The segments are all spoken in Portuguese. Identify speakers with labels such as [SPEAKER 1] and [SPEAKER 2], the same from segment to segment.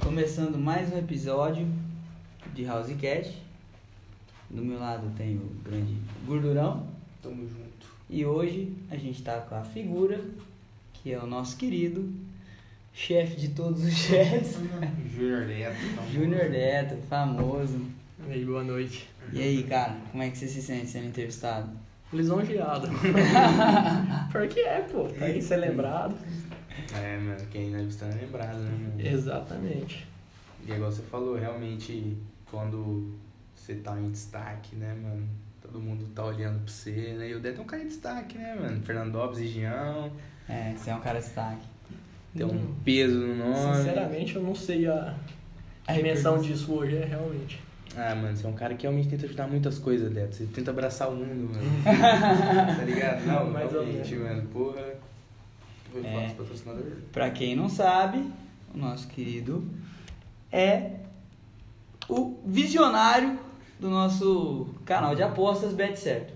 [SPEAKER 1] começando mais um episódio de House Cat. Do meu lado tem o grande Gordurão.
[SPEAKER 2] Tamo junto.
[SPEAKER 1] E hoje a gente tá com a figura, que é o nosso querido chefe de todos os chefes,
[SPEAKER 2] Júnior Neto. tá bom.
[SPEAKER 1] Júnior Neto, famoso.
[SPEAKER 3] E aí, boa noite.
[SPEAKER 1] E aí, cara, como é que você se sente sendo entrevistado?
[SPEAKER 3] Lisonjeado. Pior que é, pô. Tá aí ser lembrado.
[SPEAKER 2] É, mano, quem na vista não é lembrado, né, mano?
[SPEAKER 3] Exatamente.
[SPEAKER 2] E é igual você falou, realmente, quando você tá em destaque, né, mano? Todo mundo tá olhando pra você, né? E o Deto é um cara em destaque, né, mano? Fernando Dobbs e Jean,
[SPEAKER 1] É, você é um cara destaque.
[SPEAKER 2] tem
[SPEAKER 3] Hum.
[SPEAKER 2] um peso no nome.
[SPEAKER 3] Sinceramente, eu não sei a a dimensão disso hoje, é realmente.
[SPEAKER 2] Ah, mano, você é um cara que realmente tenta ajudar muitas coisas, Deto. Você tenta abraçar o mundo, mano. tá ligado? Não,
[SPEAKER 3] Mais ou
[SPEAKER 2] realmente,
[SPEAKER 3] menos.
[SPEAKER 2] mano. Porra. Eu
[SPEAKER 1] É.
[SPEAKER 2] faço patrocinador.
[SPEAKER 1] Pra quem não sabe, o nosso querido é o visionário do nosso canal de apostas Bet Certo.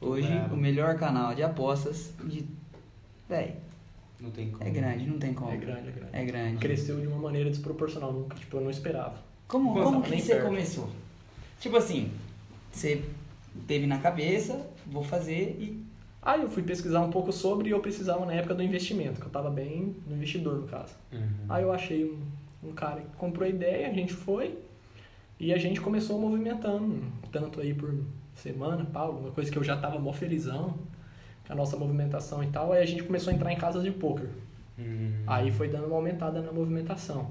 [SPEAKER 1] Hoje,
[SPEAKER 2] Bravo.
[SPEAKER 1] o melhor canal de apostas de. Véi,
[SPEAKER 2] Não tem como.
[SPEAKER 1] é grande, não tem como.
[SPEAKER 3] É grande, é grande.
[SPEAKER 1] É grande.
[SPEAKER 3] Cresceu de uma maneira desproporcional, nunca, tipo, eu não esperava.
[SPEAKER 1] Como,
[SPEAKER 3] Não,
[SPEAKER 1] como
[SPEAKER 3] não,
[SPEAKER 1] que
[SPEAKER 3] nem
[SPEAKER 1] você
[SPEAKER 3] perto.
[SPEAKER 1] começou? Tipo assim, você teve na cabeça, vou fazer e.
[SPEAKER 3] Aí eu fui pesquisar um pouco sobre e eu precisava na época do investimento, que eu tava bem no investidor, no caso.
[SPEAKER 2] Uhum.
[SPEAKER 3] Aí eu achei um, um cara que comprou a ideia, a gente foi e a gente começou movimentando, tanto aí por semana, pá, alguma coisa que eu já tava mó felizão com a nossa movimentação e tal. Aí a gente começou a entrar em casas de poker.
[SPEAKER 2] Uhum.
[SPEAKER 3] Aí foi dando uma aumentada na movimentação.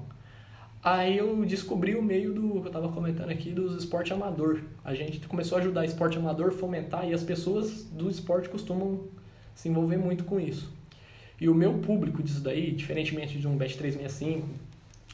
[SPEAKER 3] Aí eu descobri o meio do que eu tava comentando aqui dos esporte amador. A gente começou a ajudar esporte amador, fomentar e as pessoas do esporte costumam se envolver muito com isso. E o meu público disso daí, diferentemente de um Bet 365,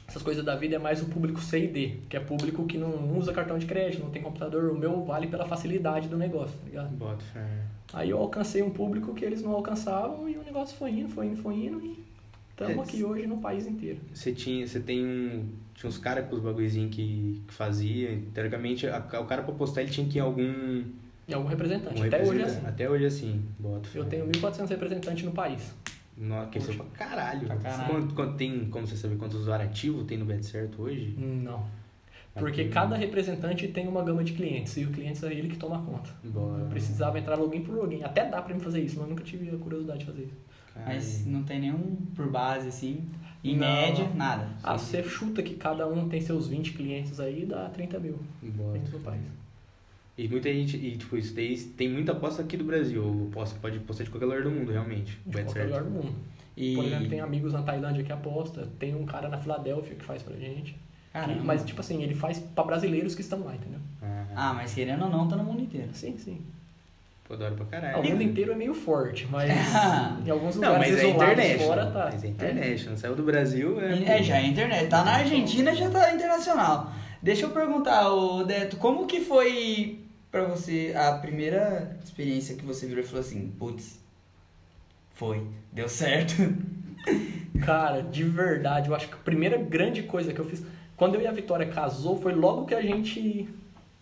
[SPEAKER 3] essas coisas da vida é mais o público C e D, que é público que não usa cartão de crédito, não tem computador. O meu vale pela facilidade do negócio, tá ligado?
[SPEAKER 2] Bota fé.
[SPEAKER 3] Aí eu alcancei um público que eles não alcançavam e o negócio foi indo, foi indo, foi indo e estamos
[SPEAKER 2] É,
[SPEAKER 3] aqui hoje no país inteiro.
[SPEAKER 2] Você tinha, você tem um, tinha uns caras com os bagulhozinhos que, que fazia, teoricamente, a- o cara pra postar ele tinha que ir em algum um
[SPEAKER 3] E algum representante. Até hoje é
[SPEAKER 2] representante.
[SPEAKER 3] assim.
[SPEAKER 2] Até hoje é assim, bota. fé.
[SPEAKER 3] Eu tenho 1.400 representantes no país.
[SPEAKER 2] Nossa, cresceu pra caralho.
[SPEAKER 1] Pra caralho.
[SPEAKER 2] Quanto, quanto tem, como você sabe quantos usuários ativos tem no Bet Certo hoje?
[SPEAKER 3] Não. Porque cada representante tem uma gama de clientes e o cliente é ele que toma conta.
[SPEAKER 2] Bora.
[SPEAKER 3] Eu precisava entrar login por login. Até dá pra mim fazer isso, mas eu nunca tive a curiosidade de fazer isso.
[SPEAKER 2] Caralho.
[SPEAKER 1] Mas não tem nenhum por base assim. Em
[SPEAKER 3] Não.
[SPEAKER 1] média, nada.
[SPEAKER 3] Ah, você chuta que cada um tem seus 20 clientes aí, dá 30 mil
[SPEAKER 2] Bota
[SPEAKER 3] dentro do
[SPEAKER 2] fé.
[SPEAKER 3] país.
[SPEAKER 2] E muita gente, e tipo, isso daí tem muita aposta aqui do Brasil. Aposta, pode postar de qualquer lugar do mundo, realmente.
[SPEAKER 3] De
[SPEAKER 2] Bet
[SPEAKER 3] qualquer
[SPEAKER 2] Certo.
[SPEAKER 3] lugar é do mundo.
[SPEAKER 1] E...
[SPEAKER 3] Por exemplo, tem amigos na Tailândia que aposta, tem um cara na Filadélfia que faz pra gente.
[SPEAKER 2] Uhum.
[SPEAKER 1] Caramba.
[SPEAKER 3] Mas, tipo assim, ele faz pra brasileiros que estão lá, entendeu?
[SPEAKER 2] Ah,
[SPEAKER 1] Ah, mas querendo ou não, tá no mundo inteiro.
[SPEAKER 3] Sim, sim.
[SPEAKER 2] pô, da hora pra
[SPEAKER 3] Ah, O
[SPEAKER 2] caralho.
[SPEAKER 3] mundo inteiro é meio forte, mas em alguns
[SPEAKER 2] Não,
[SPEAKER 3] lugares
[SPEAKER 2] mas é
[SPEAKER 3] isolados
[SPEAKER 2] internet.
[SPEAKER 3] fora tá.
[SPEAKER 2] Mas é internet, não saiu do Brasil, né?
[SPEAKER 1] É, já é internet. Tá na Argentina, já tá internacional. Deixa eu perguntar, ô Deto, como que foi pra você a primeira experiência que você virou e falou assim, putz, foi, deu certo.
[SPEAKER 2] é.
[SPEAKER 3] Cara, de verdade, eu acho que a primeira grande coisa que eu fiz quando eu e a Vitória casou foi logo que a gente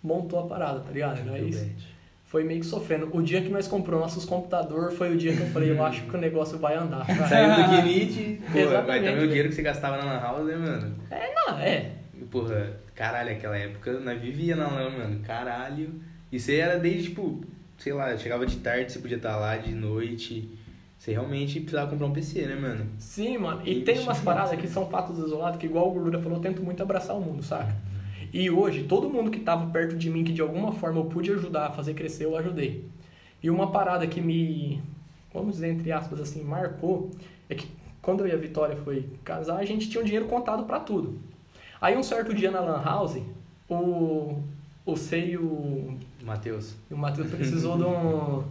[SPEAKER 3] montou a parada, tá ligado? Não é isso? Foi meio que sofrendo. O dia que nós compramos nossos computadores foi o dia que eu falei, eu acho que o negócio vai andar. cara.
[SPEAKER 2] Uhum. Saiu do Kinit, porra, vai
[SPEAKER 3] Exatamente,
[SPEAKER 2] também o
[SPEAKER 3] velho.
[SPEAKER 2] dinheiro que você gastava na Lan House, né, mano?
[SPEAKER 3] É, não, é.
[SPEAKER 2] E, Porra, caralho, aquela época nós vivia na Lan, mano, caralho. E você era desde, tipo, sei lá, chegava de tarde, você podia estar lá de noite. Você realmente precisava comprar um PC, né, mano?
[SPEAKER 3] Sim, mano. E tem umas paradas que são fatos isolados que, igual o Gordura falou, eu tento muito abraçar o mundo, saca? E hoje, todo mundo que tava perto de mim, que de alguma forma eu pude ajudar a fazer crescer, eu ajudei. E uma parada que me, vamos dizer, entre aspas, assim, marcou, é que quando eu e a Vitória foi casar, a gente tinha o dinheiro contado pra tudo. Aí um certo dia na Lan House, o, o Sei e o,
[SPEAKER 2] Matheus.
[SPEAKER 3] e o Matheus precisou de um.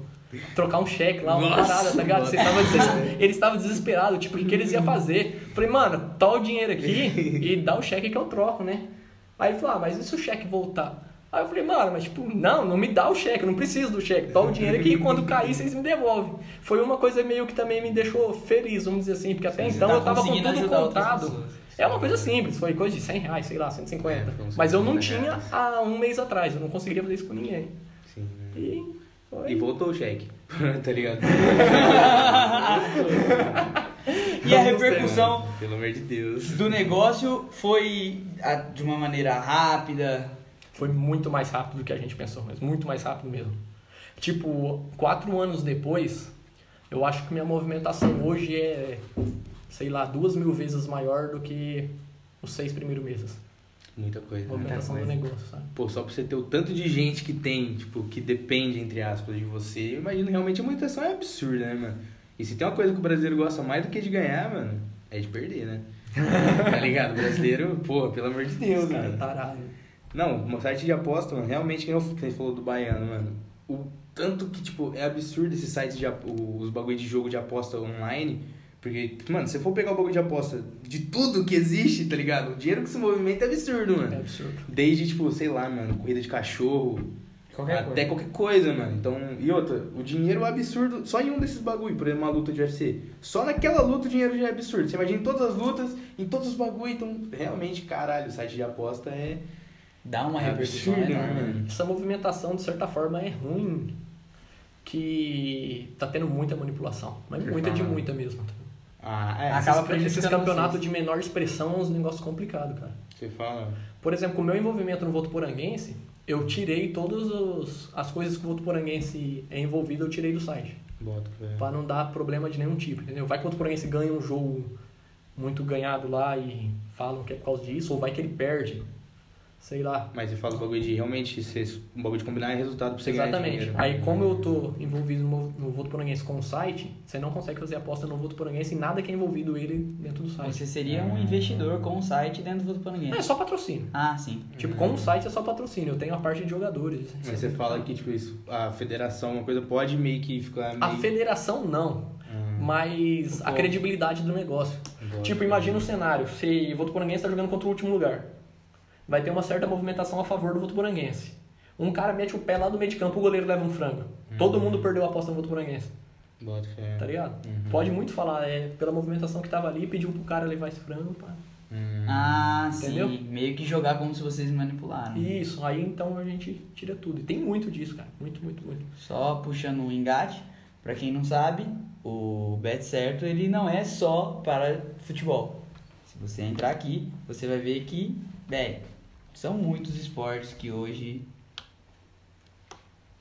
[SPEAKER 3] trocar um cheque lá, uma
[SPEAKER 2] Nossa,
[SPEAKER 3] parada, tá ligado? Você tava deses- Eles estavam desesperados, tipo, o que, que eles iam fazer? Eu Falei, mano, tá o dinheiro aqui e dá o cheque que eu troco, né? Aí ele falou, ah, mas e se o cheque voltar? Aí eu falei, mano, mas tipo, não, não me dá o cheque, eu não preciso do cheque, tá o dinheiro aqui e quando cair vocês me devolvem. Foi uma coisa meio que também me deixou feliz, vamos dizer assim, porque até
[SPEAKER 1] Você
[SPEAKER 3] então
[SPEAKER 1] tá
[SPEAKER 3] eu tava com
[SPEAKER 1] conseguindo
[SPEAKER 3] tudo
[SPEAKER 1] ajudar outras
[SPEAKER 3] contado.
[SPEAKER 1] pessoas. um
[SPEAKER 3] É uma coisa simples, foi coisa de 100 reais, sei lá, 150.
[SPEAKER 2] É, foi uns
[SPEAKER 3] mas eu não
[SPEAKER 1] né?
[SPEAKER 2] 150
[SPEAKER 3] tinha
[SPEAKER 2] reais.
[SPEAKER 3] há um mês atrás, eu não conseguiria fazer isso com ninguém.
[SPEAKER 2] Sim, né?
[SPEAKER 3] E foi.
[SPEAKER 2] E voltou o cheque, tá ligado?
[SPEAKER 3] E,
[SPEAKER 1] E a repercussão
[SPEAKER 2] Mano, Pelo amor de Deus.
[SPEAKER 1] do negócio foi ah, de uma maneira rápida.
[SPEAKER 3] Foi muito mais rápido do que a gente pensou, mas muito mais rápido mesmo. Tipo, quatro anos depois, eu acho que minha movimentação hoje é, sei lá, duas mil vezes maior do que os seis primeiros meses.
[SPEAKER 2] Muita coisa.
[SPEAKER 1] É,
[SPEAKER 2] né?
[SPEAKER 3] Movimentação do
[SPEAKER 2] Muita coisa.
[SPEAKER 3] negócio, sabe?
[SPEAKER 2] Pô, só pra você ter o tanto de gente que tem, tipo, que depende, entre aspas, de você, eu imagino realmente a movimentação é absurda, né, mano? E se tem uma coisa que o brasileiro gosta mais do que de ganhar, mano, é de perder, né? tá ligado? O brasileiro, pô, pelo amor de Deus,
[SPEAKER 3] Os caras
[SPEAKER 2] mano.
[SPEAKER 3] tarado.
[SPEAKER 2] Não, uma site de aposta, mano, realmente, que nem o- que você falou do baiano, mano. O tanto que, tipo, é absurdo esses sites de ap- os bagulho de jogo de aposta online. Porque, mano, se você for pegar o bagulho de aposta de tudo que existe, tá ligado? O dinheiro que se movimenta é absurdo,
[SPEAKER 3] É
[SPEAKER 2] mano.
[SPEAKER 3] absurdo.
[SPEAKER 2] Desde, tipo, sei lá, mano, corrida de cachorro.
[SPEAKER 1] Qualquer
[SPEAKER 2] até
[SPEAKER 1] coisa.
[SPEAKER 2] qualquer coisa, mano. Então, e outra, o dinheiro é absurdo só em um desses bagulho, por exemplo, uma luta de UFC. Só naquela luta o dinheiro já é absurdo. Você imagina em todas as lutas, em todos os bagulho, então realmente, caralho, o site de aposta é
[SPEAKER 1] Dá uma
[SPEAKER 2] É
[SPEAKER 1] repercussão
[SPEAKER 2] absurdo,
[SPEAKER 1] enorme.
[SPEAKER 2] né, mano?
[SPEAKER 3] Essa movimentação, de certa forma, é ruim. Que tá tendo muita manipulação. Mas
[SPEAKER 2] Perfeito.
[SPEAKER 3] muita de muita mesmo. tá?
[SPEAKER 2] Ah, é.
[SPEAKER 1] Acaba
[SPEAKER 3] esses, esses
[SPEAKER 1] prejudicando
[SPEAKER 3] campeonatos
[SPEAKER 1] vocês.
[SPEAKER 3] de menor expressão é um negócio complicado, cara.
[SPEAKER 2] Você fala.
[SPEAKER 3] Por exemplo, com o meu envolvimento no voto poranguense, eu tirei todas os- as coisas que o voto poranguense é envolvido, eu tirei do site.
[SPEAKER 2] Bota, velho.
[SPEAKER 3] Pra não dar problema de nenhum tipo, entendeu? Vai que o voto poranguense ganha um jogo muito ganhado lá e falam que é por causa disso, ou vai que ele perde. Sei lá.
[SPEAKER 2] Mas você fala o bagulho de realmente ser um bagulho de combinar é resultado pra você ganhar
[SPEAKER 3] Exatamente.
[SPEAKER 2] dinheiro.
[SPEAKER 3] Aí, como eu tô envolvido no, no voto poranguense com o site, você não consegue fazer aposta no voto poranguense em nada que é envolvido ele dentro do site.
[SPEAKER 1] Você seria um investidor com um site dentro do Voto
[SPEAKER 3] É
[SPEAKER 1] Ninguém.
[SPEAKER 3] só patrocínio.
[SPEAKER 1] Ah, sim.
[SPEAKER 3] Tipo, com o site é só patrocínio. Eu tenho a parte de jogadores.
[SPEAKER 2] Mas você fala que, tipo, isso, a federação, uma coisa pode meio que ficar meio...
[SPEAKER 3] A federação não, mas a
[SPEAKER 1] Pô.
[SPEAKER 3] credibilidade do negócio.
[SPEAKER 2] Gosto.
[SPEAKER 3] Tipo, imagina o cenário. Se o Votuporanguense tá jogando contra o último lugar. Vai ter uma certa movimentação a favor do Votuporanguense. Um cara mete o pé lá do meio de campo, o goleiro leva um frango. Todo mundo perdeu a aposta no Votuporanguense.
[SPEAKER 2] Bota, fé.
[SPEAKER 3] tá ligado?
[SPEAKER 2] Uhum.
[SPEAKER 3] Pode muito falar, é pela movimentação que tava ali, pediu pro cara levar esse frango, pá.
[SPEAKER 2] Hum.
[SPEAKER 1] Ah,
[SPEAKER 3] Entendeu?
[SPEAKER 1] sim. Meio que jogar como se vocês manipularam.
[SPEAKER 3] Isso, aí então a gente tira tudo. E tem muito disso, cara. Muito, muito, muito.
[SPEAKER 1] Só puxando um engate, pra quem não sabe, o Bet Certo ele não é só para futebol. Se você entrar aqui, você vai ver que, bem, são muitos esportes que hoje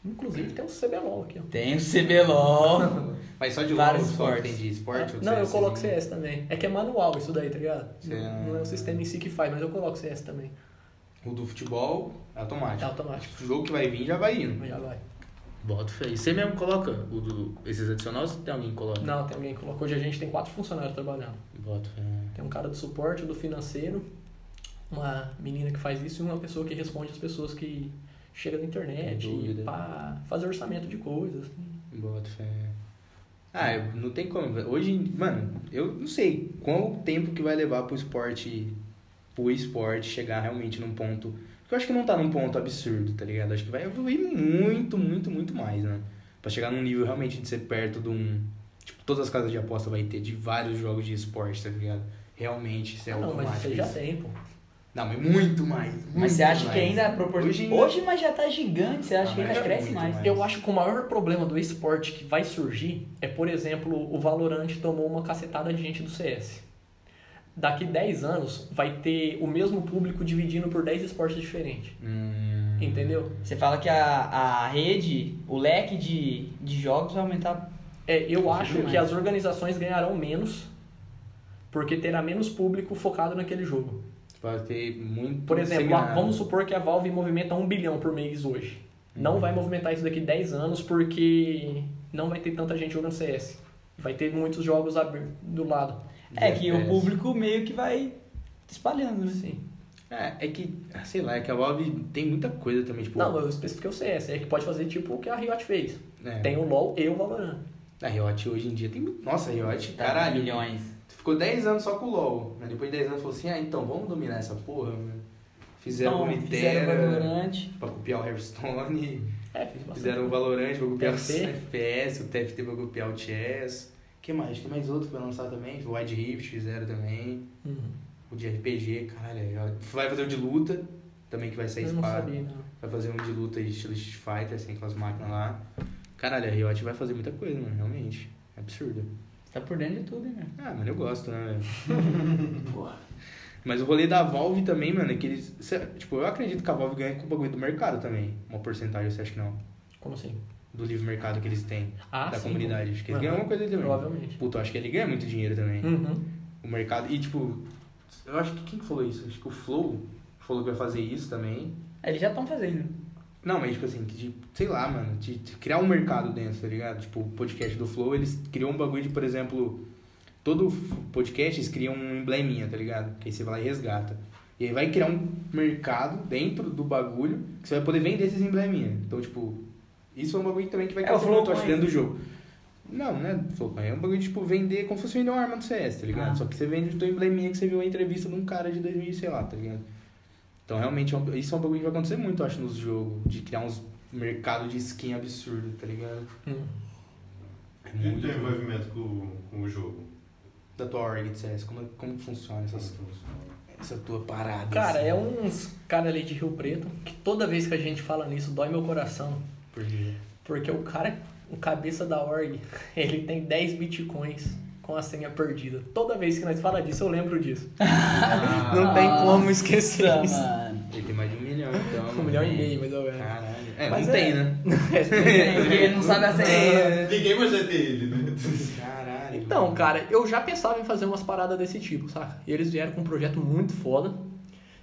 [SPEAKER 3] Inclusive tem um o CBLOL aqui, ó.
[SPEAKER 1] tem o CBLOL.
[SPEAKER 2] Mas só de
[SPEAKER 1] Vários
[SPEAKER 2] LOL, só
[SPEAKER 1] esportes.
[SPEAKER 2] tem de esporte? ou
[SPEAKER 3] Ah, não, eu
[SPEAKER 2] CSzinho?
[SPEAKER 3] coloco CS também. É que é manual isso daí, tá ligado?
[SPEAKER 2] Sim.
[SPEAKER 3] Não, não é o sistema em si que faz, mas eu coloco CS também.
[SPEAKER 2] O do futebol é automático.
[SPEAKER 3] É automático.
[SPEAKER 2] Tipo, o jogo que vai vir já vai indo.
[SPEAKER 3] Mas já vai.
[SPEAKER 2] Bota, fé. E você mesmo coloca o do... esses adicionais ou tem alguém que coloca?
[SPEAKER 3] Não, tem alguém que colocou. Hoje a gente tem quatro funcionários trabalhando.
[SPEAKER 2] Bota, fé.
[SPEAKER 3] Tem um cara do suporte, do financeiro, uma menina que faz isso e uma pessoa que responde as pessoas que chegam na internet
[SPEAKER 2] Tem dúvida.
[SPEAKER 3] pra fazer orçamento de coisas.
[SPEAKER 2] Bota fé. Ah, eu- não tem como. Hoje, em- mano, eu não sei qual o tempo que vai levar pro esporte, pro esporte chegar realmente num ponto. Porque eu acho que não tá num ponto absurdo, tá ligado? Acho que vai evoluir muito, muito, muito mais, né? Pra chegar num nível realmente de ser perto de um. Tipo, todas as casas de aposta vai ter de vários jogos de esporte, tá ligado? Realmente, isso é
[SPEAKER 3] Ah, não,
[SPEAKER 2] automático.
[SPEAKER 3] mas isso aí já
[SPEAKER 2] isso.
[SPEAKER 3] tem, pô.
[SPEAKER 2] Não, mas muito mais.
[SPEAKER 1] mas você
[SPEAKER 2] muito
[SPEAKER 1] acha que
[SPEAKER 2] mais.
[SPEAKER 1] ainda a proporção.
[SPEAKER 2] Hoje
[SPEAKER 1] Hoje,
[SPEAKER 2] ainda-
[SPEAKER 1] mas já tá gigante, você acha
[SPEAKER 2] Ah,
[SPEAKER 1] que
[SPEAKER 2] mas
[SPEAKER 1] ainda
[SPEAKER 2] é
[SPEAKER 1] cresce
[SPEAKER 2] muito
[SPEAKER 1] mais.
[SPEAKER 2] mais.
[SPEAKER 3] Eu acho que o maior problema do esporte que vai surgir é, por exemplo, o Valorant tomou uma cacetada de gente do CS. Daqui 10 anos vai ter o mesmo público dividindo por 10 esportes diferentes.
[SPEAKER 2] Hum,
[SPEAKER 3] Entendeu?
[SPEAKER 1] Você fala que a, a rede, o leque de, de jogos vai aumentar.
[SPEAKER 3] É, eu acho
[SPEAKER 1] demais.
[SPEAKER 3] que as organizações ganharão menos porque terá menos público focado naquele jogo.
[SPEAKER 2] vai ter muito.
[SPEAKER 3] Por exemplo, a-
[SPEAKER 2] segmentado.
[SPEAKER 3] vamos supor que a Valve movimenta 1 bilhão por mês hoje. Não vai movimentar isso daqui 10 anos porque não vai ter tanta gente jogando CS. Vai ter muitos jogos abertos do lado.
[SPEAKER 1] É que o
[SPEAKER 2] FPS.
[SPEAKER 1] público meio que vai espalhando, né?
[SPEAKER 3] Sim.
[SPEAKER 2] É, é que, ah, sei lá, é que a Valve tem muita coisa também, tipo...
[SPEAKER 3] Não, eu especifiquei o CS, é que pode fazer tipo o que a Riot fez.
[SPEAKER 2] é,
[SPEAKER 3] Tem o LoL e o Valorant.
[SPEAKER 2] A Riot hoje em dia tem... mu- Nossa, a Riot,
[SPEAKER 1] Tá,
[SPEAKER 2] caralho.
[SPEAKER 1] Milhões.
[SPEAKER 2] Ficou 10 anos só com o LoL. Né? Depois de 10 anos falou assim, ah, então, vamos dominar essa porra, mano. Fizeram o
[SPEAKER 1] Então, fizeram
[SPEAKER 2] Unitera
[SPEAKER 1] Valorant.
[SPEAKER 2] pra copiar o Hearthstone.
[SPEAKER 3] É, fez bastante.
[SPEAKER 2] Fizeram o Valorant pra copiar o
[SPEAKER 3] TFT.
[SPEAKER 2] FPS. O TFT pra copiar o Chess. que mais? Tem mais outro que vai lançar também. O Wide Rift fizeram também.
[SPEAKER 3] Uhum.
[SPEAKER 2] O de RPG, caralho. a Riot- Vai fazer o de luta também, que vai sair
[SPEAKER 3] Eu não né?
[SPEAKER 2] espada.
[SPEAKER 3] sabia, não.
[SPEAKER 2] Vai fazer um de luta aí, estilo Street Fighter, assim, com as máquinas lá. Caralho, a Riot vai fazer muita coisa, mano, realmente. É absurdo.
[SPEAKER 1] Você tá por dentro de tudo, hein, mano?
[SPEAKER 2] Ah, mano, eu gosto, né, velho? Porra. Mas o rolê da Valve também, mano, é que eles. cê- tipo, eu acredito que a Valve ganha com o bagulho do mercado também. Uma porcentagem, você acha que não?
[SPEAKER 3] Como assim?
[SPEAKER 2] Do livre mercado que eles têm.
[SPEAKER 3] Ah,
[SPEAKER 2] da
[SPEAKER 3] sim.
[SPEAKER 2] comunidade. Acho que eles
[SPEAKER 3] Aham,
[SPEAKER 2] ganham alguma coisa também.
[SPEAKER 3] Provavelmente.
[SPEAKER 2] Puta, eu acho que ele ganha muito dinheiro também.
[SPEAKER 3] Uhum.
[SPEAKER 2] O mercado. E tipo, eu acho que quem falou isso? Acho que o Flow falou que vai fazer isso também.
[SPEAKER 1] Eles já estão fazendo.
[SPEAKER 2] Não, mas tipo assim, que de, sei lá, mano, de, de criar um mercado dentro, tá ligado? Tipo, o podcast do Flow, eles criam um bagulho de, por exemplo, todo f- podcast eles criam um embleminha, tá ligado? Que aí você vai lá e resgata. E aí vai criar um mercado dentro do bagulho que você vai poder vender esses embleminha. Então, tipo, isso é um bagulho também que vai
[SPEAKER 1] É,
[SPEAKER 2] crescer
[SPEAKER 1] o Flow
[SPEAKER 2] muito, eu acho,
[SPEAKER 1] Coin.
[SPEAKER 2] dentro do jogo. Não, né, Flow Coin, é um bagulho de, tipo, vender como se fosse vender uma arma do CS, tá ligado?
[SPEAKER 1] Ah.
[SPEAKER 2] Só que você vende o teu embleminha que você viu a entrevista de um cara de 2000 e sei lá, tá ligado? Então, realmente, é um- isso é um bagulho que vai acontecer muito, eu acho, nos jogos. De criar uns mercado de skin absurdo, tá ligado?
[SPEAKER 3] Hum.
[SPEAKER 2] É
[SPEAKER 4] E o
[SPEAKER 2] muito
[SPEAKER 4] teu envolvimento com, com o jogo?
[SPEAKER 2] da tua org de CS. Como, é, como que funciona essas, essa tua parada?
[SPEAKER 3] Cara,
[SPEAKER 2] assim?
[SPEAKER 3] é uns cara ali de Rio Preto que toda vez que a gente fala nisso dói meu coração.
[SPEAKER 2] Por quê?
[SPEAKER 3] Porque o cara, o cabeça da org, ele tem 10 bitcoins com a senha perdida. Toda vez que nós fala disso, eu lembro disso. Não tem como esquecer
[SPEAKER 1] Nossa,
[SPEAKER 3] isso.
[SPEAKER 1] mano.
[SPEAKER 2] Ah, Ele tem mais de um milhão, então.
[SPEAKER 3] Um milhão e meio, mais ou menos.
[SPEAKER 2] Caralho. É,
[SPEAKER 3] Mas
[SPEAKER 2] não
[SPEAKER 3] é-
[SPEAKER 2] tem, né?
[SPEAKER 1] Ele não sabe a senha.
[SPEAKER 4] Ninguém vai ter ele, né?
[SPEAKER 2] Caralho.
[SPEAKER 3] Então,
[SPEAKER 2] mano.
[SPEAKER 3] cara, eu já pensava em fazer umas paradas desse tipo, saca? E eles vieram com um projeto muito foda.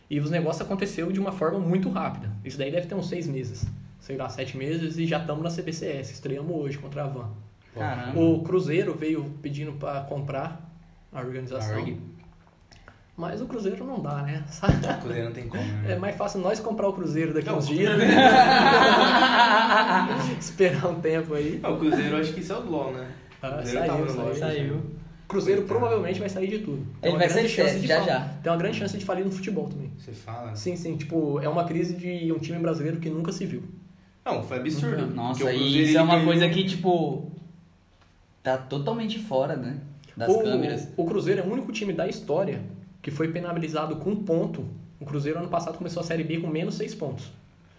[SPEAKER 3] E os negócios aconteceu de uma forma muito rápida. Isso daí deve ter uns seis meses. Sei lá, sete meses e já estamos na CBCS. Estreamos hoje contra a Van.
[SPEAKER 1] Caramba.
[SPEAKER 3] O Cruzeiro veio pedindo pra comprar a
[SPEAKER 2] A
[SPEAKER 3] organização.
[SPEAKER 2] org.
[SPEAKER 3] Mas o Cruzeiro não dá, né? Sabe?
[SPEAKER 2] Coisa não tem como, né?
[SPEAKER 3] É mais fácil nós comprar o Cruzeiro daqui a uns dias.
[SPEAKER 1] é-
[SPEAKER 3] Esperar um tempo aí.
[SPEAKER 2] Ah, o Cruzeiro acho que isso é o LOL, né?
[SPEAKER 3] Ah,
[SPEAKER 2] O Cruzeiro
[SPEAKER 3] saiu,
[SPEAKER 2] tava no LOL, né?
[SPEAKER 1] Saiu.
[SPEAKER 3] O Cruzeiro
[SPEAKER 2] Coitado.
[SPEAKER 3] provavelmente vai sair de tudo. Tem
[SPEAKER 1] Ele
[SPEAKER 3] uma
[SPEAKER 1] vai
[SPEAKER 3] grande
[SPEAKER 1] sair de
[SPEAKER 3] chance
[SPEAKER 1] teste,
[SPEAKER 3] de
[SPEAKER 1] já,
[SPEAKER 3] fal-
[SPEAKER 1] já.
[SPEAKER 3] Tem uma grande chance de falir no futebol também.
[SPEAKER 2] Você fala. assim.
[SPEAKER 3] Sim, sim. Tipo, é uma crise de um time brasileiro que nunca se viu.
[SPEAKER 2] Não, foi absurdo.
[SPEAKER 1] Uhum. Nossa,
[SPEAKER 2] porque o
[SPEAKER 1] e
[SPEAKER 2] Cruzeiro,
[SPEAKER 1] isso é
[SPEAKER 2] ele
[SPEAKER 1] uma
[SPEAKER 2] ganhou-
[SPEAKER 1] coisa que, tipo, tá totalmente fora, né? Das
[SPEAKER 3] o,
[SPEAKER 1] câmeras.
[SPEAKER 3] o Cruzeiro é o único time da história que foi penalizado com um ponto. O Cruzeiro ano passado começou a Série B com menos seis pontos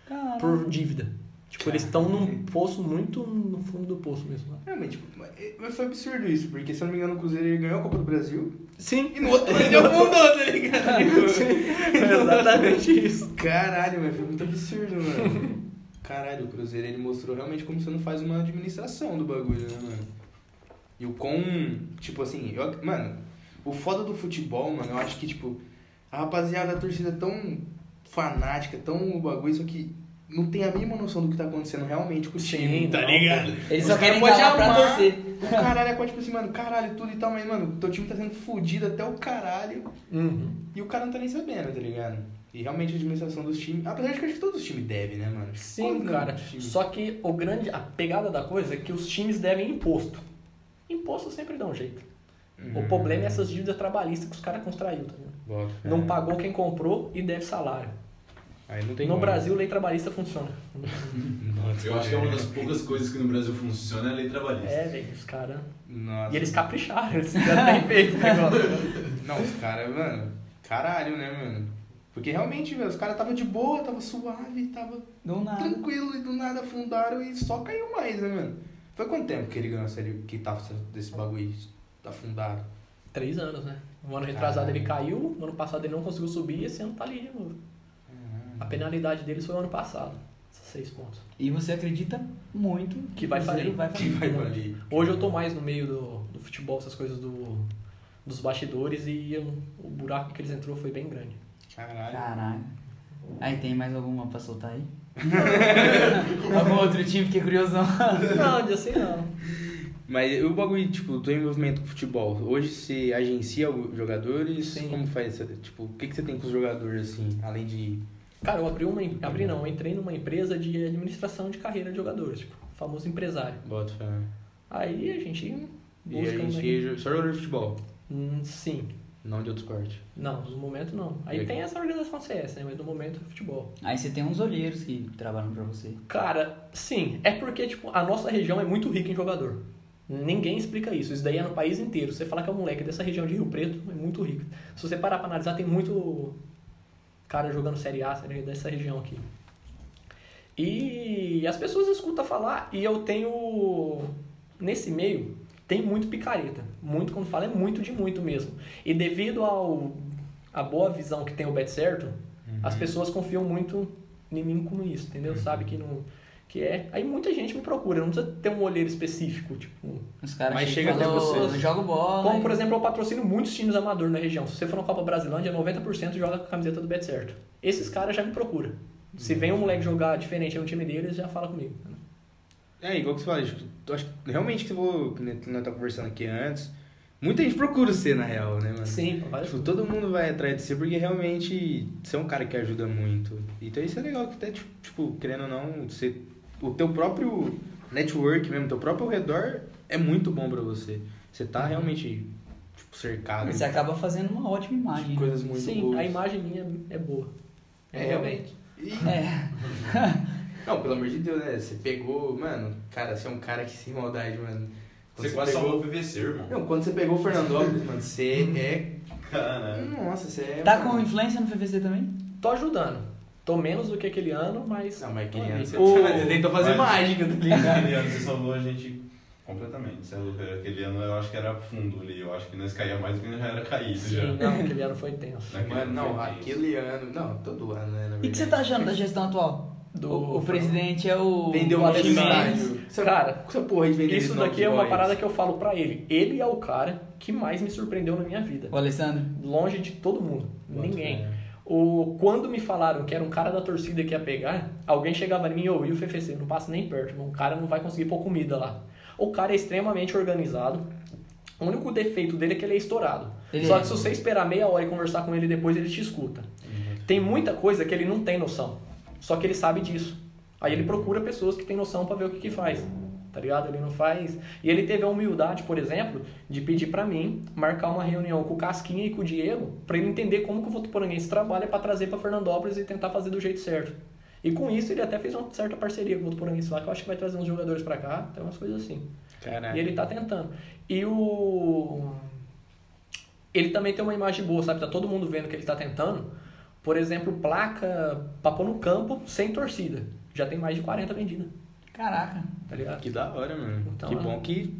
[SPEAKER 1] Caramba.
[SPEAKER 3] por dívida. Tipo, eles estão num poço muito no fundo do poço mesmo. né?
[SPEAKER 2] Realmente, tipo, mas- mas foi absurdo isso, porque se eu não me engano o Cruzeiro ele ganhou a Copa do Brasil
[SPEAKER 3] Sim,
[SPEAKER 2] e no outro ele afundou, tá ligado?
[SPEAKER 1] Ah,
[SPEAKER 3] é exatamente isso.
[SPEAKER 2] Caralho, mas foi muito absurdo, mano. Caralho, o Cruzeiro ele mostrou realmente como você não faz uma administração do bagulho, né, mano? E o quão, tipo assim, eu- mano, o foda do futebol, mano, eu acho que, tipo, a rapaziada da torcida é tão fanática, tão o bagulho, só que não tem a mínima noção do que tá acontecendo realmente com o
[SPEAKER 3] Sim,
[SPEAKER 2] time, tá
[SPEAKER 3] não,
[SPEAKER 2] ligado?
[SPEAKER 1] Eles
[SPEAKER 2] Os
[SPEAKER 1] só
[SPEAKER 2] cara
[SPEAKER 1] querem
[SPEAKER 2] pode
[SPEAKER 1] estar lá pra
[SPEAKER 2] amar.
[SPEAKER 1] torcer.
[SPEAKER 2] O caralho é quase tipo assim, mano, caralho, tudo e tal, mas, mano, teu time tá sendo fudido até o caralho
[SPEAKER 3] Uhum.
[SPEAKER 2] e o cara não tá nem sabendo, tá ligado? E realmente a administração dos times, apesar de que eu acho que todos os times devem, né, mano? Acho que
[SPEAKER 3] Sim,
[SPEAKER 2] todos
[SPEAKER 3] cara.
[SPEAKER 2] os times-
[SPEAKER 3] Só que o grande, a pegada da coisa é que os times devem imposto. Imposto sempre dá um jeito.
[SPEAKER 2] Uhum.
[SPEAKER 3] O problema é essas dívidas trabalhistas que os caras contraíram, tá ligado?
[SPEAKER 2] Hum, Bota, cara.
[SPEAKER 3] Não pagou quem comprou e deve salário.
[SPEAKER 2] Aí não tem
[SPEAKER 3] no
[SPEAKER 2] como.
[SPEAKER 3] Brasil, lei trabalhista funciona.
[SPEAKER 2] Nossa,
[SPEAKER 4] Eu acho que é uma das poucas coisas que no Brasil funciona é a lei trabalhista.
[SPEAKER 3] É, velho, os caras.
[SPEAKER 2] Nossa.
[SPEAKER 3] E eles capricharam, eles fizeram bem feito o negócio.
[SPEAKER 2] Não, os caras, mano, caralho, né, mano? Porque realmente, velho, os caras tava de boa, tava suave, tava
[SPEAKER 1] Do
[SPEAKER 3] Ah.
[SPEAKER 1] nada.
[SPEAKER 2] tranquilo e do nada afundaram e só caiu mais, né, mano? Foi quanto tempo que ele ganhou a série que tava desse bagulho afundado?
[SPEAKER 3] Três anos, né? Um ano retrasado ele caiu, no ano passado ele não conseguiu subir e esse ano tá ali de novo. A penalidade deles foi o ano passado. Seis pontos.
[SPEAKER 1] E você acredita muito
[SPEAKER 3] Que vai
[SPEAKER 1] você
[SPEAKER 3] falir.
[SPEAKER 1] Vai
[SPEAKER 2] Que
[SPEAKER 1] falir.
[SPEAKER 2] vai valer.
[SPEAKER 3] Hoje eu tô mais no meio do, do futebol, essas coisas do, dos bastidores e eu- o buraco que eles entrou foi bem grande.
[SPEAKER 2] Caralho.
[SPEAKER 1] Caralho. Aí tem mais alguma pra soltar aí? Algum outro time que é curiosão?
[SPEAKER 3] Não, de assim não.
[SPEAKER 2] Mas e o bagulho, tipo, do envolvimento com o futebol, hoje você agencia os jogadores?
[SPEAKER 3] Sim.
[SPEAKER 2] Como faz? Tipo, o que, que você tem com os jogadores, assim, além de...
[SPEAKER 3] Cara, eu abri uma. em- Abri não, eu entrei numa empresa de administração de carreira de jogadores, tipo, famoso empresário.
[SPEAKER 2] Bota fé.
[SPEAKER 3] Aí a gente
[SPEAKER 2] E a
[SPEAKER 3] busca. né?
[SPEAKER 2] gente é só jogador de futebol,
[SPEAKER 3] Hum, sim.
[SPEAKER 2] não de outro esporte.
[SPEAKER 3] Não, no momento não. Aí
[SPEAKER 2] Legal.
[SPEAKER 3] tem essa organização CS, né? Mas no momento é futebol.
[SPEAKER 1] Aí você tem uns olheiros que trabalham pra você.
[SPEAKER 3] Cara, sim, é porque, tipo, a nossa região é muito rica em jogador. Ninguém explica isso. Isso daí é no país inteiro. Você falar que é um moleque dessa região de Rio Preto, é muito rico. Se você parar pra analisar, tem muito cara jogando Série A, Série dessa região aqui. E as pessoas escutam falar e eu tenho. Nesse meio, Tem muito picareta. Muito, quando fala, é muito de muito mesmo. E devido ao a boa visão que tem o Bet Certo, as pessoas confiam muito em mim com isso, entendeu? Sabe que não que é. Aí muita gente me procura, não precisa ter um olheiro específico, tipo,
[SPEAKER 1] Os caras
[SPEAKER 2] Mas
[SPEAKER 1] chegam e
[SPEAKER 2] chega até
[SPEAKER 1] falam,
[SPEAKER 2] você,
[SPEAKER 1] "Ô,
[SPEAKER 2] né?
[SPEAKER 1] jogo bola.
[SPEAKER 3] Como,
[SPEAKER 1] hein?"
[SPEAKER 3] por exemplo, eu patrocino muitos times amador na região. Se você for na Copa é Brasilândia, 90% joga com a camiseta do Bet Certo. Esses caras já me procuram. Se vem um moleque jogar diferente no time deles, já fala comigo.
[SPEAKER 2] É, igual que você fala, acho que- eu acho que realmente que eu vou. que Nós estávamos conversando aqui antes. Muita gente procura você, na real, né, mano?
[SPEAKER 3] Sim, várias
[SPEAKER 2] Tipo, todo mundo vai atrás de você porque realmente você é um cara que ajuda muito. Então isso é legal que até, tipo, querendo ou não, você, o teu próprio network mesmo, teu próprio redor é muito bom pra você. Você tá realmente tipo, cercado
[SPEAKER 1] Você acaba fazendo uma ótima imagem. né?
[SPEAKER 2] de coisas muito
[SPEAKER 3] Sim,
[SPEAKER 2] boas.
[SPEAKER 3] a imagem minha é boa.
[SPEAKER 2] É, realmente. E-
[SPEAKER 1] É.
[SPEAKER 2] Não, pelo amor de Deus, né? Você pegou, mano, cara, você é um cara que sem maldade, mano. Quando
[SPEAKER 4] Você quase
[SPEAKER 2] pegou-
[SPEAKER 4] salvou o PVC, irmão.
[SPEAKER 2] Não, quando você pegou o Fernando Alves, mano, você é.
[SPEAKER 4] Caralho.
[SPEAKER 2] Nossa, você é.
[SPEAKER 1] Uhum. Tá com influência no PVC também?
[SPEAKER 3] Tô ajudando. Tô menos do que aquele ano, mas.
[SPEAKER 2] Não, mas
[SPEAKER 3] tô
[SPEAKER 2] quem é?
[SPEAKER 3] ali.
[SPEAKER 2] Você
[SPEAKER 1] Ô,
[SPEAKER 2] você tentou fazer
[SPEAKER 4] mas-
[SPEAKER 2] mágica, tá ligado?
[SPEAKER 3] né?
[SPEAKER 4] Aquele ano você salvou a gente completamente. Você é louco. Aquele ano eu acho que era fundo ali. Eu acho que nós caía mais do que nós já era caído já.
[SPEAKER 3] Sim, não, aquele ano foi tenso.
[SPEAKER 4] Naquele
[SPEAKER 2] Mano, não,
[SPEAKER 4] foi tenso.
[SPEAKER 2] aquele ano. Não, todo ano, né? Na
[SPEAKER 1] E o que você
[SPEAKER 2] verdade.
[SPEAKER 1] tá achando da gestão atual?
[SPEAKER 3] Do-
[SPEAKER 1] o, o presidente é o.
[SPEAKER 2] Vendeu
[SPEAKER 1] o
[SPEAKER 2] um
[SPEAKER 1] Alex
[SPEAKER 2] time
[SPEAKER 1] Mendes.
[SPEAKER 2] estádio. Essa-
[SPEAKER 3] tá Cara,
[SPEAKER 2] essa porra de vender
[SPEAKER 3] Isso daqui é uma parada que eu falo pra ele. Ele é o cara que mais me surpreendeu na minha vida.
[SPEAKER 1] O Alessandro.
[SPEAKER 3] Longe de todo mundo. Ninguém. O, quando me falaram que era um cara da torcida que ia pegar, alguém chegava em mim e eu, e o FFC, não passa nem perto, irmão. o cara não vai conseguir pôr comida lá. O cara é extremamente organizado. O único defeito dele é que ele é estourado.
[SPEAKER 1] Ele
[SPEAKER 3] Só
[SPEAKER 1] é.
[SPEAKER 3] que se você esperar meia hora e conversar com ele depois, ele te escuta. Tem muita coisa que ele não tem noção. Só que ele sabe disso. Aí ele procura pessoas que têm noção pra ver o que, que faz. Tá ligado? Ele não faz. E ele teve a humildade, por exemplo, de pedir pra mim marcar uma reunião com o Casquinha e com o Diego pra ele entender como que o Votuporanguense trabalha pra trazer pra Fernandópolis e tentar fazer do jeito certo. E com isso ele até fez uma certa parceria com o Votuporanguense lá, que eu acho que vai trazer uns jogadores pra cá, tem umas coisas assim.
[SPEAKER 2] Caralho.
[SPEAKER 3] E ele tá tentando. E o. Ele também tem uma imagem boa, sabe? Tá todo mundo vendo que ele tá tentando. Por exemplo, placa pra pôr no campo sem torcida. Já tem mais de 40 vendidas,
[SPEAKER 1] Caraca.
[SPEAKER 3] tá ligado?
[SPEAKER 2] Que da hora, mano.
[SPEAKER 3] Então,
[SPEAKER 2] que
[SPEAKER 3] é.
[SPEAKER 2] bom que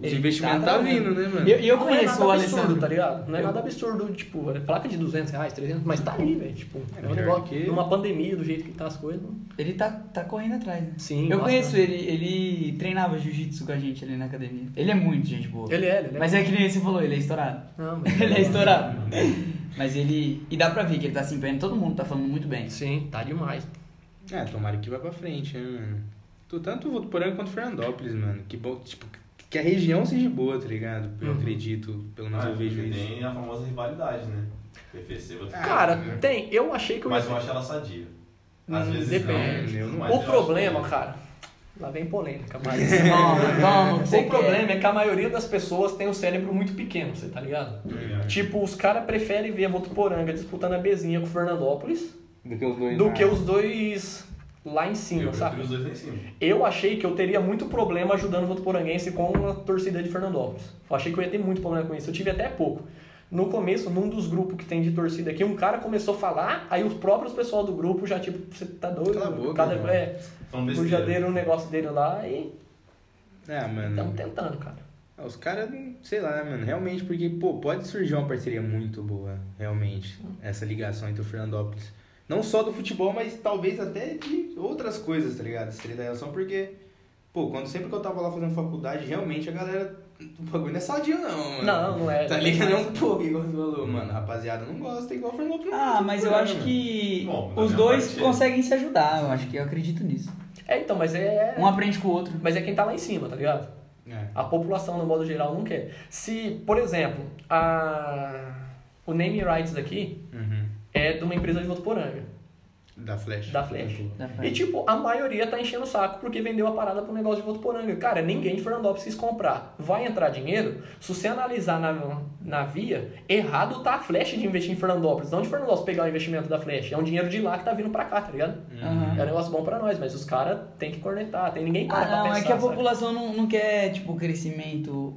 [SPEAKER 2] os
[SPEAKER 1] Ele
[SPEAKER 2] investimentos
[SPEAKER 1] tá
[SPEAKER 2] tá,
[SPEAKER 1] trazendo.
[SPEAKER 2] vindo, né, mano?
[SPEAKER 1] E eu, e eu
[SPEAKER 3] Não é
[SPEAKER 1] conheço
[SPEAKER 3] nada
[SPEAKER 1] o
[SPEAKER 3] absurdo,
[SPEAKER 1] Alessandro.
[SPEAKER 3] tá ligado? Não é
[SPEAKER 1] Eu-
[SPEAKER 3] nada absurdo, tipo, é placa de 200 reais, 300, mas tá ali, velho. Tipo, é um
[SPEAKER 2] melhor
[SPEAKER 3] negócio.
[SPEAKER 2] do que-
[SPEAKER 3] Numa pandemia, do jeito que tá as coisas. não-
[SPEAKER 1] Ele tá, tá correndo atrás, né?
[SPEAKER 3] Sim,
[SPEAKER 1] Eu
[SPEAKER 3] bastante.
[SPEAKER 1] conheço ele, ele treinava jiu-jitsu com a gente ali na academia. Ele é muito gente boa.
[SPEAKER 3] Ele é, ele é.
[SPEAKER 1] Mas é que nem você falou, ele é estourado.
[SPEAKER 3] Não, mas-
[SPEAKER 1] Ele é estourado. Mas ele. E dá pra ver que ele tá se empenhando, todo mundo tá falando muito bem.
[SPEAKER 3] Sim, tá demais.
[SPEAKER 2] É, tomara que vá pra frente, né, mano? Tu- Tanto o Votuporanga quanto o Fernandópolis, mano. Que bom, tipo, que a região seja boa, tá ligado? Eu
[SPEAKER 3] Uhum.
[SPEAKER 2] acredito, pelo menos
[SPEAKER 4] Ah,
[SPEAKER 2] eu vejo
[SPEAKER 4] porque
[SPEAKER 2] isso.
[SPEAKER 4] Tem a famosa rivalidade, né? PVC, você...
[SPEAKER 3] Cara, tem. Eu achei que eu
[SPEAKER 4] Ah, é. Mas eu acho ela sadia. Às
[SPEAKER 3] Hum,
[SPEAKER 4] vezes
[SPEAKER 3] depende.
[SPEAKER 4] não.
[SPEAKER 2] Eu não
[SPEAKER 4] mas
[SPEAKER 2] acho.
[SPEAKER 4] eu
[SPEAKER 3] o
[SPEAKER 4] acho
[SPEAKER 3] problema,
[SPEAKER 4] que- é.
[SPEAKER 3] cara. Lá vem polêmica, mas.
[SPEAKER 1] Toma, toma, você
[SPEAKER 3] o problema é que a maioria das pessoas tem um cérebro muito pequeno, você tá ligado? Tipo, os caras preferem ver a Votuporanga disputando a Bezinha com o Fernandópolis
[SPEAKER 2] Do que os dois.
[SPEAKER 3] do
[SPEAKER 2] lá.
[SPEAKER 3] que os dois lá em cima,
[SPEAKER 4] Eu prefiro
[SPEAKER 3] sabe?
[SPEAKER 4] os dois lá em cima.
[SPEAKER 3] Eu achei que eu teria muito problema ajudando o Votuporanguense com a torcida de Fernandópolis. Eu achei que eu ia ter muito problema com isso. Eu tive até pouco. No começo, num dos grupos que tem de torcida aqui, um cara começou a falar, aí os próprios pessoal do grupo já, tipo, você tá doido?
[SPEAKER 2] Cala a boca,
[SPEAKER 3] o cara
[SPEAKER 2] mano.
[SPEAKER 3] é
[SPEAKER 4] São besteira.
[SPEAKER 3] bujadeiro um negócio dele lá e
[SPEAKER 2] É, mano.
[SPEAKER 3] estamos tentando, cara.
[SPEAKER 2] Ah, Os caras, não- sei lá, mano, realmente, porque, pô, pode surgir uma parceria muito boa, realmente, essa ligação entre o Fernandópolis. Não só do futebol, mas talvez até de outras coisas, tá ligado? Estreia da relação, porque, pô, quando sempre que eu tava lá fazendo faculdade, realmente a galera. O bagulho não é sadio, não, mano.
[SPEAKER 3] Não, não é.
[SPEAKER 2] Tá ligado? É um pouco, igual você falou, mano. a Rapaziada, não gosta, igual o Fernandópolis. não
[SPEAKER 1] Ah,
[SPEAKER 2] gosta
[SPEAKER 1] mas
[SPEAKER 2] do
[SPEAKER 1] eu
[SPEAKER 2] Fernando,
[SPEAKER 1] acho
[SPEAKER 2] mano.
[SPEAKER 1] que
[SPEAKER 4] Bom, da
[SPEAKER 1] os
[SPEAKER 4] minha
[SPEAKER 1] dois
[SPEAKER 4] parte-
[SPEAKER 1] conseguem se ajudar, eu acho que eu acredito nisso.
[SPEAKER 3] É, então, mas é.
[SPEAKER 1] Um aprende com o outro.
[SPEAKER 3] Mas é quem tá lá em cima, tá ligado?
[SPEAKER 2] É.
[SPEAKER 3] A população, no modo geral, não quer. Se, por exemplo, a... o name rights aqui
[SPEAKER 2] Uhum.
[SPEAKER 3] é de uma empresa de Votuporanga,
[SPEAKER 2] Da Flash. Uhum.
[SPEAKER 3] da Flash.
[SPEAKER 1] Dá pra-
[SPEAKER 3] E, tipo, a maioria tá enchendo o saco porque vendeu a parada pro negócio de Votuporanga. Cara, ninguém de Fernandópolis quis comprar. Vai entrar dinheiro? Se você analisar na, na via, errado tá a Flash de investir em Fernandópolis. Não de Fernandópolis pegar o investimento da Flash. É um dinheiro de lá que tá vindo pra cá, tá ligado?
[SPEAKER 2] Uhum.
[SPEAKER 1] Aham.
[SPEAKER 3] É um negócio bom pra nós, mas os caras tem que cornetar. Tem ninguém para
[SPEAKER 1] Ah,
[SPEAKER 3] pra
[SPEAKER 1] não,
[SPEAKER 3] pensar,
[SPEAKER 1] é que a
[SPEAKER 3] sabe?
[SPEAKER 1] população não, não quer, tipo, crescimento.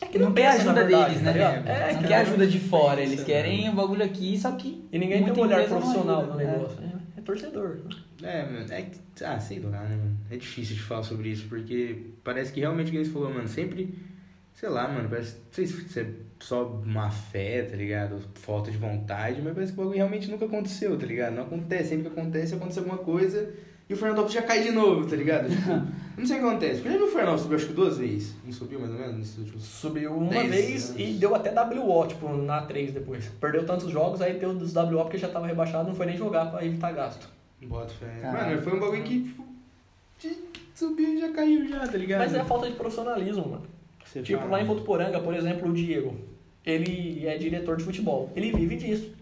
[SPEAKER 3] É que
[SPEAKER 1] não, quer
[SPEAKER 3] pensa,
[SPEAKER 1] ajuda
[SPEAKER 3] na verdade,
[SPEAKER 1] deles,
[SPEAKER 3] tá
[SPEAKER 1] né?
[SPEAKER 3] ligado?
[SPEAKER 1] É,
[SPEAKER 3] É,
[SPEAKER 1] não
[SPEAKER 3] cara.
[SPEAKER 1] quer ajuda de fora, eles
[SPEAKER 2] Isso,
[SPEAKER 1] querem o bagulho aqui, só que.
[SPEAKER 3] né? E ninguém tem
[SPEAKER 1] muita
[SPEAKER 3] um olhar
[SPEAKER 1] empresa não
[SPEAKER 3] profissional no
[SPEAKER 1] ajuda, né?
[SPEAKER 3] negócio. É, torcedor.
[SPEAKER 2] É, mano, é que- ah, sei lá, né, mano? É difícil de falar sobre isso, porque parece que realmente, como você falou, mano, sempre, sei lá, mano, parece, não sei se é só má fé, tá ligado? Falta de vontade, mas parece que o bagulho realmente nunca aconteceu, tá ligado? Não acontece, sempre que acontece, acontece alguma coisa e o Fernando Alves já cai de novo, tá ligado? Tipo, não sei o que acontece, porque já viu o Fernando Alves subir, acho que duas vezes, não subiu mais ou menos nesses últimos...
[SPEAKER 3] Subiu uma
[SPEAKER 2] Dez
[SPEAKER 3] vez
[SPEAKER 2] anos.
[SPEAKER 3] e deu até WO, tipo, na 3 depois. Perdeu tantos jogos, aí deu dos WO porque já tava rebaixado, não foi nem jogar pra evitar gasto.
[SPEAKER 2] Bota fé.
[SPEAKER 1] Caralho.
[SPEAKER 2] Mano, foi um bagulho que, tipo, de- subiu e já caiu já, tá ligado?
[SPEAKER 3] Mas é a falta de profissionalismo, mano.
[SPEAKER 2] Você
[SPEAKER 3] Tipo,
[SPEAKER 2] fala,
[SPEAKER 3] lá em
[SPEAKER 2] né?
[SPEAKER 3] Votuporanga, por exemplo, o Diego, ele é diretor de futebol. Ele vive disso,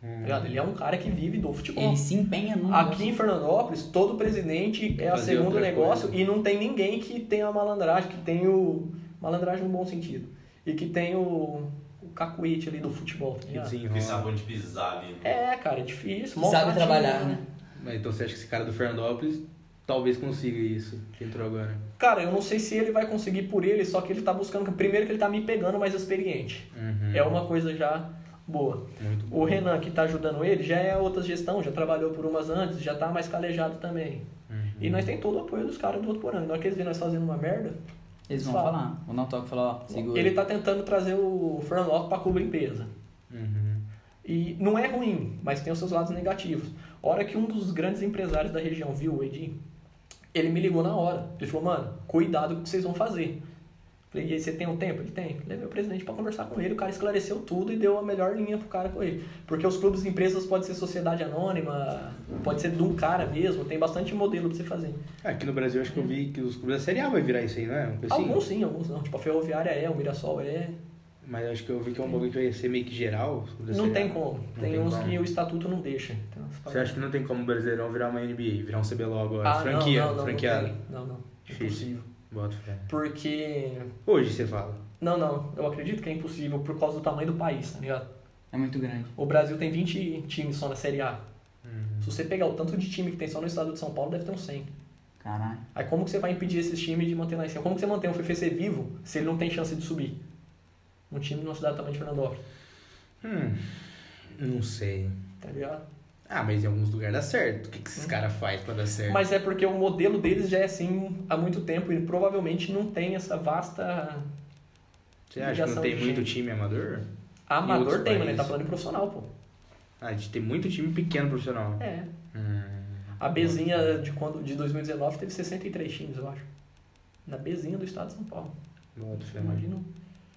[SPEAKER 3] tá ligado? Ele é um cara que vive do futebol.
[SPEAKER 1] Ele É. se empenha no
[SPEAKER 3] Aqui em Fernandópolis, todo presidente é a
[SPEAKER 2] Fazer
[SPEAKER 3] segundo
[SPEAKER 2] outra
[SPEAKER 3] negócio
[SPEAKER 2] coisa.
[SPEAKER 3] e não tem ninguém que tenha a malandragem, que tenha o... Malandragem no bom sentido. E que tenha o, o cacuete ali do futebol, tá
[SPEAKER 2] Que
[SPEAKER 3] ligado?
[SPEAKER 2] desenrola.
[SPEAKER 4] Que sabe onde pisar ali. né?
[SPEAKER 3] É, cara, é difícil.
[SPEAKER 1] Que
[SPEAKER 3] Monta
[SPEAKER 1] sabe
[SPEAKER 3] um
[SPEAKER 1] trabalhar,
[SPEAKER 3] time.
[SPEAKER 1] né?
[SPEAKER 2] Mas então você acha que esse cara do Fernandópolis talvez consiga isso que entrou agora?
[SPEAKER 3] Cara, eu não sei se ele vai conseguir por ele, só que ele tá buscando. Primeiro que ele tá me pegando mais experiente.
[SPEAKER 2] Uhum.
[SPEAKER 3] É uma coisa já boa.
[SPEAKER 2] Muito bom.
[SPEAKER 3] O Renan, que tá ajudando ele, já é outra gestão, já trabalhou por umas antes, já tá mais calejado também.
[SPEAKER 2] Uhum.
[SPEAKER 3] E nós tem todo o apoio dos caras do outro porão. Na hora que eles vêm nós fazendo uma merda,
[SPEAKER 1] Eles vão
[SPEAKER 3] Fala.
[SPEAKER 1] falar. Vou dar um toque e falar, ó, segura.
[SPEAKER 3] ele tá tentando trazer o Fernando Lopes pra cobrir limpeza.
[SPEAKER 2] Uhum.
[SPEAKER 3] E não é ruim, mas tem os seus lados negativos. A hora que um dos grandes empresários da região viu o Edinho, ele me ligou na hora. Ele falou, mano, cuidado com o que vocês vão fazer. Falei, e aí, você tem um tempo? Ele tem. Levei o presidente para conversar com ele, o cara esclareceu tudo e deu a melhor linha pro cara com ele. Porque os clubes e empresas podem ser sociedade anônima, pode ser de um cara mesmo, tem bastante modelo pra você fazer.
[SPEAKER 2] Aqui no Brasil acho que eu vi que os clubes da Série A vai virar isso aí, não é? Uma coisa assim?
[SPEAKER 3] Alguns sim, alguns não. Tipo, a Ferroviária é, o Mirassol é.
[SPEAKER 2] Mas acho que eu vi que é um bagulho que vai ser meio que geral. os clubes da
[SPEAKER 3] Não
[SPEAKER 2] Série A.
[SPEAKER 3] tem como.
[SPEAKER 2] Não
[SPEAKER 3] Tem
[SPEAKER 2] tem
[SPEAKER 3] uns
[SPEAKER 2] como.
[SPEAKER 3] que o estatuto não deixa. Então,
[SPEAKER 2] Você acha que não tem como o Brasileirão virar uma NBA, virar um CBLOL agora?
[SPEAKER 3] Ah,
[SPEAKER 2] é franquia,
[SPEAKER 3] não, não, não,
[SPEAKER 2] franqueado.
[SPEAKER 3] Não, tem. não, não.
[SPEAKER 2] Difícil. Bota fé.
[SPEAKER 3] Porque.
[SPEAKER 2] Hoje você fala.
[SPEAKER 3] Não, não. Eu acredito que é impossível por causa do tamanho do país, tá ligado?
[SPEAKER 1] É muito grande.
[SPEAKER 3] O Brasil tem 20 times só na Série A.
[SPEAKER 2] Uhum.
[SPEAKER 3] Se você pegar o tanto de time que tem só no estado de São Paulo, deve ter uns 100.
[SPEAKER 1] Caralho.
[SPEAKER 3] Aí como que você vai impedir esses times de manter lá em cima? Como que você mantém um FFC vivo se ele não tem chance de subir? Um time numa cidade do tamanho de Fernandópolis,
[SPEAKER 2] Hum, Não sei.
[SPEAKER 3] tá ligado?
[SPEAKER 2] Ah, mas em alguns lugares dá certo. O que, que esses caras fazem pra dar certo?
[SPEAKER 3] Hum. Mas é porque o modelo deles já é assim há muito tempo e provavelmente não tem essa vasta...
[SPEAKER 2] Você acha que não
[SPEAKER 3] ligação
[SPEAKER 2] tem
[SPEAKER 3] de
[SPEAKER 2] muito
[SPEAKER 3] gente.
[SPEAKER 2] time amador?
[SPEAKER 3] Amador
[SPEAKER 2] outros
[SPEAKER 3] tem, mas ele tá
[SPEAKER 2] países.
[SPEAKER 3] falando em profissional, pô.
[SPEAKER 2] Ah, a gente tem muito time pequeno profissional.
[SPEAKER 3] É.
[SPEAKER 2] Hum.
[SPEAKER 3] A Bzinha de, quando, de 2019 teve 63 times, eu acho. Na Bzinha do estado de São Paulo.
[SPEAKER 2] Bota fé, mano.
[SPEAKER 3] Imagina.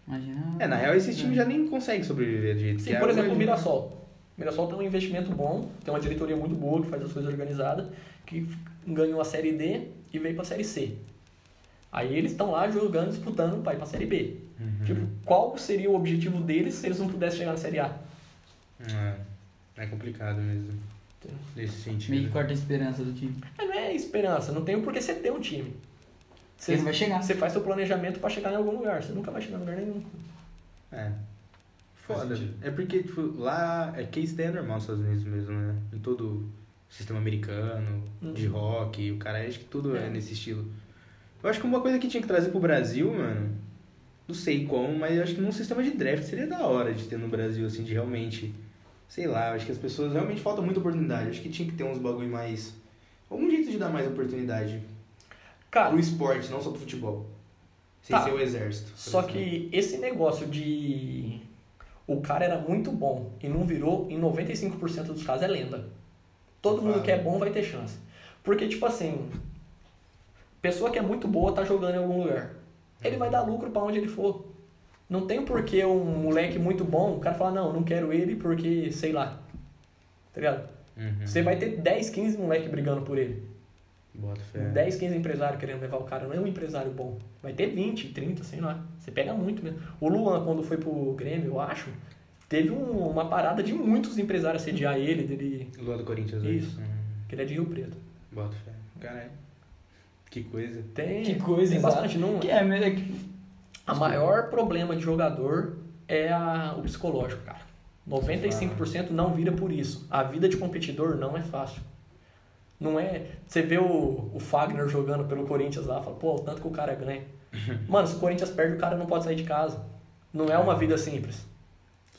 [SPEAKER 1] Imagina.
[SPEAKER 2] É, na real, esses times já nem conseguem sobreviver do jeito que
[SPEAKER 3] Sim,
[SPEAKER 2] é
[SPEAKER 3] por exemplo, o
[SPEAKER 2] hoje.
[SPEAKER 3] Mirassol. O Mirassol tem um investimento bom, tem uma diretoria muito boa que faz as coisas organizadas, que ganhou a Série D e veio pra Série C. Aí eles estão lá jogando, disputando pra ir pra Série B.
[SPEAKER 2] Uhum.
[SPEAKER 3] Tipo, qual seria o objetivo deles se eles não pudessem chegar na Série A?
[SPEAKER 2] É, é complicado mesmo.
[SPEAKER 3] Entendeu?
[SPEAKER 2] Nesse
[SPEAKER 1] Meio
[SPEAKER 2] sentido.
[SPEAKER 1] que corta a esperança do time.
[SPEAKER 3] Mas não é esperança, não tem por que você ter um time. Você,
[SPEAKER 1] Ele vai chegar.
[SPEAKER 3] você faz seu planejamento pra chegar em algum lugar, você nunca vai chegar em lugar nenhum.
[SPEAKER 2] É. Foda.
[SPEAKER 4] Faz sentido.
[SPEAKER 2] É porque, tipo, lá. É que isso daí é normal nos Estados Unidos mesmo, né? Em todo sistema americano,
[SPEAKER 3] Uhum.
[SPEAKER 2] de rock, o cara acho que tudo é.
[SPEAKER 3] É.
[SPEAKER 2] nesse estilo. Eu acho que uma coisa que tinha que trazer pro Brasil, mano. Não sei como, mas eu acho que num sistema de draft seria da hora de ter no Brasil, assim, de realmente. Sei lá, eu acho que as pessoas realmente faltam muita oportunidade. Eu acho que tinha que ter uns bagulho mais. Algum jeito de dar mais oportunidade
[SPEAKER 3] Cara,
[SPEAKER 2] pro esporte, não só pro futebol. Sem
[SPEAKER 3] Tá.
[SPEAKER 2] ser o exército. por
[SPEAKER 3] Só
[SPEAKER 2] exemplo.
[SPEAKER 3] que esse negócio de o cara era muito bom e não virou, em 95% dos casos é lenda. Todo mundo
[SPEAKER 2] Claro.
[SPEAKER 3] que é bom vai ter chance. Porque, tipo assim, pessoa que é muito boa tá jogando em algum lugar. Ele vai dar lucro pra onde ele for. Não tem porquê um moleque muito bom, o cara falar, não, não quero ele porque, sei lá. Tá ligado?
[SPEAKER 2] Uhum.
[SPEAKER 3] Você vai ter 10, 15 moleque brigando por ele.
[SPEAKER 2] Bota
[SPEAKER 1] É.
[SPEAKER 2] fé.
[SPEAKER 3] 10, 15 empresários querendo levar o cara, não é um empresário bom. Vai ter 20, 30, sei lá. Você pega muito mesmo. O Luan, quando foi pro Grêmio, eu acho, teve um- uma parada de muitos empresários sediar ele, dele,
[SPEAKER 2] Lua do Corinthians hoje.
[SPEAKER 3] Isso.
[SPEAKER 2] Hum,
[SPEAKER 3] que ele é de Rio Preto.
[SPEAKER 2] Bota fé. Caralho. Que coisa.
[SPEAKER 3] Tem,
[SPEAKER 1] Que coisa,
[SPEAKER 3] tem
[SPEAKER 1] exato.
[SPEAKER 3] bastante. Não,
[SPEAKER 1] Que é, mesmo- é que-
[SPEAKER 3] A maior problema de jogador é a- o psicológico, cara. 95% não vira por isso. A vida de competidor não é fácil. Não é. Você vê o, o Fagner jogando pelo Corinthians lá, fala, pô, o tanto que o cara ganha. Mano, se o Corinthians perde, o cara não pode sair de casa. Não é uma vida simples.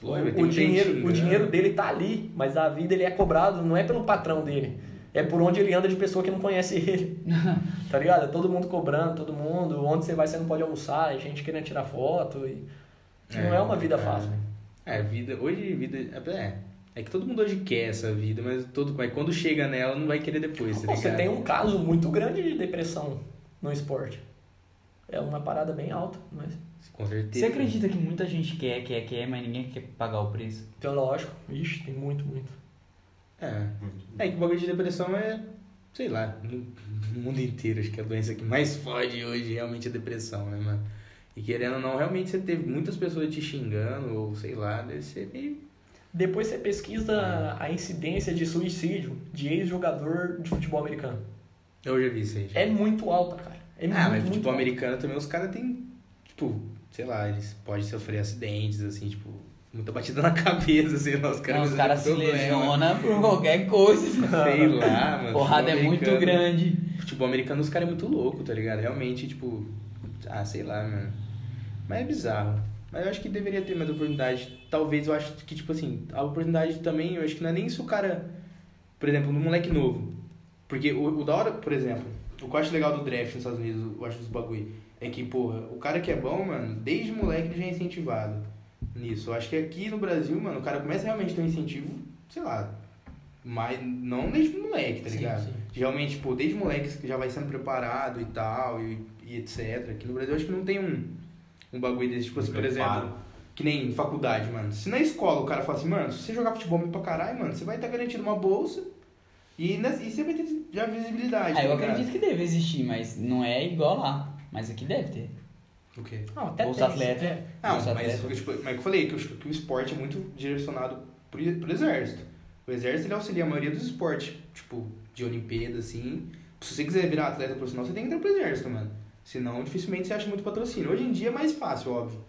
[SPEAKER 2] Foi, vai ter
[SPEAKER 3] o
[SPEAKER 2] muita gente
[SPEAKER 3] dinheiro, o
[SPEAKER 2] xingando.
[SPEAKER 3] dinheiro dele tá ali, mas a vida ele é cobrado, não é pelo patrão dele. É por onde ele anda de pessoa que não conhece ele. tá ligado? É Todo mundo cobrando, todo mundo. Onde você vai, você não pode almoçar, é gente querendo tirar foto. e- Não é uma vida
[SPEAKER 2] cara.
[SPEAKER 3] fácil.
[SPEAKER 2] É, vida. Hoje, vida. É, é que todo mundo hoje quer essa vida, mas, todo, mas quando chega nela, não vai querer depois, tá
[SPEAKER 3] Pô, você
[SPEAKER 2] ligado?
[SPEAKER 3] tem um caso muito grande de depressão no esporte. É uma parada bem alta, mas.
[SPEAKER 2] Com certeza.
[SPEAKER 1] Você acredita que muita gente quer, quer, quer, mas ninguém quer pagar o preço?
[SPEAKER 3] Então, lógico. Ixi, tem muito, muito.
[SPEAKER 2] É. É que o bagulho de depressão é, sei lá, no no mundo inteiro, acho que é a doença que mais fode hoje realmente é a depressão, né, mano? E querendo ou não, realmente você teve muitas pessoas te xingando, ou sei lá, deve ser meio.
[SPEAKER 3] Depois você pesquisa a incidência de suicídio de ex-jogador de futebol americano.
[SPEAKER 2] Eu já vi isso aí. já.
[SPEAKER 3] É muito alta, cara. É
[SPEAKER 2] ah,
[SPEAKER 3] muito,
[SPEAKER 2] mas
[SPEAKER 3] muito
[SPEAKER 2] futebol
[SPEAKER 3] alta.
[SPEAKER 2] americano também, os caras têm, tipo, sei lá, eles podem sofrer acidentes, assim, tipo, muita batida na cabeça, sei lá, os
[SPEAKER 1] Não,
[SPEAKER 2] caras.
[SPEAKER 1] os caras se
[SPEAKER 2] problema. né?
[SPEAKER 1] lesionam por qualquer coisa.
[SPEAKER 2] Sei lá, mano.
[SPEAKER 1] Porrada é
[SPEAKER 2] futebol
[SPEAKER 1] muito
[SPEAKER 2] americano.
[SPEAKER 1] grande.
[SPEAKER 2] Futebol americano, os caras é muito louco, tá ligado? Realmente, tipo. Ah, sei lá, mano. Mas é bizarro. Mas eu acho que deveria ter mais oportunidade. Talvez eu acho que, tipo assim, a oportunidade também, eu acho que não é nem se o cara. Por exemplo, no moleque novo. Porque o, o da hora, por exemplo, o que eu acho legal do draft nos Estados Unidos, eu acho dos bagulho, é que, porra, o cara que é bom, mano, desde moleque ele já é incentivado nisso. Eu acho que aqui no Brasil, mano, o cara começa realmente a ter um incentivo, sei lá. Mas não desde moleque, tá
[SPEAKER 3] Sim,
[SPEAKER 2] ligado?
[SPEAKER 3] sim.
[SPEAKER 2] Geralmente, tipo, desde moleque que já vai sendo preparado e tal, e, e etc. Aqui no Brasil, eu acho que não tem um, um bagulho desse, tipo assim, por
[SPEAKER 4] Preparo.
[SPEAKER 2] exemplo. Que nem faculdade, mano. Se na escola o cara fala assim, mano, se você jogar futebol bem pra caralho, mano, você vai estar garantido uma bolsa e, nas- e você vai ter já visibilidade.
[SPEAKER 1] Ah, eu
[SPEAKER 2] tá ligado?
[SPEAKER 1] acredito que deve existir, mas não é igual lá. Mas aqui deve ter.
[SPEAKER 2] O quê?
[SPEAKER 3] Não, até
[SPEAKER 1] Bolsa
[SPEAKER 3] tem,
[SPEAKER 1] atleta.
[SPEAKER 3] é.
[SPEAKER 2] Ah,
[SPEAKER 1] Bolsa
[SPEAKER 2] mas,
[SPEAKER 1] atleta.
[SPEAKER 2] tipo, mas eu falei que, o- que o esporte é muito direcionado pro, pro exército. O exército ele auxilia a maioria dos esportes, tipo, de Olimpíada, assim. Se você quiser virar atleta profissional, você tem que entrar pro exército, mano. Senão, dificilmente você acha muito patrocínio. Hoje em dia é mais fácil, óbvio.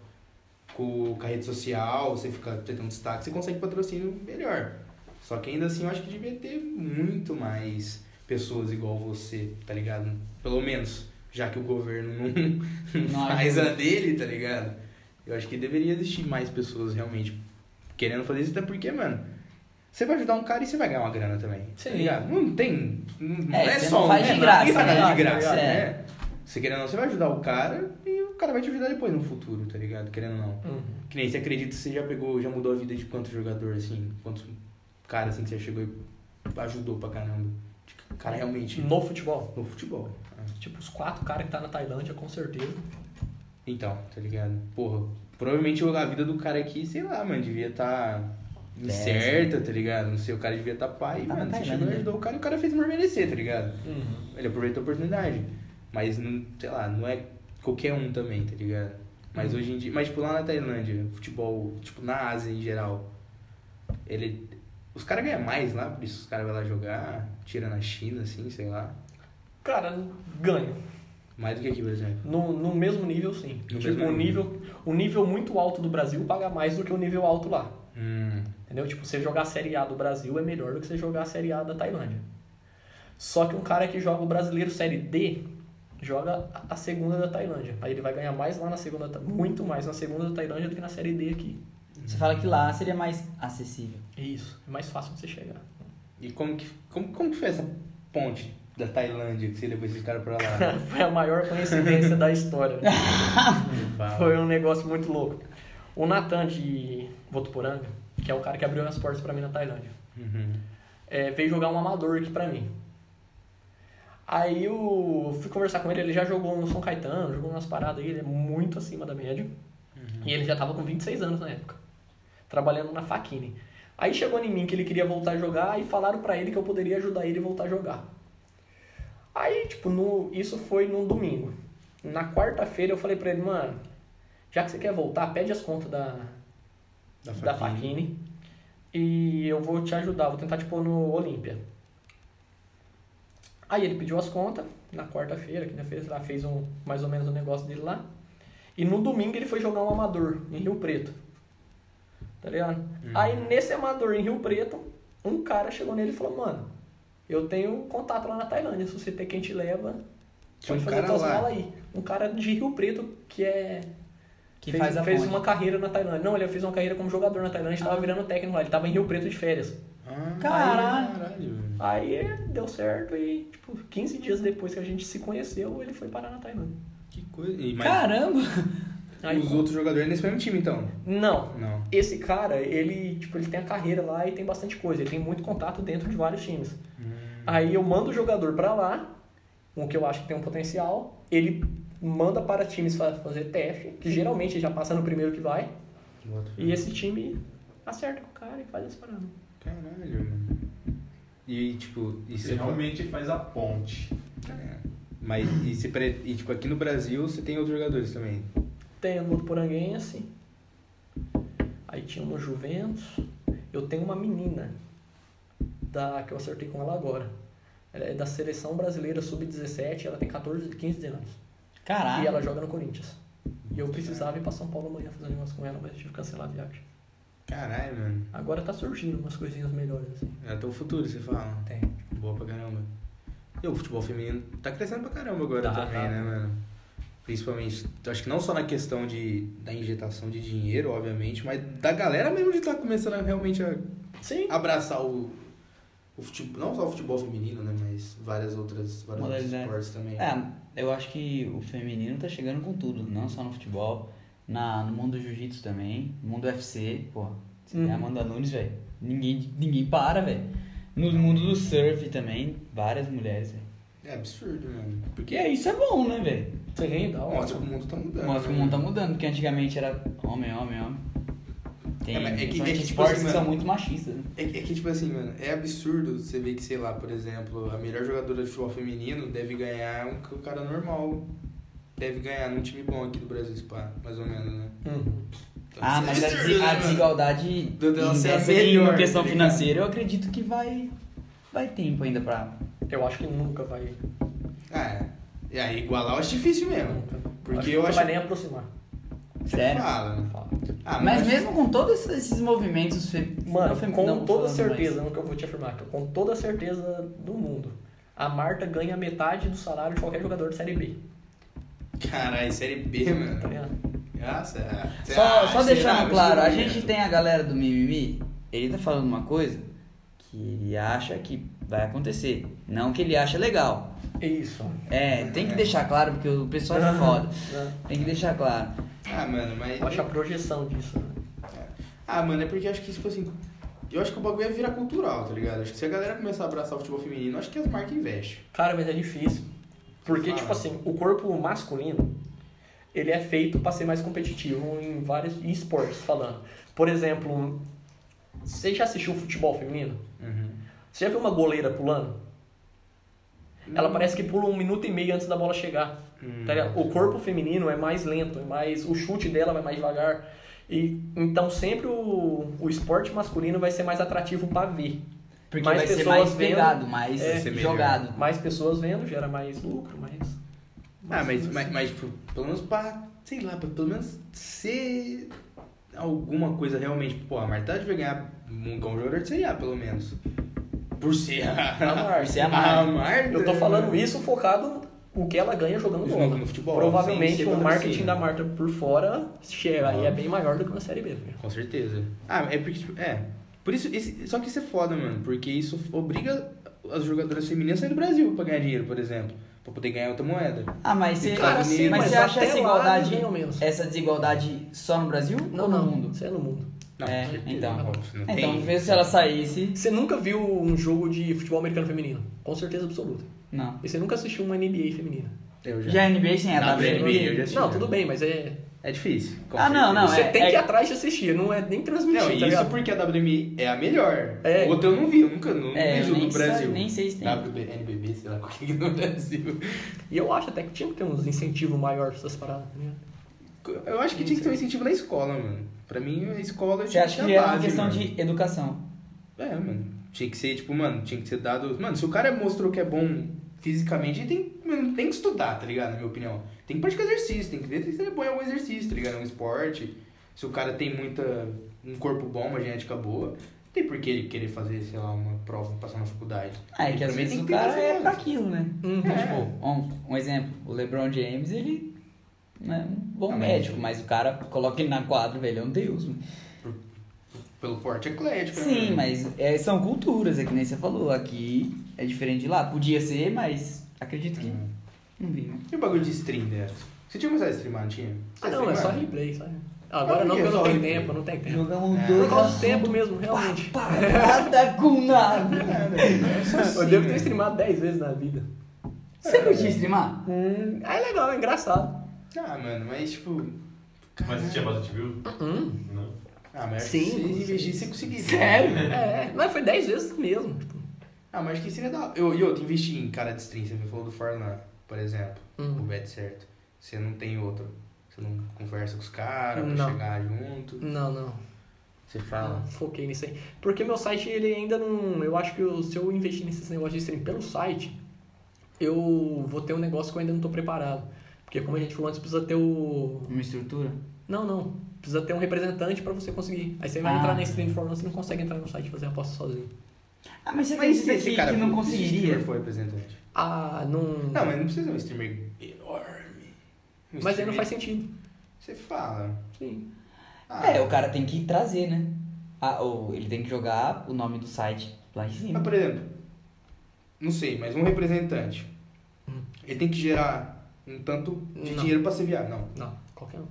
[SPEAKER 2] Com, com a rede social, você fica você tem um destaque, você consegue patrocínio melhor. Só que ainda assim eu acho que devia ter muito mais pessoas igual você, tá ligado? Pelo menos, já que o governo não, não
[SPEAKER 1] Não
[SPEAKER 2] faz
[SPEAKER 1] ajuda.
[SPEAKER 2] a dele, tá ligado? Eu acho que deveria existir mais pessoas realmente querendo fazer isso, até porque, mano, você vai ajudar um cara e você vai ganhar uma grana também. Tá
[SPEAKER 3] Sim.
[SPEAKER 2] ligado? Não tem. Não
[SPEAKER 1] É,
[SPEAKER 2] é,
[SPEAKER 1] você
[SPEAKER 2] só
[SPEAKER 1] não
[SPEAKER 2] um,
[SPEAKER 1] faz
[SPEAKER 2] né?
[SPEAKER 1] de graça,
[SPEAKER 2] Ninguém faz nada
[SPEAKER 1] né?
[SPEAKER 2] de graça,
[SPEAKER 1] É.
[SPEAKER 2] né? Você querendo ou não, você vai ajudar o cara e o cara vai te ajudar depois no futuro, tá ligado? Querendo ou não.
[SPEAKER 3] Uhum.
[SPEAKER 2] Que nem você acredita que você já pegou, já mudou a vida de quantos jogadores, assim, quantos caras assim que você chegou e ajudou pra caramba. Tipo, Cara, realmente.
[SPEAKER 3] No futebol.
[SPEAKER 2] No futebol. né?
[SPEAKER 3] Tipo, os quatro caras que tá na Tailândia, com certeza.
[SPEAKER 2] Então, tá ligado? Porra, provavelmente a vida do cara aqui, sei lá, mano, devia estar tá incerta, tá ligado? Não sei, o cara devia estar tá pai,
[SPEAKER 1] né? Tá na
[SPEAKER 2] mano. Você
[SPEAKER 1] Tailândia.
[SPEAKER 2] chegou e ajudou o cara e o cara fez merecer, tá ligado? Ele aproveitou a oportunidade. Mas, não, sei lá, não é qualquer um também, tá ligado? Mas hoje em dia. Mas, tipo, lá na Tailândia, futebol, tipo, na Ásia em geral, ele. Os caras ganham mais lá, por isso os caras vão lá jogar, tira na China, assim, sei lá.
[SPEAKER 3] Cara, ganha.
[SPEAKER 2] Mais do que aqui, por exemplo.
[SPEAKER 3] No, no mesmo nível, sim.
[SPEAKER 2] No
[SPEAKER 3] tipo,
[SPEAKER 2] mesmo
[SPEAKER 3] o nível, o nível muito alto do Brasil paga mais do que o nível alto lá.
[SPEAKER 2] Hum.
[SPEAKER 3] Entendeu? Tipo, você jogar a Série A do Brasil é melhor do que você jogar a Série A da Tailândia. Só que um cara que joga o brasileiro Série D joga a- a segunda da Tailândia. Aí ele vai ganhar mais lá na segunda, da Ta- muito mais na segunda da Tailândia do que na Série D aqui.
[SPEAKER 1] Você fala que lá seria mais acessível.
[SPEAKER 3] Isso, é mais fácil de você chegar.
[SPEAKER 2] E como que, como, como que foi essa ponte da Tailândia que você levou esses caras pra lá?
[SPEAKER 3] Foi a maior coincidência da história.
[SPEAKER 2] Ah.
[SPEAKER 3] Foi um negócio muito louco. O Natan de Votuporanga, que é o cara que abriu as portas pra mim na Tailândia,
[SPEAKER 2] Uhum.
[SPEAKER 3] é, veio jogar um amador aqui pra mim. Aí eu fui conversar com ele, ele já jogou no São Caetano, jogou umas paradas aí, ele é muito acima da média. E ele já tava com 26 anos na época, trabalhando na Faquini. Aí chegou em mim que ele queria voltar a jogar e falaram pra ele que eu poderia ajudar ele a voltar a jogar. Aí, tipo, no, isso foi num domingo. Na quarta-feira eu falei pra ele, mano, já que você quer voltar, pede as contas da, da Fachini e eu vou te ajudar, vou tentar te pôr no Olímpia. Aí ele pediu as contas, na quarta-feira, quinta-feira, sei lá, fez um, mais ou menos o negócio dele lá. E no domingo ele foi jogar um amador em Rio Preto. Tá ligado?
[SPEAKER 2] Uhum.
[SPEAKER 3] Aí nesse amador em Rio Preto, um cara chegou nele e falou, mano, eu tenho contato lá na Tailândia, se você tem quem te leva,
[SPEAKER 2] Tinha
[SPEAKER 3] pode
[SPEAKER 2] um
[SPEAKER 3] fazer
[SPEAKER 2] cara
[SPEAKER 3] tuas
[SPEAKER 2] lá.
[SPEAKER 3] malas aí. Um cara de Rio Preto que é
[SPEAKER 1] Que
[SPEAKER 3] fez,
[SPEAKER 1] faz a Ah.
[SPEAKER 3] fez
[SPEAKER 1] ponte.
[SPEAKER 3] uma carreira na Tailândia. Não, ele fez uma carreira como jogador na Tailândia, estava virando técnico lá, ele estava em Rio Preto de férias.
[SPEAKER 2] Ah,
[SPEAKER 1] Caralho.
[SPEAKER 2] caralho, velho.
[SPEAKER 3] Aí deu certo e, tipo, 15 dias depois que a gente se conheceu, ele foi parar na Tailândia.
[SPEAKER 2] Que coisa. E, mas
[SPEAKER 1] Caramba!
[SPEAKER 3] Aí,
[SPEAKER 2] os outros jogadores nesse mesmo time, então?
[SPEAKER 3] Não.
[SPEAKER 2] Não.
[SPEAKER 3] Esse cara, ele, tipo, ele tem a carreira lá e tem bastante coisa, ele tem muito contato dentro de vários times.
[SPEAKER 2] Hum.
[SPEAKER 3] Aí eu mando o jogador pra lá, um que eu acho que tem um potencial, ele manda para times fa- fazer teste, que geralmente já passa no primeiro que vai,
[SPEAKER 2] Bota fé.
[SPEAKER 3] e esse time acerta com o cara e faz as paradas.
[SPEAKER 2] Caralho, mano. E, tipo, e
[SPEAKER 4] Você
[SPEAKER 2] você
[SPEAKER 4] realmente faz a ponte.
[SPEAKER 2] É. Mas, e, você pre- e, tipo, aqui no Brasil você tem outros jogadores também?
[SPEAKER 3] Tem no Poranguense. Aí tinha no Juventus. Eu tenho uma menina da que eu acertei com ela agora. Ela é da seleção brasileira sub-17, ela tem 14, 15 anos.
[SPEAKER 1] Caralho!
[SPEAKER 2] Ah.
[SPEAKER 3] E ela joga no Corinthians. E eu precisava ir pra São Paulo amanhã fazer um negócio com ela, mas eu tive que cancelar a viagem.
[SPEAKER 2] Caralho, mano. É
[SPEAKER 3] Agora tá surgindo umas coisinhas melhores assim.
[SPEAKER 2] Até o futuro, você fala.
[SPEAKER 3] Tem.
[SPEAKER 2] Boa pra caramba. E o futebol feminino tá crescendo pra caramba agora
[SPEAKER 3] Tá,
[SPEAKER 2] também,
[SPEAKER 3] tá.
[SPEAKER 2] né, mano? Principalmente, eu acho que não só na questão de, da injetação de dinheiro, obviamente, mas da galera mesmo de tá começando a realmente a
[SPEAKER 3] Sim.
[SPEAKER 2] abraçar o, o futebol, não só o futebol feminino, né, mas várias outras, vários outros
[SPEAKER 1] Modalidades.
[SPEAKER 2] esportes também.
[SPEAKER 1] É, eu acho que o feminino tá chegando com tudo, não só no futebol, na, no mundo do jiu-jitsu também, no mundo do UFC, pô. Você
[SPEAKER 3] Uhum.
[SPEAKER 1] vê a Amanda Nunes, velho. Ninguém, ninguém para, velho. No mundo do surf também, várias mulheres, velho.
[SPEAKER 2] É absurdo, mano.
[SPEAKER 1] Porque é, isso é bom, né, velho?
[SPEAKER 3] Sim, da hora.
[SPEAKER 2] Mostra que o mundo tá mudando.
[SPEAKER 1] Mostra que o
[SPEAKER 2] né,
[SPEAKER 1] mundo tá
[SPEAKER 2] mano?
[SPEAKER 1] mudando, porque antigamente era homem, homem, homem. Tem
[SPEAKER 2] É, mas é que- é que,
[SPEAKER 1] principalmente
[SPEAKER 2] tipo
[SPEAKER 1] esportes
[SPEAKER 2] assim,
[SPEAKER 1] que são
[SPEAKER 2] mano,
[SPEAKER 1] muito machistas, né?
[SPEAKER 2] É, que- é que, tipo assim, mano, é absurdo você ver que, sei lá, por exemplo, a melhor jogadora de futebol feminino deve ganhar um que o cara normal. Deve ganhar num time bom aqui do Brasil, pá, mais ou menos, né?
[SPEAKER 3] Uhum.
[SPEAKER 2] Então,
[SPEAKER 1] Ah,
[SPEAKER 2] isso é
[SPEAKER 1] mas a,
[SPEAKER 2] absurdo,
[SPEAKER 1] desi-
[SPEAKER 2] né,
[SPEAKER 1] a
[SPEAKER 2] mano?
[SPEAKER 1] desigualdade
[SPEAKER 2] Do- dela ser a
[SPEAKER 1] dessa de-
[SPEAKER 2] melhor,
[SPEAKER 1] em questão
[SPEAKER 2] tá ligado?
[SPEAKER 1] financeira, eu acredito que vai, vai tempo ainda pra...
[SPEAKER 3] Eu acho que nunca vai.
[SPEAKER 2] Ah, é. E aí, igualar eu acho difícil mesmo.
[SPEAKER 3] Nunca.
[SPEAKER 2] É, Porque
[SPEAKER 3] acho que
[SPEAKER 2] eu
[SPEAKER 3] nunca
[SPEAKER 2] acho-
[SPEAKER 3] vai nem aproximar.
[SPEAKER 1] Sério.
[SPEAKER 2] Fala. né?
[SPEAKER 3] Fala.
[SPEAKER 2] Ah,
[SPEAKER 1] mas mesmo com todos esses movimentos... Fe...
[SPEAKER 3] Mano,
[SPEAKER 1] não fe-
[SPEAKER 3] com
[SPEAKER 1] não,
[SPEAKER 3] toda
[SPEAKER 1] falando
[SPEAKER 3] certeza, nunca vou te afirmar, que com toda certeza do mundo, a Marta ganha metade do salário de qualquer jogador de Série B.
[SPEAKER 2] Caralho, Série B, mano.
[SPEAKER 3] Tá ligado?
[SPEAKER 2] Nossa, é.
[SPEAKER 1] mais. Só, só
[SPEAKER 2] Ah,
[SPEAKER 1] deixando
[SPEAKER 2] será? Mas
[SPEAKER 1] claro, a
[SPEAKER 2] tudo bem.
[SPEAKER 1] gente tem a galera do Mimimi, ele tá falando uma coisa que ele acha que vai acontecer, não que ele acha legal.
[SPEAKER 3] É isso.
[SPEAKER 1] É, tem que deixar claro, porque o pessoal é foda. Tem que deixar claro.
[SPEAKER 2] Ah, mano, mas.
[SPEAKER 3] Eu acho a projeção disso. né?
[SPEAKER 2] Ah, mano, é porque acho que, tipo assim, eu acho que o bagulho ia virar cultural, tá ligado? Acho que se a galera começar a abraçar o futebol feminino, acho que as marcas investem.
[SPEAKER 3] Cara, mas é difícil. Porque,
[SPEAKER 2] Fala.
[SPEAKER 3] tipo assim, o corpo masculino, ele é feito pra ser mais competitivo em vários em esportes, falando. Por exemplo, você já assistiu futebol feminino?
[SPEAKER 1] Uhum.
[SPEAKER 3] Você já viu uma goleira pulando? Ela parece que pula um minuto e meio antes da bola chegar.
[SPEAKER 2] Hum.
[SPEAKER 3] tá ligado? O corpo feminino é mais lento, é mais o chute dela vai mais devagar. E então sempre o, o esporte masculino vai ser mais atrativo pra ver.
[SPEAKER 1] Porque
[SPEAKER 3] Mais
[SPEAKER 1] vai ser
[SPEAKER 3] pessoas
[SPEAKER 1] mais
[SPEAKER 3] vendo,
[SPEAKER 1] pegado, mais
[SPEAKER 3] é,
[SPEAKER 2] ser melhor.
[SPEAKER 1] jogado.
[SPEAKER 3] Mais pessoas vendo gera mais lucro, mais
[SPEAKER 2] Ah, mas, mas, mas, tipo, pelo menos pra, sei lá, pra, pelo menos ser alguma coisa realmente. Pô, a Marta vai ganhar um um jogador de Série A, pelo menos. Por ser
[SPEAKER 3] A
[SPEAKER 2] a,
[SPEAKER 3] Marta.
[SPEAKER 1] Você é amado.
[SPEAKER 2] Marta.
[SPEAKER 3] assim. Eu tô falando isso focado no que ela ganha jogando
[SPEAKER 2] Isso
[SPEAKER 3] bola.
[SPEAKER 2] no futebol, sem
[SPEAKER 3] Provavelmente
[SPEAKER 2] ser
[SPEAKER 3] o marketing
[SPEAKER 2] patrocínio.
[SPEAKER 3] da Marta por fora chega aí é bem maior do que na série B. né?
[SPEAKER 2] Com certeza. Ah, é porque, tipo, é. Por isso, esse- só que isso é foda, mano. Porque isso obriga as jogadoras femininas a sair do Brasil pra ganhar dinheiro, por exemplo. Pra poder ganhar outra moeda.
[SPEAKER 1] Ah, mas você,
[SPEAKER 2] Cara,
[SPEAKER 1] mas
[SPEAKER 2] sim, mas
[SPEAKER 1] você acha
[SPEAKER 3] até
[SPEAKER 1] essa
[SPEAKER 3] lá,
[SPEAKER 1] igualdade,
[SPEAKER 3] mais ou menos.
[SPEAKER 1] essa desigualdade só no Brasil
[SPEAKER 3] Não,
[SPEAKER 1] ou no
[SPEAKER 3] não.
[SPEAKER 1] mundo?
[SPEAKER 3] Você é no mundo.
[SPEAKER 1] É,
[SPEAKER 2] com certeza.
[SPEAKER 1] então.
[SPEAKER 2] Não, você não
[SPEAKER 1] Então,
[SPEAKER 2] tem-
[SPEAKER 1] mesmo se ela saísse,
[SPEAKER 3] Você nunca viu um jogo de futebol americano feminino? Com certeza absoluta.
[SPEAKER 1] não.
[SPEAKER 3] E você nunca assistiu uma NBA feminina?
[SPEAKER 2] Eu já.
[SPEAKER 1] Já a NBA sim, é
[SPEAKER 2] Na
[SPEAKER 1] a WNBA.
[SPEAKER 2] WNBA, eu já assisti. né?
[SPEAKER 3] Não, tudo bem, mas é
[SPEAKER 2] É difícil. com
[SPEAKER 1] Ah, não,
[SPEAKER 2] certeza.
[SPEAKER 1] não,
[SPEAKER 3] Você
[SPEAKER 1] é-
[SPEAKER 3] tem que ir atrás de assistir, não é nem transmitir,
[SPEAKER 2] Não,
[SPEAKER 3] tá
[SPEAKER 2] isso
[SPEAKER 3] ligado?
[SPEAKER 2] porque a WMI é a melhor.
[SPEAKER 3] É.
[SPEAKER 2] Outra eu não vi, eu nunca não,
[SPEAKER 1] É, eu
[SPEAKER 2] vejo
[SPEAKER 1] nem
[SPEAKER 2] no Brasil.
[SPEAKER 1] sei- nem sei se tem.
[SPEAKER 2] WNBB, sei lá qual que é no Brasil.
[SPEAKER 3] E eu acho até que tinha que ter uns incentivos maiores pra essas paradas, tá ligado?
[SPEAKER 2] Eu acho que tinha que ter um incentivo na escola, mano. Pra mim, a escola
[SPEAKER 1] Você
[SPEAKER 2] tinha
[SPEAKER 1] acha
[SPEAKER 2] ser
[SPEAKER 1] que
[SPEAKER 2] a
[SPEAKER 1] é uma
[SPEAKER 2] base,
[SPEAKER 1] questão
[SPEAKER 2] mano.
[SPEAKER 1] de educação?
[SPEAKER 2] É, mano. Tinha que ser, tipo, mano, tinha que ser dado. Mano, se o cara mostrou que é bom fisicamente, ele tem, mano, tem que estudar, tá ligado? Na minha opinião. Tem que praticar exercício, tem que ver se ele é bom em algum exercício, tá ligado? É um esporte. Se o cara tem muita. um corpo bom, uma genética boa, não tem por que ele querer fazer, sei lá, uma prova pra passar na faculdade.
[SPEAKER 1] Ah, é que às
[SPEAKER 2] Também
[SPEAKER 1] vezes
[SPEAKER 2] tem
[SPEAKER 1] o
[SPEAKER 2] que ter né?
[SPEAKER 1] cara é
[SPEAKER 2] perseverança.
[SPEAKER 1] pra aquilo, né?
[SPEAKER 3] Uhum.
[SPEAKER 1] Então, tipo, um, um exemplo, o LeBron James, ele né, um bom
[SPEAKER 2] Não, mas-
[SPEAKER 1] médico, mas o cara coloca ele na quadra, velho, é um deus. mano.
[SPEAKER 2] Pelo porte eclético, né,
[SPEAKER 1] Sim,
[SPEAKER 2] mano?
[SPEAKER 1] mas é, são culturas, é que nem você falou. Aqui é diferente de lá. Podia ser, mas acredito que.
[SPEAKER 2] Hum.
[SPEAKER 1] Não vi, né?
[SPEAKER 2] E o bagulho de stream dela? Você tinha começado a streamar, não tinha? Você
[SPEAKER 3] Ah, não, é só
[SPEAKER 2] streamava?
[SPEAKER 3] replay, só.
[SPEAKER 2] Mas por
[SPEAKER 3] Agora não,
[SPEAKER 2] que
[SPEAKER 3] porque eu não
[SPEAKER 2] só
[SPEAKER 3] tenho
[SPEAKER 2] replay?
[SPEAKER 3] tempo, não tem tempo.
[SPEAKER 1] Jogar um
[SPEAKER 2] É.
[SPEAKER 3] Por
[SPEAKER 1] dois
[SPEAKER 3] causa do
[SPEAKER 1] assunto,
[SPEAKER 3] tempo mesmo, realmente.
[SPEAKER 1] pá, Nada com nada.
[SPEAKER 2] Ah, não, é só assim,
[SPEAKER 3] Eu devo ter
[SPEAKER 2] né?
[SPEAKER 3] streamado 10 vezes na vida.
[SPEAKER 1] Você curtia streamar?
[SPEAKER 3] Hum, ah, é legal, é engraçado.
[SPEAKER 2] Ah, mano, mas tipo.
[SPEAKER 4] Mas você tinha bastante view?
[SPEAKER 3] Hum,
[SPEAKER 4] Não.
[SPEAKER 2] Ah, mas acho
[SPEAKER 3] Sim,
[SPEAKER 2] que se
[SPEAKER 3] sim.
[SPEAKER 2] investir, você conseguiria.
[SPEAKER 1] Sério?
[SPEAKER 3] é, mas foi 10 vezes mesmo. Tipo,
[SPEAKER 2] Ah, mas acho que seria da hora. Eu, eu te investi em cara de stream, você me falou do Forlan, por exemplo. O
[SPEAKER 3] hum,
[SPEAKER 2] bet certo. Você não tem outro. Você não conversa com os caras pra
[SPEAKER 3] Não.
[SPEAKER 2] chegar junto.
[SPEAKER 3] não, não.
[SPEAKER 2] Você
[SPEAKER 3] Não, Tá, foquei nisso aí. Porque meu site, ele ainda não. Eu acho que eu- se eu investir nesses negócios de stream pelo site, eu vou ter um negócio que eu ainda não tô preparado. Porque, como a gente falou antes, precisa ter o.
[SPEAKER 1] Uma estrutura?
[SPEAKER 3] Não, não. Precisa ter um representante pra você conseguir. Aí você vai
[SPEAKER 1] Ah.
[SPEAKER 3] entrar na stream forma, você não consegue entrar no site e fazer a aposta sozinho.
[SPEAKER 1] Ah, mas você
[SPEAKER 2] Mas e se
[SPEAKER 1] acredita
[SPEAKER 2] esse
[SPEAKER 1] que,
[SPEAKER 2] cara né?
[SPEAKER 1] que não
[SPEAKER 2] for- se esse streamer
[SPEAKER 1] conseguiria?
[SPEAKER 2] for representante?
[SPEAKER 3] Ah, não.
[SPEAKER 2] Não, mas não precisa ser um streamer enorme. Um
[SPEAKER 3] Mas aí não
[SPEAKER 2] streamer-
[SPEAKER 3] faz sentido.
[SPEAKER 2] Você fala.
[SPEAKER 3] Sim.
[SPEAKER 2] Ah,
[SPEAKER 1] É, o cara tem que trazer, né? Ah, ou ele tem que jogar o nome do site lá em
[SPEAKER 2] Mas,
[SPEAKER 1] cima.
[SPEAKER 2] por exemplo, não sei, mas um representante. Ele tem que gerar um tanto de
[SPEAKER 3] Hum. Não.
[SPEAKER 2] dinheiro pra ser viável. Não.
[SPEAKER 3] Não, qualquer um.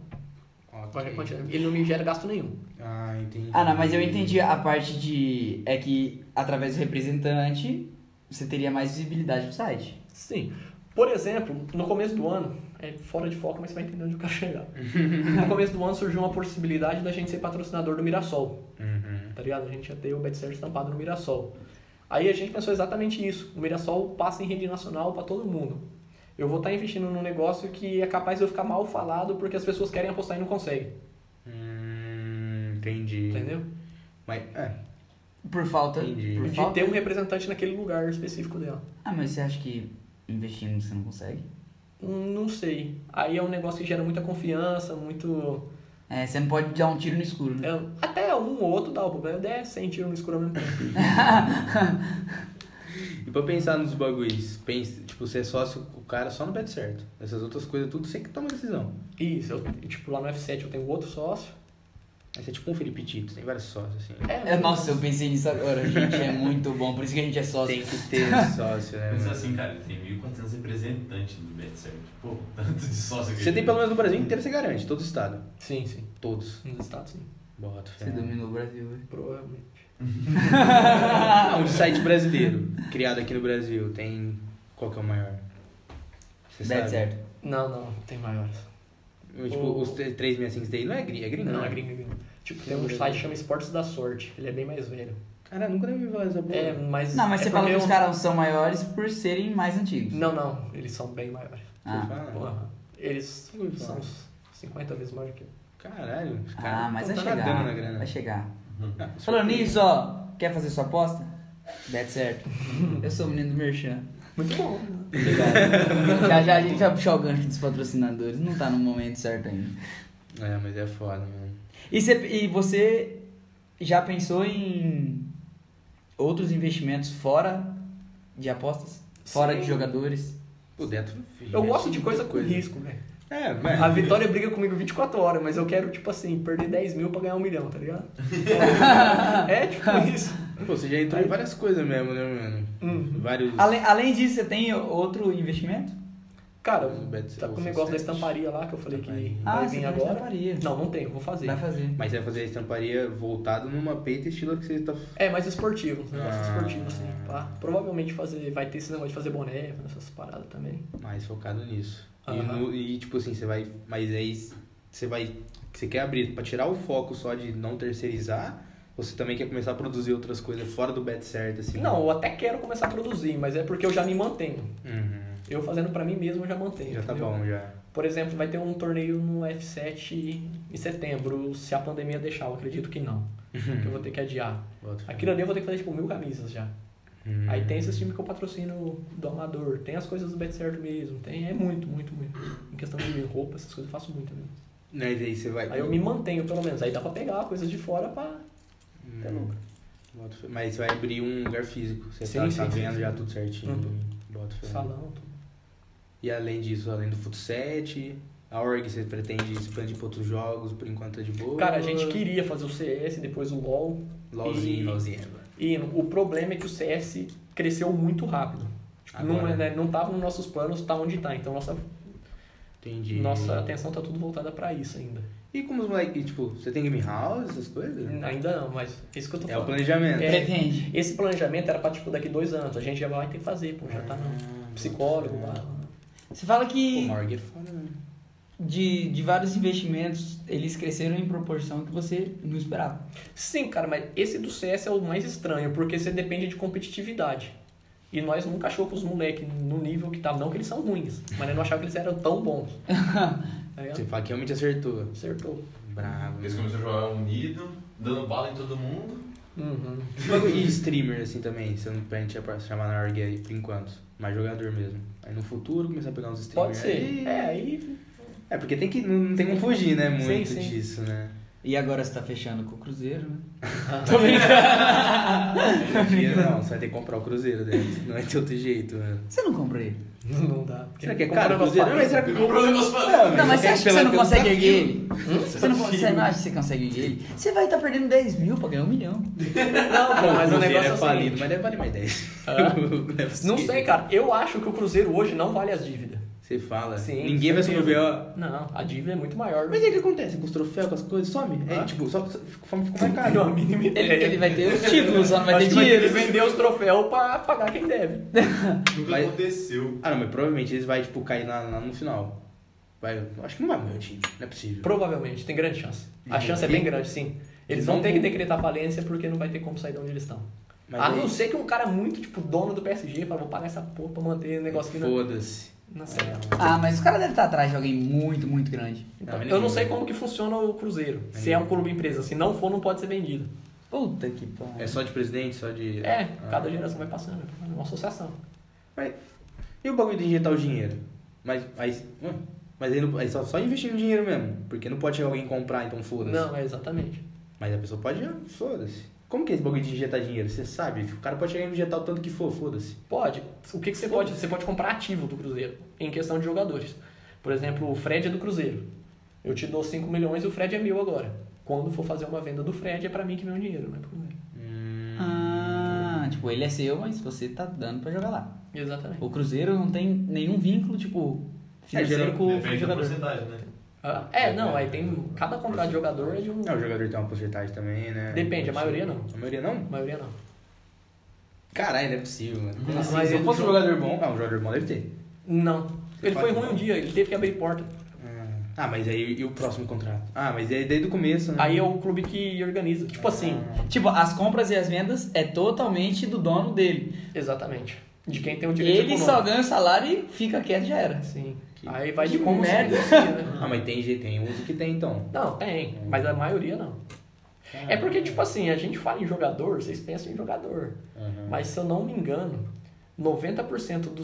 [SPEAKER 2] Ok.
[SPEAKER 3] Qualquer quantidade. Ele não me gera gasto nenhum.
[SPEAKER 2] Ah, entendi.
[SPEAKER 1] Ah, não, mas eu entendi a parte de. É que através do representante você teria mais visibilidade pro site.
[SPEAKER 3] Sim. Por exemplo, no começo do ano, é fora de foco, mas você vai entender onde eu quero chegar. no começo do ano surgiu uma possibilidade da gente ser patrocinador do Mirassol,
[SPEAKER 2] Uhum.
[SPEAKER 3] tá ligado? A gente ia ter o BetServe estampado no Mirassol. Aí a gente pensou exatamente isso. O Mirassol passa em rede nacional pra todo mundo. Eu vou estar investindo num negócio que é capaz de eu ficar mal falado porque as pessoas querem apostar e não conseguem,
[SPEAKER 2] Hum, entendi.
[SPEAKER 3] entendeu?
[SPEAKER 2] Mas, é,
[SPEAKER 1] Por falta.
[SPEAKER 2] Entendi.
[SPEAKER 1] Por
[SPEAKER 3] De
[SPEAKER 1] falta.
[SPEAKER 3] ter um representante naquele lugar específico dela.
[SPEAKER 1] Ah, mas você acha que investindo você não consegue?
[SPEAKER 3] Hum, Não sei. Aí é um negócio que gera muita confiança, muito.
[SPEAKER 1] É, você não pode dar um tiro no escuro, né?
[SPEAKER 3] É, até um ou outro dá, o problema é 100 tiros no escuro ao mesmo tempo.
[SPEAKER 2] e pra pensar nos bagulhos, pensa, tipo, você é sócio, o cara só no bet certo. Essas outras coisas, tudo você que toma decisão.
[SPEAKER 3] Isso, eu, tipo, lá no F7 eu tenho outro sócio.
[SPEAKER 2] Aí você é tipo um Felipe Tito, tem vários sócios, assim.
[SPEAKER 1] É, nossa, eu pensei nisso agora, gente. É muito bom. Por isso que a gente é sócio.
[SPEAKER 2] Tem que ter sócio, né?
[SPEAKER 4] Pensa
[SPEAKER 2] mano?
[SPEAKER 4] assim, cara, tem 1.400 representantes do BetServe. Pô, tanto de sócio que
[SPEAKER 2] Você tem
[SPEAKER 4] ele-
[SPEAKER 2] pelo menos no Brasil inteiro, você garante, todo estado.
[SPEAKER 3] Sim, sim.
[SPEAKER 2] Todos.
[SPEAKER 3] Nos estados, sim.
[SPEAKER 2] Bota. fé.
[SPEAKER 1] Você dominou o Brasil, né? velho.
[SPEAKER 3] Provavelmente.
[SPEAKER 2] Ah, um de site brasileiro, criado aqui no Brasil, tem. Qual que é o maior? Você
[SPEAKER 1] Deve
[SPEAKER 2] sabe?
[SPEAKER 1] certo.
[SPEAKER 3] Não, não, tem maiores.
[SPEAKER 2] Eu, Tipo,
[SPEAKER 3] O-
[SPEAKER 2] os 365 daí não é gringo, é gringo,
[SPEAKER 1] né?
[SPEAKER 3] Não, é gringo, é gringo. Tipo, tem um site que chama Esportes da Sorte. Ele é bem mais velho.
[SPEAKER 2] Cara, nunca nem ouvi falar dessa porra.
[SPEAKER 3] É, mas.
[SPEAKER 1] Não, mas
[SPEAKER 3] é
[SPEAKER 1] você fala que
[SPEAKER 3] porque
[SPEAKER 1] os
[SPEAKER 3] eu-
[SPEAKER 1] caras são maiores por serem mais antigos.
[SPEAKER 3] Não, não, eles são bem maiores.
[SPEAKER 1] Ah,
[SPEAKER 2] Fala.
[SPEAKER 3] Porra. Eles
[SPEAKER 2] Nunca ouvi
[SPEAKER 3] são
[SPEAKER 2] falar.
[SPEAKER 3] uns 50 vezes maior que eu.
[SPEAKER 2] Caralho, os caras
[SPEAKER 1] ah mas
[SPEAKER 2] tão
[SPEAKER 3] é
[SPEAKER 1] vai
[SPEAKER 2] tá nadando na
[SPEAKER 1] chegar.
[SPEAKER 2] grana.
[SPEAKER 1] Vai chegar.
[SPEAKER 2] Ah, só-
[SPEAKER 1] Falando nisso, ó, quer fazer sua aposta? Deve certo. Eu sou o menino do Merchan.
[SPEAKER 3] Muito bom.
[SPEAKER 1] Obrigado. já já a gente vai puxar o gancho dos patrocinadores. Não tá no momento certo ainda.
[SPEAKER 2] É, mas é foda, mano.
[SPEAKER 1] E, cê- e você já pensou em outros investimentos fora de apostas? Fora
[SPEAKER 3] Sim.
[SPEAKER 1] de jogadores?
[SPEAKER 2] Pô, dentro.
[SPEAKER 3] Eu gosto de coisa com risco, velho.
[SPEAKER 2] É, mano.
[SPEAKER 3] A Vitória briga comigo 24 horas, mas eu quero, tipo assim, perder 10 mil pra ganhar um milhão, tá ligado? é tipo isso.
[SPEAKER 2] Pô, você já entrou em várias coisas mesmo, né, mano?
[SPEAKER 3] Hum.
[SPEAKER 2] Vários.
[SPEAKER 1] Ale- além disso, você tem outro investimento?
[SPEAKER 3] Cara,
[SPEAKER 2] O Bet-
[SPEAKER 3] tá com
[SPEAKER 2] o
[SPEAKER 3] o negócio da
[SPEAKER 2] Sunset.
[SPEAKER 3] estamparia lá que eu falei que
[SPEAKER 2] Estamparia.
[SPEAKER 1] Ah,
[SPEAKER 3] vai
[SPEAKER 1] você
[SPEAKER 3] vir
[SPEAKER 1] tem
[SPEAKER 3] agora.
[SPEAKER 1] estamparia.
[SPEAKER 3] Não, não tem, eu vou fazer.
[SPEAKER 1] Vai fazer.
[SPEAKER 2] Mas você vai fazer a estamparia voltado numa peita estilo que você tá.
[SPEAKER 3] É, mais esportivo, um negócio
[SPEAKER 2] Ah.
[SPEAKER 3] esportivo, assim, pá. Provavelmente fazer, vai ter esse negócio de fazer boné, essas paradas também.
[SPEAKER 2] Mais focado nisso. E,
[SPEAKER 3] Aham.
[SPEAKER 2] no- e, tipo assim, você vai. Mas aí você vai. Você quer abrir pra tirar o foco só de não terceirizar? Ou você também quer começar a produzir outras coisas fora do bet certo, assim?
[SPEAKER 3] Não, eu até quero começar a produzir, mas é porque eu já me mantenho.
[SPEAKER 2] Uhum.
[SPEAKER 3] Eu fazendo pra mim mesmo, eu já mantenho.
[SPEAKER 2] Já tá
[SPEAKER 3] entendeu?
[SPEAKER 2] bom, já.
[SPEAKER 3] Por exemplo, vai ter um torneio no F7 em setembro, se a pandemia deixar, eu acredito que não. que eu vou ter que adiar.
[SPEAKER 2] Bota fé.
[SPEAKER 3] Aquilo ali eu vou ter que fazer tipo mil camisas já.
[SPEAKER 2] Hum.
[SPEAKER 3] Aí tem tipo esses times que eu patrocino do amador, tem as coisas do Bet Certo mesmo, tem, é muito, muito, muito. Em questão de roupa, essas coisas eu faço muito mesmo.
[SPEAKER 2] Mas aí você vai.
[SPEAKER 3] Aí eu me mantenho pelo menos, aí dá pra pegar coisas de fora pra
[SPEAKER 2] Hum.
[SPEAKER 3] ter lucro.
[SPEAKER 2] Bota fé. Mas você vai abrir um lugar físico. Você
[SPEAKER 3] Sim,
[SPEAKER 2] tá,
[SPEAKER 3] sim,
[SPEAKER 2] tá
[SPEAKER 3] sim,
[SPEAKER 2] vendo
[SPEAKER 3] sim.
[SPEAKER 2] já tudo certinho.
[SPEAKER 3] Uhum.
[SPEAKER 2] Bota fé.
[SPEAKER 3] Salão, tudo.
[SPEAKER 2] E além disso, além do futsal, A org, você pretende expandir para outros jogos? Por enquanto é de boa?
[SPEAKER 3] Cara, a gente queria fazer o CS, depois o LoL.
[SPEAKER 2] LOLzinho,
[SPEAKER 3] e-
[SPEAKER 2] LOLzinho.
[SPEAKER 3] E o problema é que o CS cresceu muito rápido. Tipo, não,
[SPEAKER 2] Agora,
[SPEAKER 3] é- né, não tava nos nossos planos, tá onde tá. Então nossa,
[SPEAKER 2] Entendi.
[SPEAKER 3] nossa atenção tá tudo voltada pra isso ainda.
[SPEAKER 2] E como os moleques, tipo, você tem game house, essas coisas?
[SPEAKER 3] Ainda não, mas isso que eu tô
[SPEAKER 2] É o
[SPEAKER 3] falando.
[SPEAKER 2] planejamento.
[SPEAKER 3] É.
[SPEAKER 1] Pretende.
[SPEAKER 3] Esse planejamento era pra, tipo, daqui dois anos. A gente já vai ter que fazer, pô, já tá no
[SPEAKER 2] Ah,
[SPEAKER 3] psicólogo
[SPEAKER 2] bota
[SPEAKER 3] lá.
[SPEAKER 2] fé.
[SPEAKER 1] Você fala
[SPEAKER 2] Pô,
[SPEAKER 1] que
[SPEAKER 2] uma org é foda, né?
[SPEAKER 1] de, de vários investimentos, eles cresceram em proporção que você não esperava.
[SPEAKER 3] Sim, cara, mas esse do CS é o mais estranho, porque você depende de competitividade. E nós nunca achou que os moleques no nível que estavam, não que eles são ruins, mas nós não achava que eles eram tão bons. Tá ligado?
[SPEAKER 2] Você fala que realmente acertou.
[SPEAKER 3] Acertou.
[SPEAKER 2] Bravo. né?
[SPEAKER 4] Eles começaram a jogar unido, dando bala em todo mundo.
[SPEAKER 3] Uhum.
[SPEAKER 2] E streamer, assim, também? Você não pensa pra chamar na org aí, por enquanto. Mais jogador mesmo. Aí no futuro, começar a pegar uns
[SPEAKER 3] Pode
[SPEAKER 2] streamers. Aí...
[SPEAKER 3] ser. É, aí.
[SPEAKER 2] É, porque tem que, não não tem como fugir, né,
[SPEAKER 3] Sim,
[SPEAKER 2] muito
[SPEAKER 3] sim.
[SPEAKER 2] disso, né?
[SPEAKER 1] E agora você tá fechando com o Cruzeiro, né?
[SPEAKER 3] Ah,
[SPEAKER 2] Dinheiro não, você vai ter que comprar o Cruzeiro dentro. Não vai ter outro jeito, mano.
[SPEAKER 1] Você não compra ele.
[SPEAKER 3] não dá. porque
[SPEAKER 2] Será que é
[SPEAKER 3] comprar
[SPEAKER 2] caro o
[SPEAKER 3] uma
[SPEAKER 2] Cruzeiro? Não, mas será que... é
[SPEAKER 4] Pegou o problema com
[SPEAKER 1] Não, mas você acha que
[SPEAKER 2] pela-
[SPEAKER 1] você não
[SPEAKER 2] pelo
[SPEAKER 1] consegue
[SPEAKER 2] desafio.
[SPEAKER 1] erguer ele? Você não, você não acha que você consegue erguer ele? Você vai estar perdendo 10 mil pra ganhar um milhão.
[SPEAKER 3] Não, pô,
[SPEAKER 2] Não,
[SPEAKER 3] mas o
[SPEAKER 2] Cruzeiro
[SPEAKER 3] negócio é
[SPEAKER 2] é
[SPEAKER 3] o
[SPEAKER 2] falido,
[SPEAKER 3] seguinte.
[SPEAKER 2] mas deve valer mais 10.
[SPEAKER 3] Hã?
[SPEAKER 2] Deve
[SPEAKER 3] Não
[SPEAKER 2] ser.
[SPEAKER 3] sei, cara. Eu acho que o Cruzeiro hoje não vale as dívidas.
[SPEAKER 2] Você fala.
[SPEAKER 3] Sim,
[SPEAKER 2] Ninguém vai assumir o BO.
[SPEAKER 3] Não, a dívida é muito maior.
[SPEAKER 2] Mas aí o que acontece? Com os troféus, com as coisas, some? É,
[SPEAKER 3] Ah.
[SPEAKER 2] tipo, só, só ficou ficou mais
[SPEAKER 3] Não,
[SPEAKER 2] caro.
[SPEAKER 3] a mínima
[SPEAKER 1] Ele,
[SPEAKER 3] ideia.
[SPEAKER 1] ele vai ter os títulos, só não Ah, vai
[SPEAKER 3] Acho
[SPEAKER 1] ter
[SPEAKER 3] que vai ter que
[SPEAKER 1] dinheiro.
[SPEAKER 3] vender os troféus pra pagar quem deve.
[SPEAKER 4] Nunca
[SPEAKER 2] Vai-
[SPEAKER 4] aconteceu.
[SPEAKER 2] Ah, não, mas provavelmente eles vai, tipo, cair lá, lá no final. Vai, eu acho que não vai morrer o time, não é possível.
[SPEAKER 3] Provavelmente, tem grande chance. A
[SPEAKER 2] Uhum.
[SPEAKER 3] chance é bem grande, sim. Eles
[SPEAKER 2] Eles
[SPEAKER 3] vão
[SPEAKER 2] vão-
[SPEAKER 3] ter que decretar falência porque não vai ter como sair de onde eles estão.
[SPEAKER 2] Mas
[SPEAKER 3] a
[SPEAKER 2] aí-
[SPEAKER 3] não ser que um cara muito, tipo, dono do PSG, fala, vou pagar essa porra pra manter o negócio aqui na,
[SPEAKER 2] Foda-se.
[SPEAKER 3] na série.
[SPEAKER 1] Ah, mas os caras devem estar atrás de alguém muito, muito grande.
[SPEAKER 3] Então,
[SPEAKER 2] Não,
[SPEAKER 3] eu não
[SPEAKER 2] ninguém.
[SPEAKER 3] sei como que funciona o Cruzeiro. Se é um clube empresa. Se não for, não pode ser vendido.
[SPEAKER 1] Puta que pariu.
[SPEAKER 2] É só de presidente, só de.
[SPEAKER 3] É,
[SPEAKER 2] Ah.
[SPEAKER 3] cada geração vai passando. É uma associação.
[SPEAKER 2] Mas, e o bagulho de injetar o dinheiro? Mas, mas, hum, mas aí, não- aí só, só investir no dinheiro mesmo. Porque não pode chegar alguém e comprar, então foda-se.
[SPEAKER 3] Não, é exatamente.
[SPEAKER 2] Mas a pessoa pode, ah, foda-se. Como que é esse bagulho de injetar dinheiro? Você sabe, o cara pode chegar e injetar o tanto que for, foda-se.
[SPEAKER 3] Pode. O que, que você pode? Você pode comprar ativo do Cruzeiro em questão de jogadores. Por exemplo, o Fred é do Cruzeiro. Eu te dou 5 milhões e o Fred é meu agora. Quando for fazer uma venda do Fred, é pra mim que vem o dinheiro, não é pro Cruzeiro.
[SPEAKER 1] Ah, tipo, ele é seu, mas você tá dando pra jogar lá.
[SPEAKER 3] Exatamente.
[SPEAKER 1] O Cruzeiro não tem nenhum vínculo, tipo,
[SPEAKER 2] É,
[SPEAKER 1] financeiro
[SPEAKER 2] geral-
[SPEAKER 1] com o
[SPEAKER 4] Depende da
[SPEAKER 1] jogador.
[SPEAKER 4] porcentagem, né?
[SPEAKER 3] Ah, é, não, aí tem. Cada contrato de jogador é de um.
[SPEAKER 2] Ah, o jogador tem uma porcentagem também, né?
[SPEAKER 3] Depende, a
[SPEAKER 2] Pode
[SPEAKER 3] maioria
[SPEAKER 2] ser.
[SPEAKER 3] não.
[SPEAKER 2] A maioria não?
[SPEAKER 3] A maioria não.
[SPEAKER 2] Caralho, não é possível, mano.
[SPEAKER 3] Não,
[SPEAKER 2] Como assim?
[SPEAKER 3] mas
[SPEAKER 2] Se eu
[SPEAKER 3] ele
[SPEAKER 2] fosse um
[SPEAKER 3] joga-
[SPEAKER 2] jogador bom, ah, um jogador bom deve ter.
[SPEAKER 3] Não. Ele
[SPEAKER 2] Pode
[SPEAKER 3] foi ruim
[SPEAKER 2] não.
[SPEAKER 3] um dia, ele teve que abrir porta.
[SPEAKER 2] Ah, mas aí e o próximo contrato? Ah, mas é desde o começo, né?
[SPEAKER 3] Aí é o clube que organiza. Tipo assim,
[SPEAKER 1] Tipo, as compras e as vendas é totalmente do dono dele.
[SPEAKER 3] exatamente. De quem tem o direito
[SPEAKER 1] Ele só
[SPEAKER 3] econômico.
[SPEAKER 1] ganha o salário e fica quieto e já era.
[SPEAKER 3] Sim.
[SPEAKER 2] Que-
[SPEAKER 3] Aí vai
[SPEAKER 1] que
[SPEAKER 3] de como
[SPEAKER 1] merda.
[SPEAKER 3] se negocia, né?
[SPEAKER 2] Ah, mas tem jeito, tem uns que tem então.
[SPEAKER 3] Não, tem, mas a maioria não. É porque, tipo assim, a gente fala em jogador, vocês pensam em jogador.
[SPEAKER 2] Aham.
[SPEAKER 3] Mas se eu não me engano, 90% do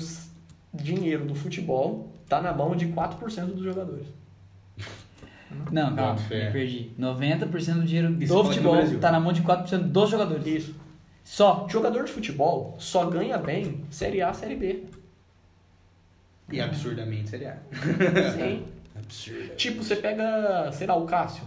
[SPEAKER 3] dinheiro do futebol tá na mão de 4% dos jogadores.
[SPEAKER 1] Não, calma,
[SPEAKER 2] Boto fé.
[SPEAKER 1] me perdi. 90% do dinheiro do
[SPEAKER 2] Isso pode no
[SPEAKER 1] futebol
[SPEAKER 2] Brasil.
[SPEAKER 1] tá na mão de 4% dos jogadores.
[SPEAKER 3] Isso.
[SPEAKER 1] Só.
[SPEAKER 3] Jogador de futebol só ganha bem Série A, Série B.
[SPEAKER 2] E absurdamente seria.
[SPEAKER 3] Sim.
[SPEAKER 2] Absurdo.
[SPEAKER 3] tipo, você pega, sei lá, o Cássio.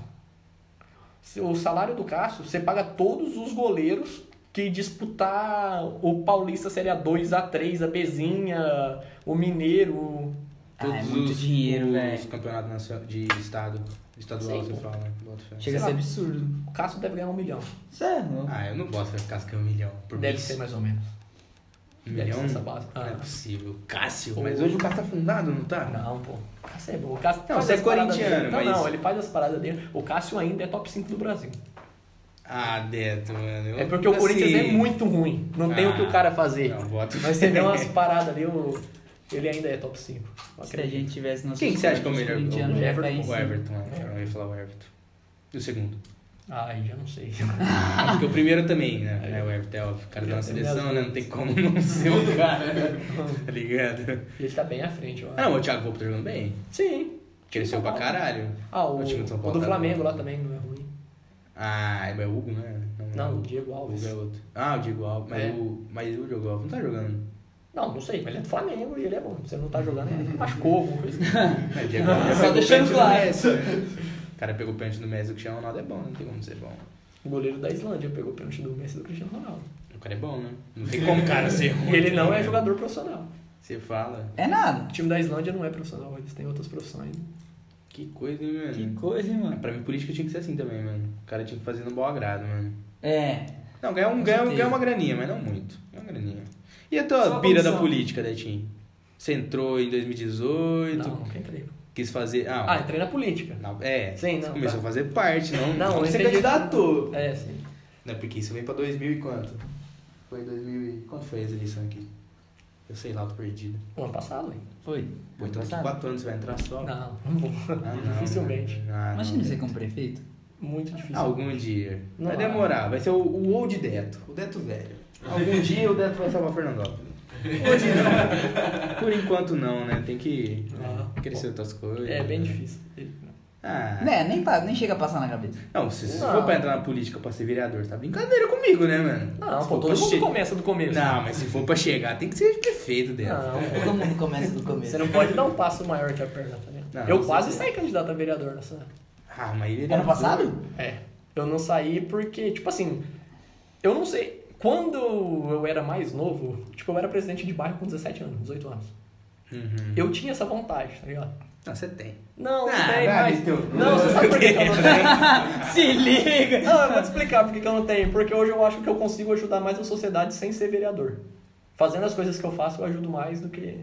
[SPEAKER 3] Se- O salário do Cássio, você paga todos os goleiros que disputar o Paulista Série A2, A3, a Bzinha, o Mineiro,
[SPEAKER 1] Ah, é muito dinheiro,
[SPEAKER 2] os
[SPEAKER 1] velho.
[SPEAKER 2] campeonatos nacio- de estado, estadual,
[SPEAKER 3] Sim.
[SPEAKER 2] você fala, né? Boto fé.
[SPEAKER 1] Chega a ser
[SPEAKER 3] Sei lá.
[SPEAKER 1] absurdo.
[SPEAKER 3] O Cássio deve ganhar um milhão.
[SPEAKER 1] Isso é louco.
[SPEAKER 2] Ah, eu não gosto de ficar um milhão por
[SPEAKER 3] Deve
[SPEAKER 2] mês.
[SPEAKER 3] ser mais ou menos.
[SPEAKER 2] Um
[SPEAKER 3] deve
[SPEAKER 2] milhão?
[SPEAKER 3] ser essa base.
[SPEAKER 2] Não é
[SPEAKER 3] Ah.
[SPEAKER 2] possível. Cássio,
[SPEAKER 3] O-
[SPEAKER 2] mas hoje o Cássio tá fundado, não tá?
[SPEAKER 3] ah, Não, pô. O Cássio é bom. O Cássio
[SPEAKER 2] Não,
[SPEAKER 3] faz
[SPEAKER 2] você é
[SPEAKER 3] as paradas
[SPEAKER 2] corintiano,
[SPEAKER 3] dele. Não,
[SPEAKER 2] mas-
[SPEAKER 3] não, ele faz as paradas dele. O Cássio ainda é top 5 do Brasil.
[SPEAKER 2] Ah, Deto, mano. eu-
[SPEAKER 3] É porque o
[SPEAKER 2] assim,
[SPEAKER 3] Corinthians é muito ruim. Não tem o que o cara fazer.
[SPEAKER 2] Não, boto
[SPEAKER 3] Mas você vê umas paradas ali, o... ele ainda é top 5. Não
[SPEAKER 1] Se a
[SPEAKER 3] acredito.
[SPEAKER 1] gente tivesse nossos
[SPEAKER 2] Quem que você acha que é o
[SPEAKER 1] clubes
[SPEAKER 2] melhor?
[SPEAKER 1] corintianos
[SPEAKER 3] O
[SPEAKER 1] já é
[SPEAKER 3] Everton,
[SPEAKER 1] caem
[SPEAKER 2] O
[SPEAKER 1] em cima.
[SPEAKER 2] Everton, né? Eu ia falar o Everton. E o segundo?
[SPEAKER 3] Ai, já não sei.
[SPEAKER 2] Ah, porque o primeiro também, né? É o Everton, é óbvio. O cara tá na
[SPEAKER 3] Já tem as
[SPEAKER 2] seleção, né?
[SPEAKER 3] duas.
[SPEAKER 2] Não tem como não ser o cara. Tá ligado?
[SPEAKER 3] Ele tá bem à frente, eu acho.
[SPEAKER 2] Ah, não, o Thiago Volpe tá jogando bem.
[SPEAKER 3] Sim.
[SPEAKER 2] Cresceu pra caralho.
[SPEAKER 3] Ah, o,
[SPEAKER 2] O time do São Paulo
[SPEAKER 3] o do
[SPEAKER 2] tá
[SPEAKER 3] Flamengo
[SPEAKER 2] bom.
[SPEAKER 3] lá também não é ruim.
[SPEAKER 2] Ah, é o Hugo, né?
[SPEAKER 3] Não, o Diego
[SPEAKER 2] O
[SPEAKER 3] Alves.
[SPEAKER 2] Hugo é outro. Ah, o Diego Alves. Mas,
[SPEAKER 3] É.
[SPEAKER 2] o, mas o Diogo Alves não tá jogando.
[SPEAKER 3] Não, não sei, mas ele é do Flamengo e ele é bom. Se ele não tá jogando, ele machucou alguma coisa.
[SPEAKER 2] Mas É, Diego Alves
[SPEAKER 1] Só
[SPEAKER 2] pegou
[SPEAKER 1] deixando
[SPEAKER 2] pênalti no
[SPEAKER 1] claro.
[SPEAKER 2] Messi, né? O cara pegou o pênalti do Messi, o Cristiano Ronaldo é bom, não tem como ser bom.
[SPEAKER 3] O goleiro da Islândia pegou o pênalti do Messi e do Cristiano Ronaldo.
[SPEAKER 2] O cara é bom, né? Não tem como o cara ser ruim.
[SPEAKER 3] E ele não é jogador profissional.
[SPEAKER 2] Você fala,
[SPEAKER 1] É nada.
[SPEAKER 3] O time da Islândia não é profissional, eles têm outras profissões.
[SPEAKER 2] que coisa, hein, mano?
[SPEAKER 1] Que coisa, hein, mano.
[SPEAKER 2] Pra mim, política tinha que ser assim também, mano. O cara tinha que fazer no bom agrado, mano.
[SPEAKER 1] É.
[SPEAKER 2] Não, ganhar, um,
[SPEAKER 1] Com
[SPEAKER 2] ganhar, um-
[SPEAKER 1] certeza.
[SPEAKER 2] ganhar uma graninha, mas não muito. Ganhar uma graninha. E
[SPEAKER 1] Só
[SPEAKER 2] a tua
[SPEAKER 1] a
[SPEAKER 2] pira da
[SPEAKER 1] condição.
[SPEAKER 2] política, Detinho? Você entrou em 2018,
[SPEAKER 3] Não, nunca entrei.
[SPEAKER 2] quis fazer...
[SPEAKER 3] Ah,
[SPEAKER 2] Ah,
[SPEAKER 3] entrei na política.
[SPEAKER 2] não, é,
[SPEAKER 3] Sim,
[SPEAKER 2] você
[SPEAKER 3] não,
[SPEAKER 2] começou
[SPEAKER 3] tá.
[SPEAKER 2] a fazer parte, não,
[SPEAKER 3] Não,
[SPEAKER 2] não,
[SPEAKER 3] eu
[SPEAKER 2] ser
[SPEAKER 3] entendi.
[SPEAKER 2] candidato.
[SPEAKER 3] É, sim.
[SPEAKER 2] Não, porque isso vem pra 2000 e quanto? Foi 2000 e... Quanto foi as eleições aqui? Eu sei lá, tô perdido.
[SPEAKER 3] O ano passado, hein?
[SPEAKER 1] Foi.
[SPEAKER 2] Pô, então daqui 4 anos você vai entrar só?
[SPEAKER 3] Não, não vou.
[SPEAKER 2] Ah, não,
[SPEAKER 3] Dificilmente.
[SPEAKER 2] mano. Ah, não,
[SPEAKER 1] Imagina você
[SPEAKER 2] velho.
[SPEAKER 1] como prefeito.
[SPEAKER 3] Muito difícil.
[SPEAKER 2] Algum dia.
[SPEAKER 3] Não é.
[SPEAKER 2] vai
[SPEAKER 3] vai.
[SPEAKER 2] demorar. Vai ser o, o old Deto. O Deto velho. Algum dia o Deto vai salvar Fernandópolis. Hoje não. Por enquanto não, né? Tem que né,
[SPEAKER 3] Ah.
[SPEAKER 2] crescer outras coisas.
[SPEAKER 3] É bem
[SPEAKER 2] né?
[SPEAKER 3] difícil.
[SPEAKER 2] Ah.
[SPEAKER 1] Né, nem, pa- nem chega a passar na cabeça.
[SPEAKER 2] Não, se se
[SPEAKER 3] Não.
[SPEAKER 2] for pra entrar na política pra ser vereador, tá brincadeira comigo, né, mano?
[SPEAKER 3] Não,
[SPEAKER 2] se
[SPEAKER 3] pô,
[SPEAKER 2] for
[SPEAKER 3] todo
[SPEAKER 2] pra
[SPEAKER 3] mundo
[SPEAKER 2] che-
[SPEAKER 3] começa do começo.
[SPEAKER 2] Não, É. mas se for pra chegar, tem que ser prefeito Deto.
[SPEAKER 3] Não, pô.
[SPEAKER 1] Todo mundo começa do começo.
[SPEAKER 3] Você não pode dar um passo maior que a perna, tá ligado?
[SPEAKER 2] Não,
[SPEAKER 3] eu
[SPEAKER 2] não
[SPEAKER 3] quase
[SPEAKER 2] sei. é.
[SPEAKER 3] saí candidato a vereador nessa.
[SPEAKER 2] Ah, mas ele
[SPEAKER 1] Ano passado?
[SPEAKER 3] É. Eu não saí porque, tipo assim, eu não sei. Quando eu era mais novo, tipo, eu era presidente de bairro com 17 anos, 18 anos.
[SPEAKER 2] Uhum.
[SPEAKER 3] Eu tinha essa vontade, tá ligado?
[SPEAKER 2] Não, você tem.
[SPEAKER 3] Não,
[SPEAKER 2] Ah,
[SPEAKER 3] não
[SPEAKER 2] vai,
[SPEAKER 3] tem, mas.
[SPEAKER 2] então.
[SPEAKER 3] Não, você sabe por que que eu não tenho?
[SPEAKER 1] Se liga!
[SPEAKER 3] Não, eu vou te explicar por que que eu não tenho. Porque hoje eu acho que eu consigo ajudar mais a sociedade sem ser vereador. Fazendo as coisas que eu faço, eu ajudo mais do que.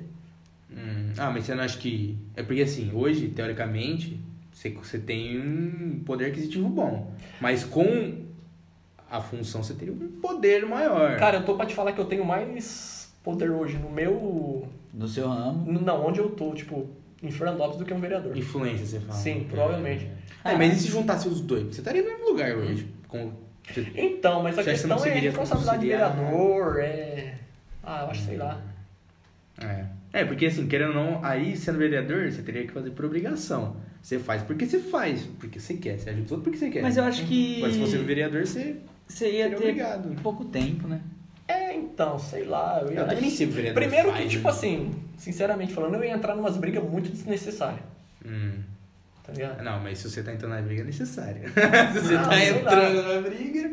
[SPEAKER 2] Hum, Ah, mas você não acha que. É porque assim, hoje, teoricamente, você, você tem um poder aquisitivo bom. Mas com a função você teria um poder maior.
[SPEAKER 3] Cara, eu tô pra te falar que eu tenho mais poder hoje no meu.
[SPEAKER 1] Do seu ramo.
[SPEAKER 3] Não, onde eu tô, tipo, em Fernandópolis do que um vereador.
[SPEAKER 2] Influência, você fala.
[SPEAKER 3] Sim, provavelmente.
[SPEAKER 2] É, mas e se juntasse os dois? Você estaria no mesmo lugar hoje. Com... você-
[SPEAKER 3] Então, mas a
[SPEAKER 2] Você acha que
[SPEAKER 3] questão
[SPEAKER 2] não
[SPEAKER 3] é
[SPEAKER 2] conseguiria
[SPEAKER 3] responsabilidade do
[SPEAKER 2] conciliar? né?
[SPEAKER 3] vereador, é. Ah, eu acho, sei lá.
[SPEAKER 2] É. É, porque assim, querendo ou não, aí sendo vereador, você teria que fazer por obrigação. Você faz porque você faz, porque você quer. Você ajuda todo porque você quer.
[SPEAKER 1] Mas eu acho que.
[SPEAKER 2] Mas se você for vereador, você
[SPEAKER 1] Você ia
[SPEAKER 2] seria
[SPEAKER 1] ter
[SPEAKER 2] obrigado.
[SPEAKER 1] pouco tempo, né?
[SPEAKER 3] É, então, sei lá. Eu ia
[SPEAKER 2] Eu também nem sei o que o vereador
[SPEAKER 3] Primeiro que,
[SPEAKER 2] faz,
[SPEAKER 3] tipo
[SPEAKER 2] né?
[SPEAKER 3] assim, sinceramente falando, eu ia entrar numas brigas muito desnecessárias,
[SPEAKER 2] Hum.
[SPEAKER 3] tá ligado?
[SPEAKER 2] Não, mas se você tá entrando na briga, é necessário. se você
[SPEAKER 3] Não,
[SPEAKER 2] tá
[SPEAKER 3] sei
[SPEAKER 2] entrando na briga.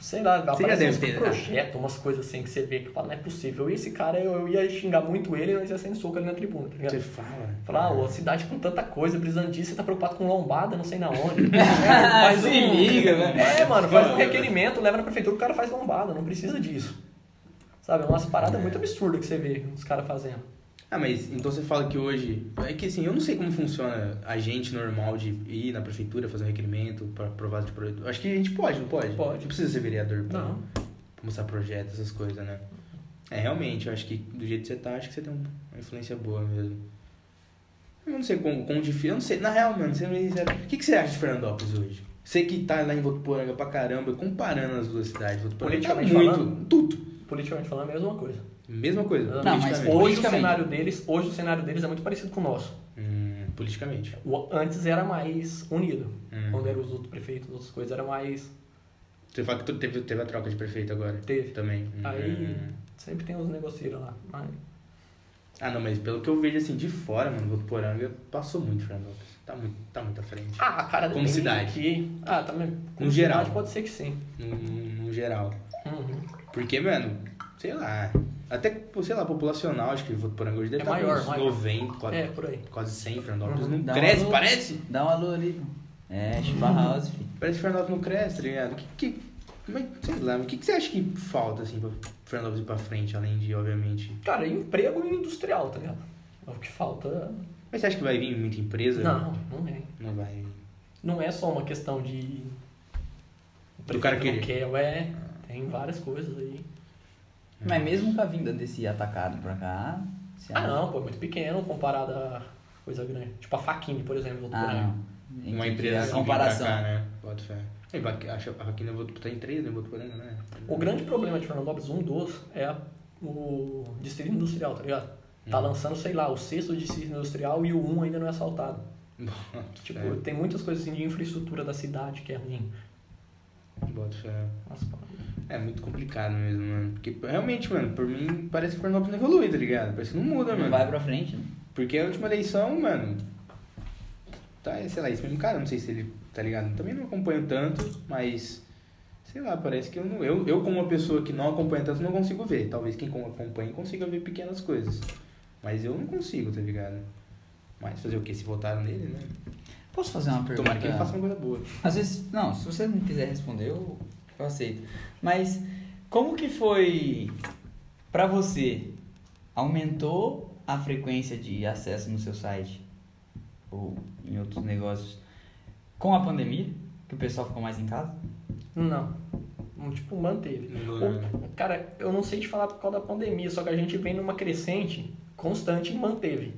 [SPEAKER 3] Tipo, sei lá,
[SPEAKER 2] Você já
[SPEAKER 3] aparece
[SPEAKER 2] deve
[SPEAKER 3] uns
[SPEAKER 2] ter, né?
[SPEAKER 3] projetos, umas coisas assim que você vê que fala, não é possível. E esse cara, eu, eu ia xingar muito ele e nós ia sair no soco ali na tribuna, tá ligado?
[SPEAKER 2] Você fala.
[SPEAKER 3] Falar, ah, ô,
[SPEAKER 2] É.
[SPEAKER 3] a cidade com tanta coisa, precisando disso, você tá preocupado com lombada, não sei na onde. É, Faz
[SPEAKER 2] um
[SPEAKER 1] Se liga,
[SPEAKER 3] mano.
[SPEAKER 1] né?
[SPEAKER 3] É, mano, faz um requerimento, leva na prefeitura, o cara faz lombada, não precisa disso. Sabe, é umas paradas muito absurdas que você vê os caras fazendo.
[SPEAKER 2] Ah, mas então você fala que hoje. É que assim, eu não sei como funciona a gente normal de ir na prefeitura fazer um requerimento pra aprovar de projeto. Acho que a gente pode, não pode?
[SPEAKER 3] Pode.
[SPEAKER 2] Não precisa ser vereador pra
[SPEAKER 3] Não.
[SPEAKER 2] pra mostrar projetos, essas coisas, né? É, realmente, eu acho que do jeito que você tá, acho que você tem uma influência boa mesmo. Eu não sei como, como difícil. Eu não sei, na real, mano, você me sincero. O que, que você acha de Fernandópolis hoje? Você que tá lá em Votuporanga pra caramba, comparando as duas cidades, Votuporanga tá muito.
[SPEAKER 3] Politicamente falando? Ah,
[SPEAKER 2] Tudo.
[SPEAKER 3] Politicamente falando é a mesma coisa.
[SPEAKER 2] É Mesma coisa.
[SPEAKER 3] Não,
[SPEAKER 1] mas
[SPEAKER 2] politicamente.
[SPEAKER 3] Hoje o
[SPEAKER 1] Politicamente.
[SPEAKER 3] cenário deles, hoje o cenário deles é muito parecido com o nosso.
[SPEAKER 2] Hum, politicamente.
[SPEAKER 3] O- antes era mais unido.
[SPEAKER 2] Hum.
[SPEAKER 3] Quando eram os outros prefeitos, outras coisas, era mais.
[SPEAKER 2] Você fala que tu- teve, teve a troca de prefeito agora.
[SPEAKER 3] Teve.
[SPEAKER 2] Também.
[SPEAKER 3] Aí
[SPEAKER 2] Hum.
[SPEAKER 3] sempre tem uns negoceiros lá. Mas
[SPEAKER 2] Ah, não, mas pelo que eu vejo assim de fora, mano, Votuporanga passou muito Fernandópolis. Tá muito, tá muito à frente.
[SPEAKER 3] Ah, cara,
[SPEAKER 2] Como
[SPEAKER 3] depende
[SPEAKER 2] cidade.
[SPEAKER 3] Que... Ah, também.
[SPEAKER 2] No geral.
[SPEAKER 3] cidade pode ser que sim.
[SPEAKER 2] No- no- no geral.
[SPEAKER 3] Uhum.
[SPEAKER 2] Porque, mano, sei lá. Até, pô, sei lá, populacional, acho que Votuporanga hoje deve
[SPEAKER 3] É
[SPEAKER 2] estar
[SPEAKER 3] maior,
[SPEAKER 2] uns
[SPEAKER 3] maior.
[SPEAKER 2] 90, quase,
[SPEAKER 3] É, por aí.
[SPEAKER 2] quase 100. Fernandópolis
[SPEAKER 3] Uhum.
[SPEAKER 2] não
[SPEAKER 1] Dá
[SPEAKER 2] cresce,
[SPEAKER 1] uma-
[SPEAKER 2] parece?
[SPEAKER 1] Dá um alô ali. É, Chiba House, filho.
[SPEAKER 2] Parece que Fernandópolis não cresce, tá ligado? Que, que, mas, sei lá, o que, que você acha que falta, assim, pra Fernandópolis ir pra frente, além de, obviamente...
[SPEAKER 3] Cara, emprego industrial, tá ligado? É o que falta.
[SPEAKER 2] Mas você acha que vai vir muita empresa?
[SPEAKER 3] Não, não é.
[SPEAKER 2] Não vai.
[SPEAKER 3] Não é só uma questão de. O
[SPEAKER 2] Do cara
[SPEAKER 3] prefeito não
[SPEAKER 2] querer.
[SPEAKER 3] quer, ué. Tem várias coisas aí.
[SPEAKER 1] Mas mesmo com a vinda desse atacado pra cá. se
[SPEAKER 3] Ah, não, pô, é muito pequeno comparado a coisa grande. Tipo a Faquine, por exemplo.
[SPEAKER 1] Ah, não.
[SPEAKER 2] Uma
[SPEAKER 1] Entendi
[SPEAKER 3] É
[SPEAKER 2] empresa assim,
[SPEAKER 1] A
[SPEAKER 2] vir
[SPEAKER 1] comparação.
[SPEAKER 2] Pra cá, né? Bota fé. E vai- acho- A Raquina tá em três, né? Votuporanga, né?
[SPEAKER 3] O grande problema de Fernandópolis, um dos, é a- o distrito industrial, tá ligado? Tá
[SPEAKER 2] Hum.
[SPEAKER 3] lançando, sei lá, o sexto distrito industrial e o um ainda não é asfaltado.
[SPEAKER 2] Bota
[SPEAKER 3] Tipo,
[SPEAKER 2] fé.
[SPEAKER 3] tem muitas coisas assim de infraestrutura da cidade que é ruim.
[SPEAKER 2] Bota fé.
[SPEAKER 3] Nossa, cara.
[SPEAKER 2] É muito complicado mesmo, mano. Porque realmente, mano, por mim parece que Florianópolis não evolui, tá ligado? Parece que não muda,
[SPEAKER 1] Não
[SPEAKER 2] mano.
[SPEAKER 1] vai pra frente, né?
[SPEAKER 2] Porque a última eleição, mano. Tá, sei lá, esse mesmo cara, não sei se ele. Tá ligado? Também não acompanho tanto, mas. Sei lá, parece que eu não. Eu, eu como uma pessoa que não acompanha tanto, não consigo ver. Talvez quem com- acompanha consiga ver pequenas coisas. Mas eu não consigo, tá ligado? Mas fazer o quê? Se votaram nele, né?
[SPEAKER 1] Posso fazer uma pergunta?
[SPEAKER 2] Tomara que ele faça uma coisa boa.
[SPEAKER 1] Às vezes, não, se você não quiser responder, eu, eu aceito. Mas como que foi pra você? Aumentou a frequência de acesso no seu site ou em outros negócios com a pandemia? Que o pessoal ficou mais em casa?
[SPEAKER 3] Não. Não, Tipo, manteve.
[SPEAKER 2] Mudou, né?
[SPEAKER 3] O- cara, eu não sei te falar por causa da pandemia, só que a gente vem numa crescente constante e manteve.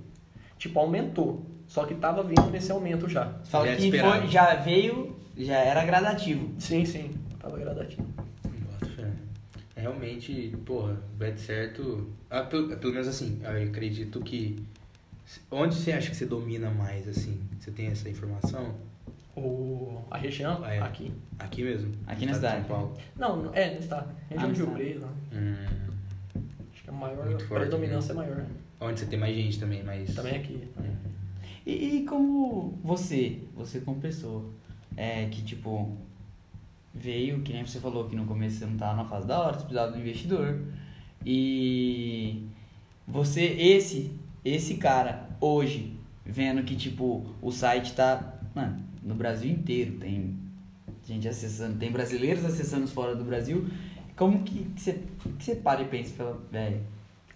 [SPEAKER 3] Tipo, aumentou. Só que tava vindo nesse aumento já.
[SPEAKER 1] Você fala
[SPEAKER 2] Já
[SPEAKER 1] que
[SPEAKER 2] esperava.
[SPEAKER 1] foi- já veio, já era gradativo.
[SPEAKER 3] Sim, sim. Tava gradativo.
[SPEAKER 2] Boto fé. É Realmente, porra, bet certo. Ah, pelo, pelo menos assim, eu acredito que. Onde você acha que você domina mais, assim? Você tem essa informação?
[SPEAKER 3] O, a região
[SPEAKER 2] Ah, é.
[SPEAKER 3] aqui.
[SPEAKER 2] Aqui mesmo?
[SPEAKER 1] Aqui na
[SPEAKER 2] no estado de
[SPEAKER 1] cidade.
[SPEAKER 2] São Paulo.
[SPEAKER 3] Não, não- é, não está. Região
[SPEAKER 1] Ah, não
[SPEAKER 3] de Rio
[SPEAKER 1] está.
[SPEAKER 3] Preto, né?
[SPEAKER 2] Hum,
[SPEAKER 3] Acho que a maior
[SPEAKER 2] Muito forte, né?
[SPEAKER 3] predominância é maior.
[SPEAKER 2] onde você tem mais gente também, mas.
[SPEAKER 3] Também aqui.
[SPEAKER 2] Hum.
[SPEAKER 1] E, e como você, você como pessoa, é, que tipo, veio, que nem você falou que no começo você não tava na fase da hora, você precisava do investidor. E você, esse, esse cara, hoje, vendo que tipo, o site tá, mano, no Brasil inteiro, tem gente acessando, tem brasileiros acessando fora do Brasil. Como que que você, que você para e pensa, fala, velho,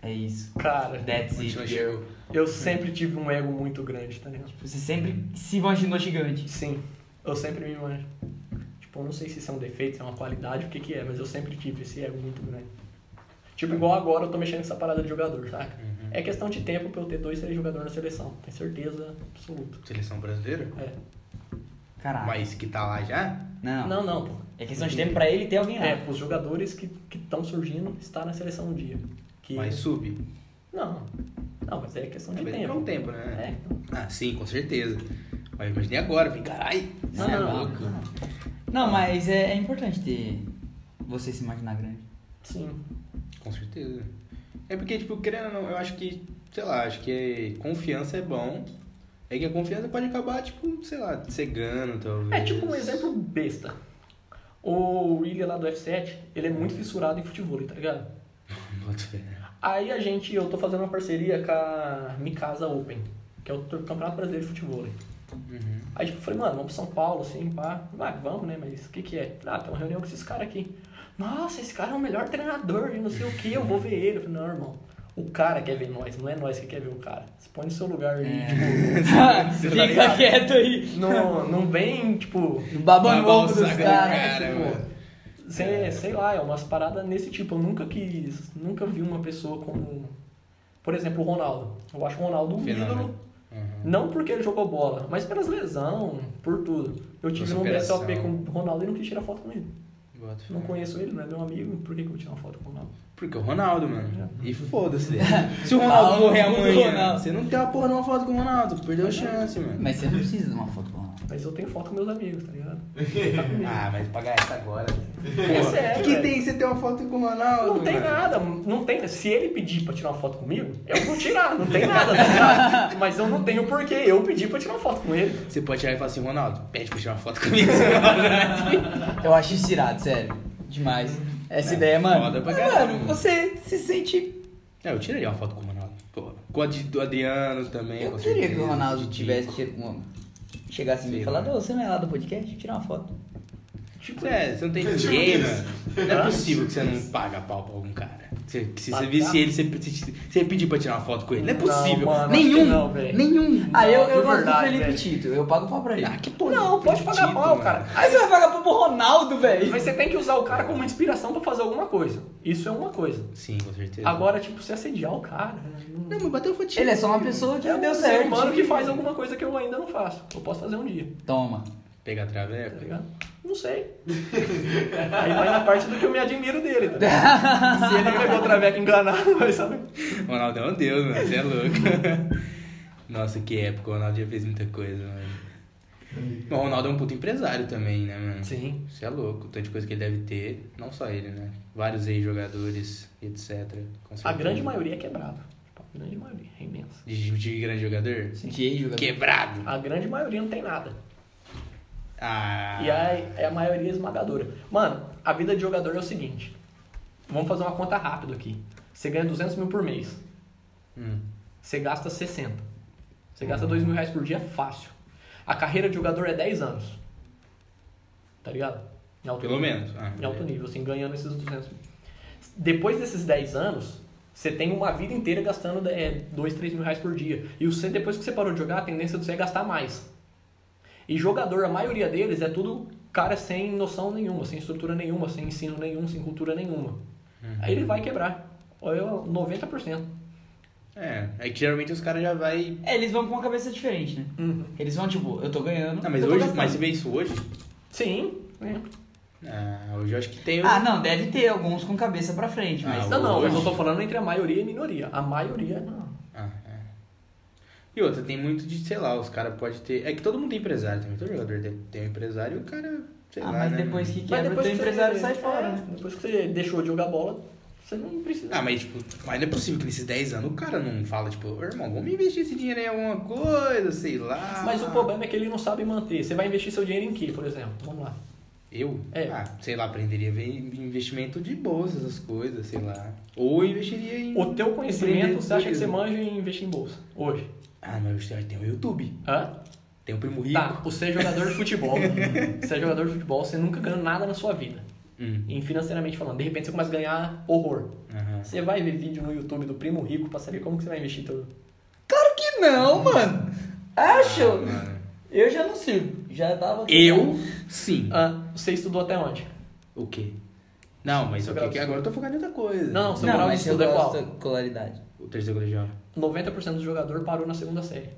[SPEAKER 1] é isso.
[SPEAKER 3] Cara,
[SPEAKER 1] That's
[SPEAKER 2] Onde
[SPEAKER 1] it,
[SPEAKER 2] nós
[SPEAKER 1] girl.
[SPEAKER 2] chegou?
[SPEAKER 3] eu sempre tive um ego muito grande, tá ligado?
[SPEAKER 1] Você sempre se imaginou gigante.
[SPEAKER 3] Sim, eu sempre me imagino. Tipo, eu não sei se isso é um defeito, se é uma qualidade, o que que é, mas eu sempre tive esse ego muito grande. Tipo, igual agora eu tô mexendo nessa parada de jogador, saca?
[SPEAKER 2] Uhum.
[SPEAKER 3] É questão de tempo pra eu ter dois, três jogadores na seleção. Tenho certeza absoluta.
[SPEAKER 2] Seleção brasileira?
[SPEAKER 3] É.
[SPEAKER 1] Caralho.
[SPEAKER 2] Mas que tá lá já?
[SPEAKER 1] Não.
[SPEAKER 3] Não, não, pô.
[SPEAKER 1] É questão de tempo pra ele ter alguém lá.
[SPEAKER 3] É, pros jogadores que estão surgindo, estar na seleção um dia. Que... é.
[SPEAKER 2] Mas sub.
[SPEAKER 3] Não. Não, mas é questão de
[SPEAKER 2] Mas
[SPEAKER 3] tempo.
[SPEAKER 2] demorou um tempo, né?
[SPEAKER 3] É.
[SPEAKER 2] Ah, sim, com certeza. Mas imaginei agora, vem, caralho. isso
[SPEAKER 1] Não,
[SPEAKER 2] é
[SPEAKER 1] não, não.
[SPEAKER 2] louco.
[SPEAKER 1] Não, mas é, é importante ter você se imaginar grande.
[SPEAKER 3] Sim.
[SPEAKER 2] Com certeza. É porque, tipo, querendo ou não, eu acho que, sei lá, acho que confiança é bom. É que a confiança pode acabar, tipo, sei lá, cegando, talvez.
[SPEAKER 3] É tipo um exemplo besta. O William lá do F7, ele é muito fissurado em futebol, tá ligado?
[SPEAKER 2] Boto fé.
[SPEAKER 3] Aí a gente, eu tô fazendo uma parceria com a Mikasa Open, que é o tor- Campeonato Brasileiro de Futebol. né?
[SPEAKER 2] Uhum.
[SPEAKER 3] Aí tipo, eu falei, mano, vamos pra São Paulo, assim, pá. Ah, vamos, né? Mas o que que é? Ah, tem uma reunião com esses caras aqui. Nossa, esse cara é o melhor treinador e não sei o que, eu vou ver ele. Eu falei, não, irmão, o cara quer ver nós, não é nós que quer ver o cara. Se põe no seu lugar aí,
[SPEAKER 1] É.
[SPEAKER 3] tipo... tá
[SPEAKER 1] Fica
[SPEAKER 3] ligado?
[SPEAKER 1] quieto aí.
[SPEAKER 3] Não, não vem, tipo,
[SPEAKER 1] Baba no
[SPEAKER 2] Babar o
[SPEAKER 1] ovo dos
[SPEAKER 2] saco do
[SPEAKER 1] caras.
[SPEAKER 2] cara. mano.
[SPEAKER 3] Sei, sei lá, é umas paradas nesse tipo. Eu nunca quis, nunca vi uma pessoa como. Por exemplo, o Ronaldo. Eu acho o Ronaldo um
[SPEAKER 2] Fenômeno.
[SPEAKER 3] ídolo.
[SPEAKER 2] Uhum.
[SPEAKER 3] Não porque ele jogou bola, mas pelas lesão, por tudo. Eu tive
[SPEAKER 2] Nossa,
[SPEAKER 3] um
[SPEAKER 2] operação.
[SPEAKER 3] BSOP com o Ronaldo e não quis tirar foto com ele.
[SPEAKER 2] Boto fé.
[SPEAKER 3] Não conheço ele, não é meu amigo, por que, que eu vou tirar uma foto com o Ronaldo?
[SPEAKER 2] Porque é o Ronaldo, mano. E foda-se. Se o Ronaldo
[SPEAKER 1] Paulo
[SPEAKER 2] morrer
[SPEAKER 1] do
[SPEAKER 2] amanhã,
[SPEAKER 1] Ronaldo.
[SPEAKER 2] você não tem uma porra de uma foto com o Ronaldo. Perdeu a chance, mano.
[SPEAKER 1] Mas você não precisa de uma foto com ela.
[SPEAKER 3] Mas eu tenho foto com meus amigos, tá ligado? Ele tá comigo.
[SPEAKER 2] Ah, mas pagar essa agora.
[SPEAKER 3] É sério,
[SPEAKER 2] O que, que
[SPEAKER 3] velho.
[SPEAKER 2] tem você ter uma foto com o Ronaldo?
[SPEAKER 3] Não tem
[SPEAKER 2] mano?
[SPEAKER 3] nada, não tem. Se ele pedir pra tirar uma foto comigo, eu vou tirar, não tem nada, tá ligado? Mas eu não tenho porquê eu pedir pra tirar uma foto com ele.
[SPEAKER 2] Você pode chegar e falar assim, Ronaldo, pede pra tirar uma foto comigo. Ronaldo.
[SPEAKER 1] Eu acho isso irado, sério. Demais. Essa
[SPEAKER 2] É,
[SPEAKER 1] ideia, mano.
[SPEAKER 2] foda pra
[SPEAKER 1] Mas,
[SPEAKER 2] caralho,
[SPEAKER 1] mano,
[SPEAKER 2] mano.
[SPEAKER 1] você se sente.
[SPEAKER 2] É, eu tiraria uma foto com o Ronaldo. Pô, com a de- do Adriano também.
[SPEAKER 1] Eu
[SPEAKER 2] É, com
[SPEAKER 1] queria que
[SPEAKER 2] certeza.
[SPEAKER 1] o Ronaldo
[SPEAKER 2] De-
[SPEAKER 1] tivesse. Chegasse em mim e
[SPEAKER 2] Sei
[SPEAKER 1] falasse:
[SPEAKER 2] lá.
[SPEAKER 1] Ô, você não é lá do podcast? Tira uma foto.
[SPEAKER 3] Tipo,
[SPEAKER 2] É, você não tem
[SPEAKER 4] Tipo
[SPEAKER 2] ninguém,
[SPEAKER 4] isso. Ah.
[SPEAKER 2] mano. Não é possível que você não paga pau pra algum cara. Você- que se você
[SPEAKER 3] Pagar?
[SPEAKER 2] visse ele, você, você, você pedir pra tirar uma foto com ele. Não é
[SPEAKER 3] Não,
[SPEAKER 2] possível.
[SPEAKER 3] mano, acho
[SPEAKER 2] nenhum.
[SPEAKER 3] que não, velho.
[SPEAKER 2] nenhum.
[SPEAKER 1] Ah, eu,
[SPEAKER 3] de
[SPEAKER 1] eu gosto do
[SPEAKER 3] verdade,
[SPEAKER 1] Felipe
[SPEAKER 3] velho.
[SPEAKER 1] Tito. Eu pago pau pra ele.
[SPEAKER 2] Ah, que porra.
[SPEAKER 3] Não, pode pagar
[SPEAKER 2] Tito,
[SPEAKER 3] pau,
[SPEAKER 2] mano.
[SPEAKER 3] cara.
[SPEAKER 1] Aí você vai pagar pro Ronaldo, velho.
[SPEAKER 3] Mas você tem que usar o cara como inspiração pra fazer alguma coisa. Isso é uma coisa.
[SPEAKER 2] Sim, com certeza.
[SPEAKER 3] Agora, tipo, você assediar o cara. né?
[SPEAKER 2] Não, mas bateu fotinho.
[SPEAKER 1] Ele é só uma pessoa que
[SPEAKER 3] É
[SPEAKER 1] não deu
[SPEAKER 3] um
[SPEAKER 1] certo.
[SPEAKER 3] ser humano que faz alguma coisa que eu ainda não faço. Eu posso fazer um dia,
[SPEAKER 1] Toma.
[SPEAKER 2] Pega a
[SPEAKER 3] tá
[SPEAKER 2] traveca.
[SPEAKER 3] ligado? Não sei. Aí vai na parte do que eu me admiro dele, tá ligado? Se ele pegou o traveco enganado, vai saber.
[SPEAKER 2] Ronaldo é um deus, mano. Você é louco. Nossa, que época. O Ronaldo já fez muita coisa, mano. O Ronaldo é um puto empresário também, né, mano?
[SPEAKER 3] Sim.
[SPEAKER 2] Isso é louco, o tanto de coisa que ele deve ter, não só ele, né? Vários ex-jogadores, etc. com
[SPEAKER 3] A
[SPEAKER 2] certeza.
[SPEAKER 3] grande maioria é quebrado. Tipo, a grande maioria, é imensa.
[SPEAKER 2] De, de grande jogador?
[SPEAKER 1] De jogador.
[SPEAKER 2] Quebrado!
[SPEAKER 3] A grande maioria não tem nada.
[SPEAKER 2] Ah!
[SPEAKER 3] E a, é a maioria esmagadora. Mano, a vida de jogador é o seguinte. Vamos fazer uma conta rápida aqui. Você ganha 200 mil por mês.
[SPEAKER 2] Hum.
[SPEAKER 3] Você gasta 60. Você gasta 2 mil reais por dia é fácil. A carreira de jogador é 10 anos. Tá ligado? Em alto
[SPEAKER 2] Pelo
[SPEAKER 3] nível.
[SPEAKER 2] menos. Ah,
[SPEAKER 3] Em alto nível, assim, ganhando esses 200 mil. Depois desses 10 anos, você tem uma vida inteira gastando é, 2, 3 mil reais por dia. E você, depois que você parou de jogar, a tendência de você é gastar mais. E jogador, a maioria deles é tudo cara sem noção nenhuma, sem estrutura nenhuma, sem ensino nenhum, sem cultura nenhuma.
[SPEAKER 2] Hum.
[SPEAKER 3] Aí ele vai quebrar. Olha, 90%.
[SPEAKER 2] É, é que geralmente os caras já vai.
[SPEAKER 1] É, eles vão com uma cabeça diferente, né? Eles vão, tipo, eu tô ganhando.
[SPEAKER 2] Não, Ah, mas
[SPEAKER 1] eu
[SPEAKER 3] Então,
[SPEAKER 1] tô
[SPEAKER 2] hoje,
[SPEAKER 3] tá
[SPEAKER 1] gastando.
[SPEAKER 2] mas você vê isso hoje?
[SPEAKER 3] Sim. né?
[SPEAKER 2] Ah, hoje eu acho que tem.
[SPEAKER 1] Ah, não, deve ter alguns com cabeça pra frente, mas.
[SPEAKER 2] Ah,
[SPEAKER 3] Não, não, mas eu
[SPEAKER 2] hoje?
[SPEAKER 3] tô falando entre a maioria e a minoria. A maioria não.
[SPEAKER 2] Ah, é. E outra, tem muito de, sei lá, os caras podem ter. É que todo mundo tem empresário também. Todo jogador tem- tem um empresário e o cara, sei
[SPEAKER 1] Ah,
[SPEAKER 2] lá.
[SPEAKER 1] mas
[SPEAKER 2] né,
[SPEAKER 1] depois
[SPEAKER 2] mano?
[SPEAKER 1] que quebra, o teu empresário sai fora,
[SPEAKER 3] é,
[SPEAKER 1] né?
[SPEAKER 3] Depois que você deixou de jogar bola, você não precisa.
[SPEAKER 2] Ah, mas tipo, mas não é possível que nesses 10 anos o cara não fala, tipo, "Ô, irmão, vamos investir esse dinheiro em alguma coisa, sei lá.
[SPEAKER 3] Mas o problema é que ele não sabe manter. Você vai investir seu dinheiro em quê, por exemplo? Vamos lá.
[SPEAKER 2] Eu?
[SPEAKER 3] É.
[SPEAKER 2] Ah, sei lá, aprenderia a ver investimento de bolsa, essas coisas, sei lá. Ou investiria em.
[SPEAKER 3] O teu conhecimento, você acha que você
[SPEAKER 2] empreendedorismo.
[SPEAKER 3] manja em investir em bolsa? Hoje.
[SPEAKER 2] Ah, mas eu tenho o YouTube.
[SPEAKER 3] Hã?
[SPEAKER 2] Tem o Primo Rico.
[SPEAKER 3] Tá, você é jogador de futebol. você é jogador de futebol, você nunca ganhou nada na sua vida.
[SPEAKER 2] Hum.
[SPEAKER 3] E financeiramente falando, de repente você começa a ganhar horror.
[SPEAKER 2] Aham.
[SPEAKER 3] Você vai ver vídeo no YouTube do Primo Rico pra saber como que você vai investir teu...
[SPEAKER 1] Claro que não, mano. Acho.
[SPEAKER 2] Ah, mano.
[SPEAKER 1] Eu já não sirvo. Já tava.
[SPEAKER 2] Eu? Sim.
[SPEAKER 3] Ah, você estudou até onde?
[SPEAKER 2] O quê? Não, mas
[SPEAKER 3] Seu
[SPEAKER 2] o quê?
[SPEAKER 3] grau
[SPEAKER 2] que
[SPEAKER 3] de
[SPEAKER 2] agora eu tô focado em outra coisa.
[SPEAKER 3] Não, não, seu
[SPEAKER 1] Não,
[SPEAKER 3] grau de
[SPEAKER 1] mas eu
[SPEAKER 3] estudo é qual?
[SPEAKER 1] gosto da colaridade.
[SPEAKER 2] O terceiro colegial.
[SPEAKER 3] 90% do jogador parou na segunda série.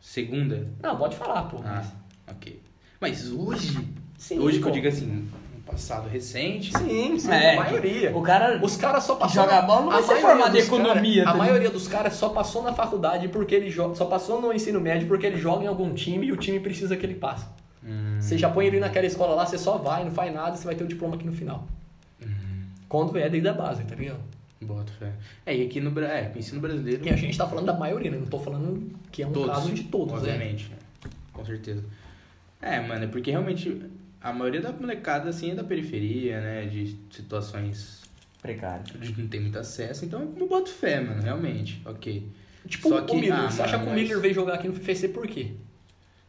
[SPEAKER 2] Segunda?
[SPEAKER 3] Não, pode falar, pô.
[SPEAKER 2] Ah, ok. Mas hoje?
[SPEAKER 3] Sim,
[SPEAKER 2] hoje que
[SPEAKER 3] pô.
[SPEAKER 2] eu digo assim, um passado recente.
[SPEAKER 3] Sim, sim,
[SPEAKER 1] É,
[SPEAKER 3] a maioria.
[SPEAKER 1] O cara.
[SPEAKER 3] Os caras só passou.
[SPEAKER 1] Jogar
[SPEAKER 3] na-
[SPEAKER 1] bola não vai
[SPEAKER 3] a
[SPEAKER 1] ser
[SPEAKER 3] maioria
[SPEAKER 1] formado em
[SPEAKER 3] dos cara-
[SPEAKER 1] economia, tá
[SPEAKER 3] a
[SPEAKER 1] ligado?
[SPEAKER 3] maioria dos caras só passou na faculdade porque ele joga. Só passou no ensino médio porque ele joga em algum time e o time precisa que ele passe.
[SPEAKER 2] Hum,
[SPEAKER 3] Você já põe ele naquela escola lá, você só vai, não faz nada, você vai ter o diploma aqui no final. Quando é desde a base, tá ligado?
[SPEAKER 2] boto fé. É, e aqui no Brasil, é, com o ensino brasileiro.
[SPEAKER 3] E a gente tá falando da maioria, né? Não tô falando que é um caso de todos, né?
[SPEAKER 2] Obviamente, né? com certeza. É, mano, é porque realmente a maioria da molecada, assim, é da periferia, né? De situações
[SPEAKER 1] Precário.
[SPEAKER 2] de não tem muito acesso, então eu boto fé, mano, realmente. Ok.
[SPEAKER 3] Tipo
[SPEAKER 2] Só
[SPEAKER 3] o
[SPEAKER 2] que-
[SPEAKER 3] Miller.
[SPEAKER 2] ah,
[SPEAKER 3] você acha
[SPEAKER 2] mano,
[SPEAKER 3] que o
[SPEAKER 2] mas-
[SPEAKER 3] Miller veio jogar aqui no FFC por quê?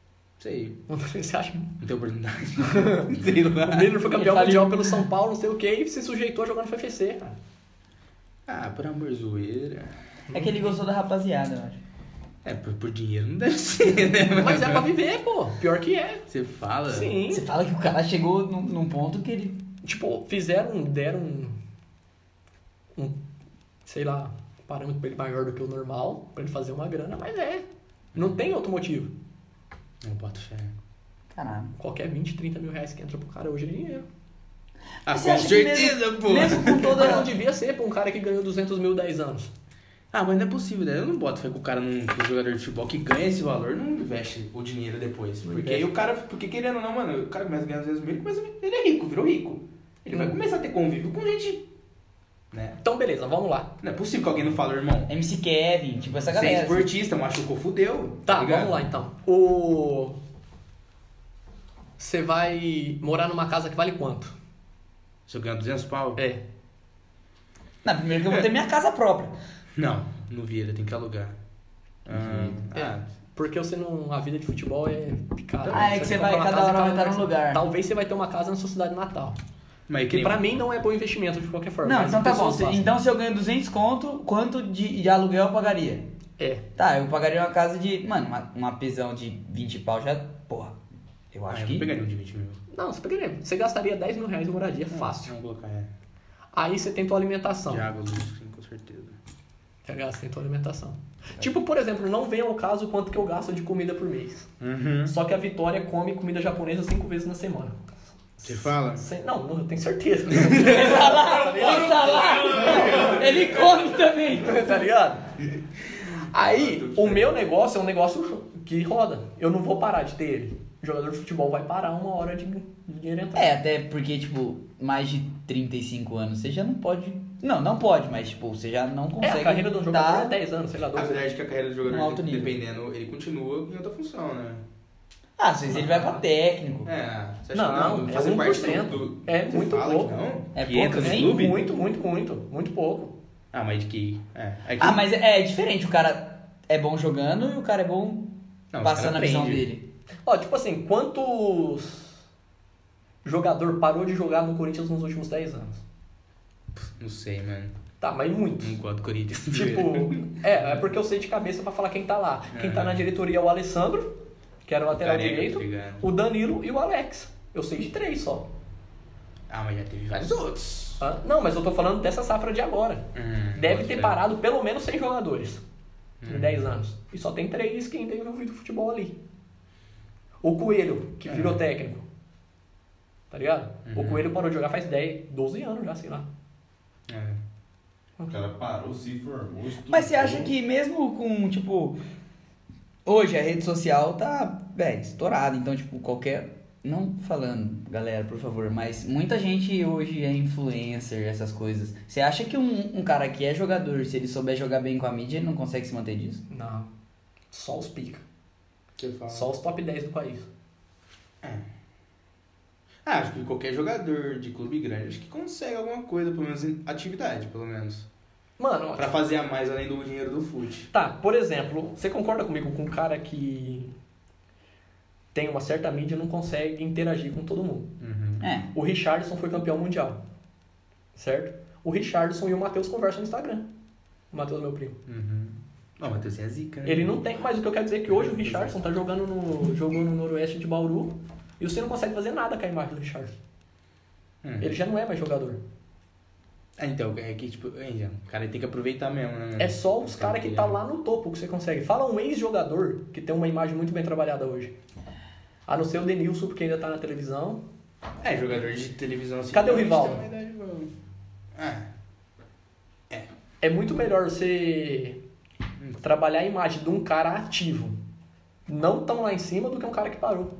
[SPEAKER 2] Sei.
[SPEAKER 3] Você acha
[SPEAKER 2] Não tem oportunidade. sei lá.
[SPEAKER 3] O Miller
[SPEAKER 1] Ele
[SPEAKER 3] foi campeão
[SPEAKER 1] faliu.
[SPEAKER 3] mundial pelo São Paulo, não sei o que, e se sujeitou a jogar no FFC, cara.
[SPEAKER 2] Ah, por amor zoeira.
[SPEAKER 1] É que ele gostou da rapaziada, eu acho.
[SPEAKER 2] É, por, por dinheiro não deve ser, né? mano?
[SPEAKER 3] Mas é pra viver, pô. Pior que é.
[SPEAKER 2] Você fala?
[SPEAKER 3] Sim.
[SPEAKER 1] Você fala que o cara chegou num, num ponto que ele.
[SPEAKER 3] Tipo, fizeram, deram um, um, sei lá, um parâmetro pra ele maior do que o normal, pra ele fazer uma grana, mas é. Não tem outro motivo.
[SPEAKER 2] Eu boto fé.
[SPEAKER 1] Caralho.
[SPEAKER 3] Qualquer 20, 30 mil reais que entra pro cara hoje é dinheiro.
[SPEAKER 2] Ah,
[SPEAKER 1] Você
[SPEAKER 2] com
[SPEAKER 1] acha que
[SPEAKER 2] certeza,
[SPEAKER 1] mesmo-
[SPEAKER 2] pô.
[SPEAKER 1] Mesmo com
[SPEAKER 3] Mas não
[SPEAKER 1] toda.
[SPEAKER 3] devia ser pra um cara que ganhou 200 mil 10 anos.
[SPEAKER 2] Ah, mas não é possível, né? Eu não boto fé que o cara, não, que o jogador de futebol que ganha esse valor, não investe o dinheiro depois. Porque aí o cara, porque querendo ou não, mano, o cara começa a ganhar 200 mil, ele começa, ele é rico, virou rico. Ele vai
[SPEAKER 3] Hum.
[SPEAKER 2] começar a ter convívio com gente, né?
[SPEAKER 3] Então, beleza, vamos lá.
[SPEAKER 2] Não é possível que alguém não fale, irmão,
[SPEAKER 1] MC Kevin, tipo essa
[SPEAKER 2] você é
[SPEAKER 1] galera. assim.
[SPEAKER 2] esportista, machucou, fudeu.
[SPEAKER 3] Tá,
[SPEAKER 2] ligado?
[SPEAKER 3] vamos lá então. O. Você vai morar numa casa que vale quanto?
[SPEAKER 2] Se eu ganhar 200 pau?
[SPEAKER 3] É.
[SPEAKER 1] Não, primeiro que eu vou ter minha casa própria.
[SPEAKER 2] Não, no Vieira, tem que alugar. Ah,
[SPEAKER 1] É.
[SPEAKER 2] ah,
[SPEAKER 3] Porque você não. A vida de futebol é picada.
[SPEAKER 1] Ah, é que você vai-
[SPEAKER 3] comprar uma
[SPEAKER 1] cada
[SPEAKER 3] casa e
[SPEAKER 1] hora vai estar num lugar.
[SPEAKER 3] Talvez você vai ter uma casa na sua cidade natal.
[SPEAKER 2] mas
[SPEAKER 3] Que
[SPEAKER 2] que
[SPEAKER 3] pra
[SPEAKER 2] pra...
[SPEAKER 3] mim não é bom investimento de qualquer forma.
[SPEAKER 1] Não,
[SPEAKER 3] mas
[SPEAKER 1] então tá bom.
[SPEAKER 3] pessoas
[SPEAKER 1] Se-
[SPEAKER 3] fazem.
[SPEAKER 1] Então se eu ganho 200 conto, quanto de, de aluguel eu pagaria?
[SPEAKER 3] É.
[SPEAKER 1] Tá, eu pagaria uma casa de. Mano, uma, uma pisão de 20 pau já. Porra. Eu acho
[SPEAKER 2] ah, eu
[SPEAKER 1] que.
[SPEAKER 2] não pegaria um de 20 mil.
[SPEAKER 3] Não, você pegaria. Você gastaria 10 mil reais em moradia fácil. Tá.
[SPEAKER 2] Vamos colocar, é.
[SPEAKER 3] Aí você tem tua alimentação.
[SPEAKER 2] De água, luz, sim, com certeza.
[SPEAKER 3] Tá ligado? Você tem tua alimentação. Tipo, por exemplo, não vem ao caso quanto que eu gasto de comida por mês.
[SPEAKER 2] Uhum.
[SPEAKER 3] Só que a Vitória come comida japonesa cinco vezes na semana.
[SPEAKER 2] Você fala?
[SPEAKER 3] Sem- Não, eu tenho certeza.
[SPEAKER 1] Ele tá lá, ele tá lá. Ele come também.
[SPEAKER 3] tá ligado?
[SPEAKER 2] Ah,
[SPEAKER 3] Aí, o meu negócio é um negócio que roda. Eu não vou parar de ter ele. O jogador de futebol vai parar uma hora de dinheiro entrar.
[SPEAKER 1] É, até porque, tipo, mais de 35 anos você já não pode. Não, não pode, mas, tipo, você já não
[SPEAKER 3] É,
[SPEAKER 1] consegue.
[SPEAKER 3] a carreira do jogador
[SPEAKER 1] dar-
[SPEAKER 3] é 10 anos, sei lá, 12
[SPEAKER 2] Apesar de que a carreira do jogador,
[SPEAKER 1] Um alto nível.
[SPEAKER 2] dependendo, ele continua em outra função, né?
[SPEAKER 1] Ah, às vezes ele vai pra técnico.
[SPEAKER 2] É, você acha
[SPEAKER 3] Não,
[SPEAKER 2] que
[SPEAKER 3] é
[SPEAKER 2] Fazer parte
[SPEAKER 3] 1%.
[SPEAKER 2] do- do-
[SPEAKER 3] É
[SPEAKER 2] você
[SPEAKER 3] muito
[SPEAKER 2] fala
[SPEAKER 3] pouco.
[SPEAKER 2] Que não?
[SPEAKER 1] É
[SPEAKER 2] Que
[SPEAKER 1] pouco,
[SPEAKER 2] entra no
[SPEAKER 1] né?
[SPEAKER 2] clube?
[SPEAKER 3] Muito, muito, muito. Muito pouco.
[SPEAKER 2] Ah, mas de que... É. é que-
[SPEAKER 1] Ah, mas é, é diferente. O cara é bom jogando e o cara é bom
[SPEAKER 2] Não, os
[SPEAKER 1] passando
[SPEAKER 2] cara
[SPEAKER 1] a visão
[SPEAKER 2] aprende.
[SPEAKER 1] dele.
[SPEAKER 3] Ó, tipo assim, quantos jogador parou de jogar no Corinthians nos últimos 10 anos?
[SPEAKER 2] Não sei, mano.
[SPEAKER 3] Tá, mas muitos.
[SPEAKER 2] Não gosto do Corinthians.
[SPEAKER 3] Tipo, é, é porque eu sei de cabeça pra falar quem tá lá. Quem tá
[SPEAKER 2] Aham.
[SPEAKER 3] na diretoria é o Alessandro, que era o lateral
[SPEAKER 2] Careca,
[SPEAKER 3] direito,
[SPEAKER 2] tá ligado?
[SPEAKER 3] o Danilo e o Alex. Eu sei de três só.
[SPEAKER 2] Ah, mas já teve vários outros.
[SPEAKER 3] Hã? Não, mas eu tô falando dessa safra de agora.
[SPEAKER 2] Hum,
[SPEAKER 3] Deve
[SPEAKER 2] pode
[SPEAKER 3] ter
[SPEAKER 2] ser.
[SPEAKER 3] parado pelo menos 100 jogadores em
[SPEAKER 2] Hum.
[SPEAKER 3] 10 anos. E só tem três que ainda é envolvido com futebol ali. O Coelho, que virou técnico. Tá ligado? O
[SPEAKER 2] É. Uhum.
[SPEAKER 3] Coelho parou de jogar faz 10, 12 anos já, sei lá.
[SPEAKER 2] É.
[SPEAKER 4] O cara parou, se formou, estudou.
[SPEAKER 1] Mas você acha que mesmo com, tipo. Hoje a rede social tá, velho, estourada. Então, tipo, qualquer. Não falando, galera, por favor, mas muita gente hoje é influencer, essas coisas. Você acha que um, um cara que é jogador, se ele souber jogar bem com a mídia, ele não consegue se manter disso?
[SPEAKER 3] Não. Só os pica.
[SPEAKER 2] Você fala.
[SPEAKER 3] Só os top 10 do país.
[SPEAKER 2] Ah, acho que qualquer jogador de clube grande acho que consegue alguma coisa, pelo menos em atividade, pelo menos.
[SPEAKER 3] Mano, ó,
[SPEAKER 2] Pra fazer a mais além do dinheiro do fute.
[SPEAKER 3] Tá, por exemplo, você concorda comigo com um cara que tem uma certa mídia e não consegue interagir com todo mundo?
[SPEAKER 2] Uhum.
[SPEAKER 1] É.
[SPEAKER 3] O Richardson foi campeão mundial, certo? O Richardson e o Matheus conversam no Instagram. O Matheus, meu primo.
[SPEAKER 2] Uhum. Não, mas você é zica, né?
[SPEAKER 3] Ele não tem, mas o que eu quero dizer é que hoje o Richardson tá jogando no, jogou no Noroeste de Bauru e você não consegue fazer nada com a imagem do Richardson.
[SPEAKER 2] Hum.
[SPEAKER 3] Ele já não é mais jogador.
[SPEAKER 2] Ah, então, é que, tipo, hein, já, o cara tem que aproveitar mesmo, né? mano?
[SPEAKER 3] É só os
[SPEAKER 2] O
[SPEAKER 3] caras que
[SPEAKER 2] tem-
[SPEAKER 3] tá lá no topo que você consegue. Fala um ex-jogador que tem uma imagem muito bem trabalhada hoje. A não ser o Denilson, porque ainda tá na televisão.
[SPEAKER 2] É, jogador de televisão assim.
[SPEAKER 3] Cadê o
[SPEAKER 2] tem
[SPEAKER 3] Rivaldo?
[SPEAKER 2] uma idade igual. Ah,
[SPEAKER 3] É muito melhor você trabalhar a imagem de um cara ativo, não tão lá em cima, do que um cara que parou.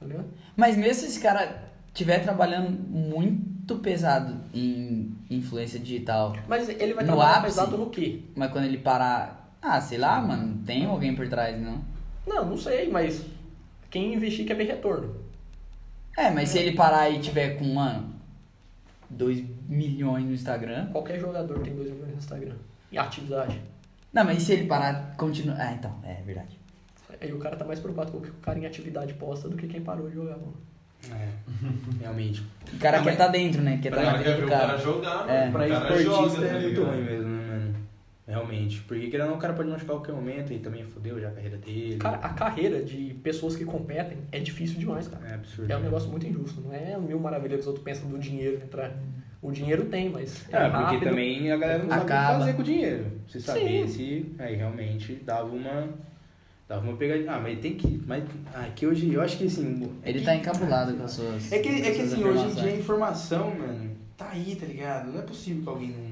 [SPEAKER 3] Entendeu?
[SPEAKER 1] Mas mesmo se esse cara tiver trabalhando muito pesado em influência digital,
[SPEAKER 3] Mas ele vai
[SPEAKER 1] No
[SPEAKER 3] trabalhar
[SPEAKER 1] ápice?
[SPEAKER 3] pesado no quê?
[SPEAKER 1] mas quando ele parar. Ah, sei lá, mano, tem alguém por trás, não?
[SPEAKER 3] Não, não sei, mas quem investir quer ver retorno.
[SPEAKER 1] É, mas se ele parar e tiver com, mano, 2 milhões no Instagram.
[SPEAKER 3] Qualquer jogador tem dois milhões no Instagram. E atividade.
[SPEAKER 1] Não, mas e se ele parar, continua. Ah, então, é verdade.
[SPEAKER 3] Aí o cara tá mais preocupado com o que o cara em atividade posta do que quem parou de jogar. mano.
[SPEAKER 2] é. Realmente.
[SPEAKER 1] O cara
[SPEAKER 2] Não,
[SPEAKER 1] quer
[SPEAKER 2] mas-
[SPEAKER 1] tá dentro, né? Quer
[SPEAKER 4] O
[SPEAKER 1] tá
[SPEAKER 4] cara quer
[SPEAKER 1] dentro do
[SPEAKER 4] ver o cara
[SPEAKER 1] cara.
[SPEAKER 4] jogar,
[SPEAKER 1] É.
[SPEAKER 4] mano.
[SPEAKER 2] Pra
[SPEAKER 4] O cara
[SPEAKER 2] esportista
[SPEAKER 4] joga, tá
[SPEAKER 2] é muito ruim
[SPEAKER 4] ligado?
[SPEAKER 2] mesmo, né, mano? Realmente. Porque querendo ou não, o cara pode machucar a qualquer momento e também fodeu já a carreira dele.
[SPEAKER 3] Cara, a carreira de pessoas que competem é difícil demais, cara.
[SPEAKER 2] é absurdo.
[SPEAKER 3] É um negócio muito injusto. Não é mil maravilhas que os outros pensam do dinheiro entrar. O dinheiro tem, mas.
[SPEAKER 2] É, porque
[SPEAKER 3] rápido.
[SPEAKER 2] também a galera não sabe o
[SPEAKER 1] Acaba.
[SPEAKER 2] que fazer com o dinheiro. Se
[SPEAKER 3] Sim.
[SPEAKER 2] saber se aí realmente dava uma. Dava uma pegadinha. Ah, mas tem que. Mas aqui hoje eu acho que assim. é
[SPEAKER 1] Ele
[SPEAKER 2] que-
[SPEAKER 1] tá encabulado com as suas.
[SPEAKER 2] É que, é que
[SPEAKER 1] suas
[SPEAKER 2] assim, hoje em
[SPEAKER 1] afirmações.
[SPEAKER 2] dia a informação, mano, tá aí, tá ligado? Não é possível que alguém não.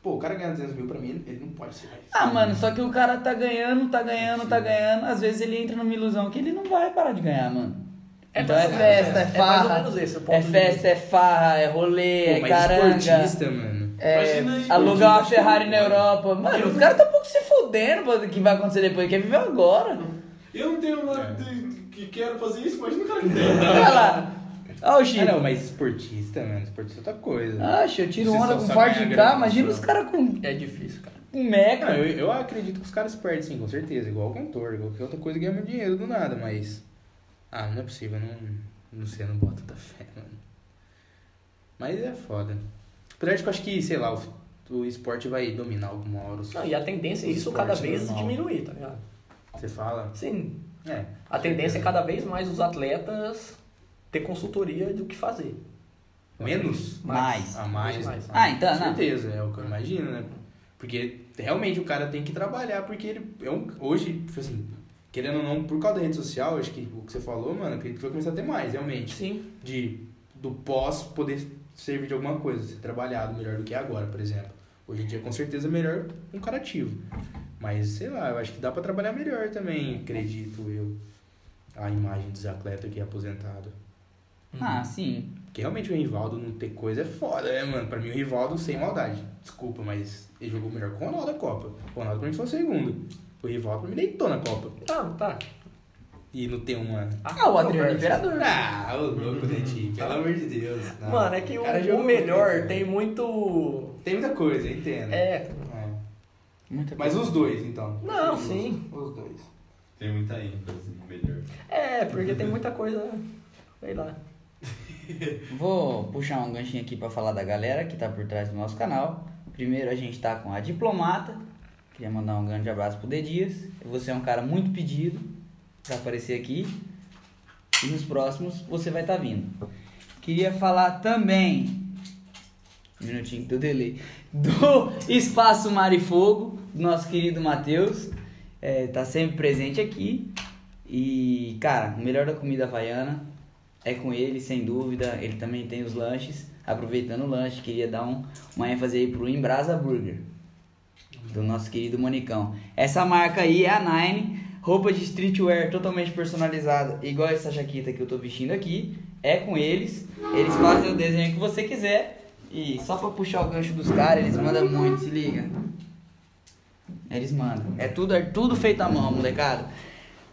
[SPEAKER 2] Pô, o cara ganha 200 mil pra mim, ele não pode ser mais.
[SPEAKER 1] Ah, mano, só que o cara tá ganhando, tá ganhando, tá ganhando. Às vezes ele entra numa ilusão que ele não vai parar de ganhar, mano. então é
[SPEAKER 3] mais-
[SPEAKER 1] festa, é,
[SPEAKER 3] É mais ou
[SPEAKER 1] farra.
[SPEAKER 3] menos esse o ponto
[SPEAKER 1] É
[SPEAKER 3] de
[SPEAKER 1] festa,
[SPEAKER 3] vista.
[SPEAKER 1] é farra, é rolê,
[SPEAKER 2] Pô,
[SPEAKER 1] é
[SPEAKER 2] mas
[SPEAKER 1] caranga.
[SPEAKER 2] esportista, mano.
[SPEAKER 1] É,
[SPEAKER 4] Imagina aí,
[SPEAKER 1] alugar uma
[SPEAKER 4] imagina,
[SPEAKER 1] Ferrari
[SPEAKER 4] tipo,
[SPEAKER 1] na Europa. Mano, os caras tá um pouco se fudendo pro que vai acontecer depois. Quer viver agora.
[SPEAKER 4] Eu não tenho nada
[SPEAKER 2] É.
[SPEAKER 4] de- que quero fazer isso, imagina o cara que tem.
[SPEAKER 1] Olha lá. Olha o
[SPEAKER 2] Ah, não,
[SPEAKER 1] Chico.
[SPEAKER 2] mas esportista, mano, esportista é outra coisa.
[SPEAKER 1] Acha, eu tiro
[SPEAKER 2] Você
[SPEAKER 1] onda
[SPEAKER 2] só
[SPEAKER 1] com
[SPEAKER 2] sabe
[SPEAKER 1] Ford
[SPEAKER 2] ganhar
[SPEAKER 1] K.
[SPEAKER 2] grana,
[SPEAKER 1] Imagina
[SPEAKER 4] né?
[SPEAKER 2] só.
[SPEAKER 1] os caras com
[SPEAKER 3] É difícil, cara.
[SPEAKER 1] um
[SPEAKER 2] É, Não,
[SPEAKER 1] Meca.
[SPEAKER 2] eu, eu acredito que os caras perdem, sim, com certeza. Igual cantor, igual qualquer outra coisa ganha muito dinheiro do nada, mas. Ah, não é possível, não. Não sei, eu não boto da fé, mano. Mas é foda. Apesar de que eu acho que, sei lá, o, o esporte vai dominar alguma hora. os-
[SPEAKER 3] Não, e a tendência é isso
[SPEAKER 2] Esporte
[SPEAKER 3] cada vez
[SPEAKER 2] normal.
[SPEAKER 3] diminuir, tá ligado?
[SPEAKER 2] Você fala?
[SPEAKER 3] Sim.
[SPEAKER 2] É.
[SPEAKER 3] A tendência é cada vez mais os atletas ter consultoria do que fazer.
[SPEAKER 2] Menos?
[SPEAKER 1] Mais.
[SPEAKER 2] A mais. né?
[SPEAKER 3] Mais.
[SPEAKER 1] Ah, então,
[SPEAKER 2] Com
[SPEAKER 1] não.
[SPEAKER 2] certeza, é o que eu imagino, né? Porque realmente o cara tem que trabalhar, porque ele. É um, hoje, tipo assim, querendo ou não, por causa da rede social, acho que o que você falou, mano, acredito que vai começar a ter mais, realmente.
[SPEAKER 3] Sim.
[SPEAKER 2] De, do pós poder servir de alguma coisa, ser trabalhado melhor do que é agora, por exemplo. Hoje em dia, com certeza, é melhor um cara ativo. Mas, sei lá, eu acho que dá pra trabalhar melhor também, acredito eu. a imagem dos atletas que é aposentado.
[SPEAKER 1] Ah, sim.
[SPEAKER 2] Porque realmente o Rivaldo não ter coisa é foda, né, mano? Pra mim o Rivaldo, sem maldade, desculpa, mas ele jogou melhor que o Ronaldo na Copa. O Ronaldo pra mim foi o segundo. O Rivaldo pra mim deitou na Copa.
[SPEAKER 3] Tá, tá.
[SPEAKER 2] E não tem uma.
[SPEAKER 1] Ah, o Adriano Imperador.
[SPEAKER 2] Ah, ô louco, Netinho, pelo amor de Deus. Não.
[SPEAKER 3] Mano, é que o,
[SPEAKER 2] Cara,
[SPEAKER 3] o
[SPEAKER 2] jogou
[SPEAKER 3] melhor
[SPEAKER 2] muito, né?
[SPEAKER 3] tem muito.
[SPEAKER 2] Tem muita coisa, eu entendo.
[SPEAKER 3] É.
[SPEAKER 2] É.
[SPEAKER 1] Muita
[SPEAKER 2] Mas os dois, então.
[SPEAKER 3] Não,
[SPEAKER 2] Os-
[SPEAKER 3] sim.
[SPEAKER 2] Os dois.
[SPEAKER 4] Tem muita ênfase no melhor.
[SPEAKER 3] É, porque tem muita coisa. Sei lá.
[SPEAKER 1] Vou puxar um ganchinho aqui pra falar da galera que tá por trás do nosso canal. Primeiro a gente tá com a Diplomata. Queria mandar um grande abraço pro De Dias. Você é um cara muito pedido pra aparecer aqui. E nos próximos você vai estar tá vindo. Queria falar também. um Minutinho do delay. Do Espaço Mar e Fogo, do nosso querido Matheus. É, tá sempre presente aqui. E, cara, o melhor da comida havaiana é com ele, sem dúvida. Ele também tem os lanches. Aproveitando o lanche, queria dar um, uma ênfase aí pro Embrasa Burger, do nosso querido Monicão. Essa marca aí é a Nine, roupa de streetwear totalmente personalizada, igual essa jaqueta que eu tô vestindo aqui. É com eles. Eles fazem o desenho que você quiser. E só pra puxar o gancho dos caras, eles mandam muito, se liga. Eles mandam. É tudo, é tudo feito à mão, molecada.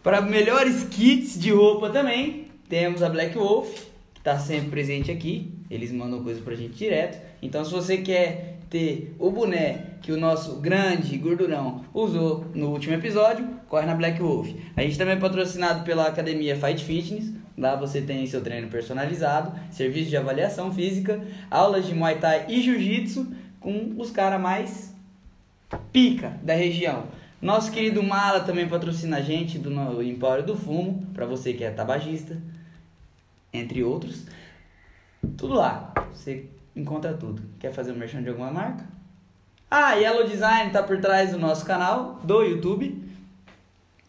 [SPEAKER 1] Para melhores kits de roupa também, temos a Black Wolf, que tá sempre presente aqui. Eles mandam coisa pra gente direto. Então se você quer ter o boné que o nosso grande gordurão usou no último episódio, corre na Black Wolf. A gente também é patrocinado pela academia Fight Fitness. Lá você tem seu treino personalizado, serviço de avaliação física, aulas de Muay Thai e Jiu-Jitsu com os caras mais pica da região. Nosso querido Mala também patrocina a gente do no- Empório do Fumo, pra você que é tabagista, entre outros. Tudo lá, você encontra tudo. Quer fazer um merchan de alguma marca? Ah, Yellow Design tá por trás do nosso canal, do YouTube.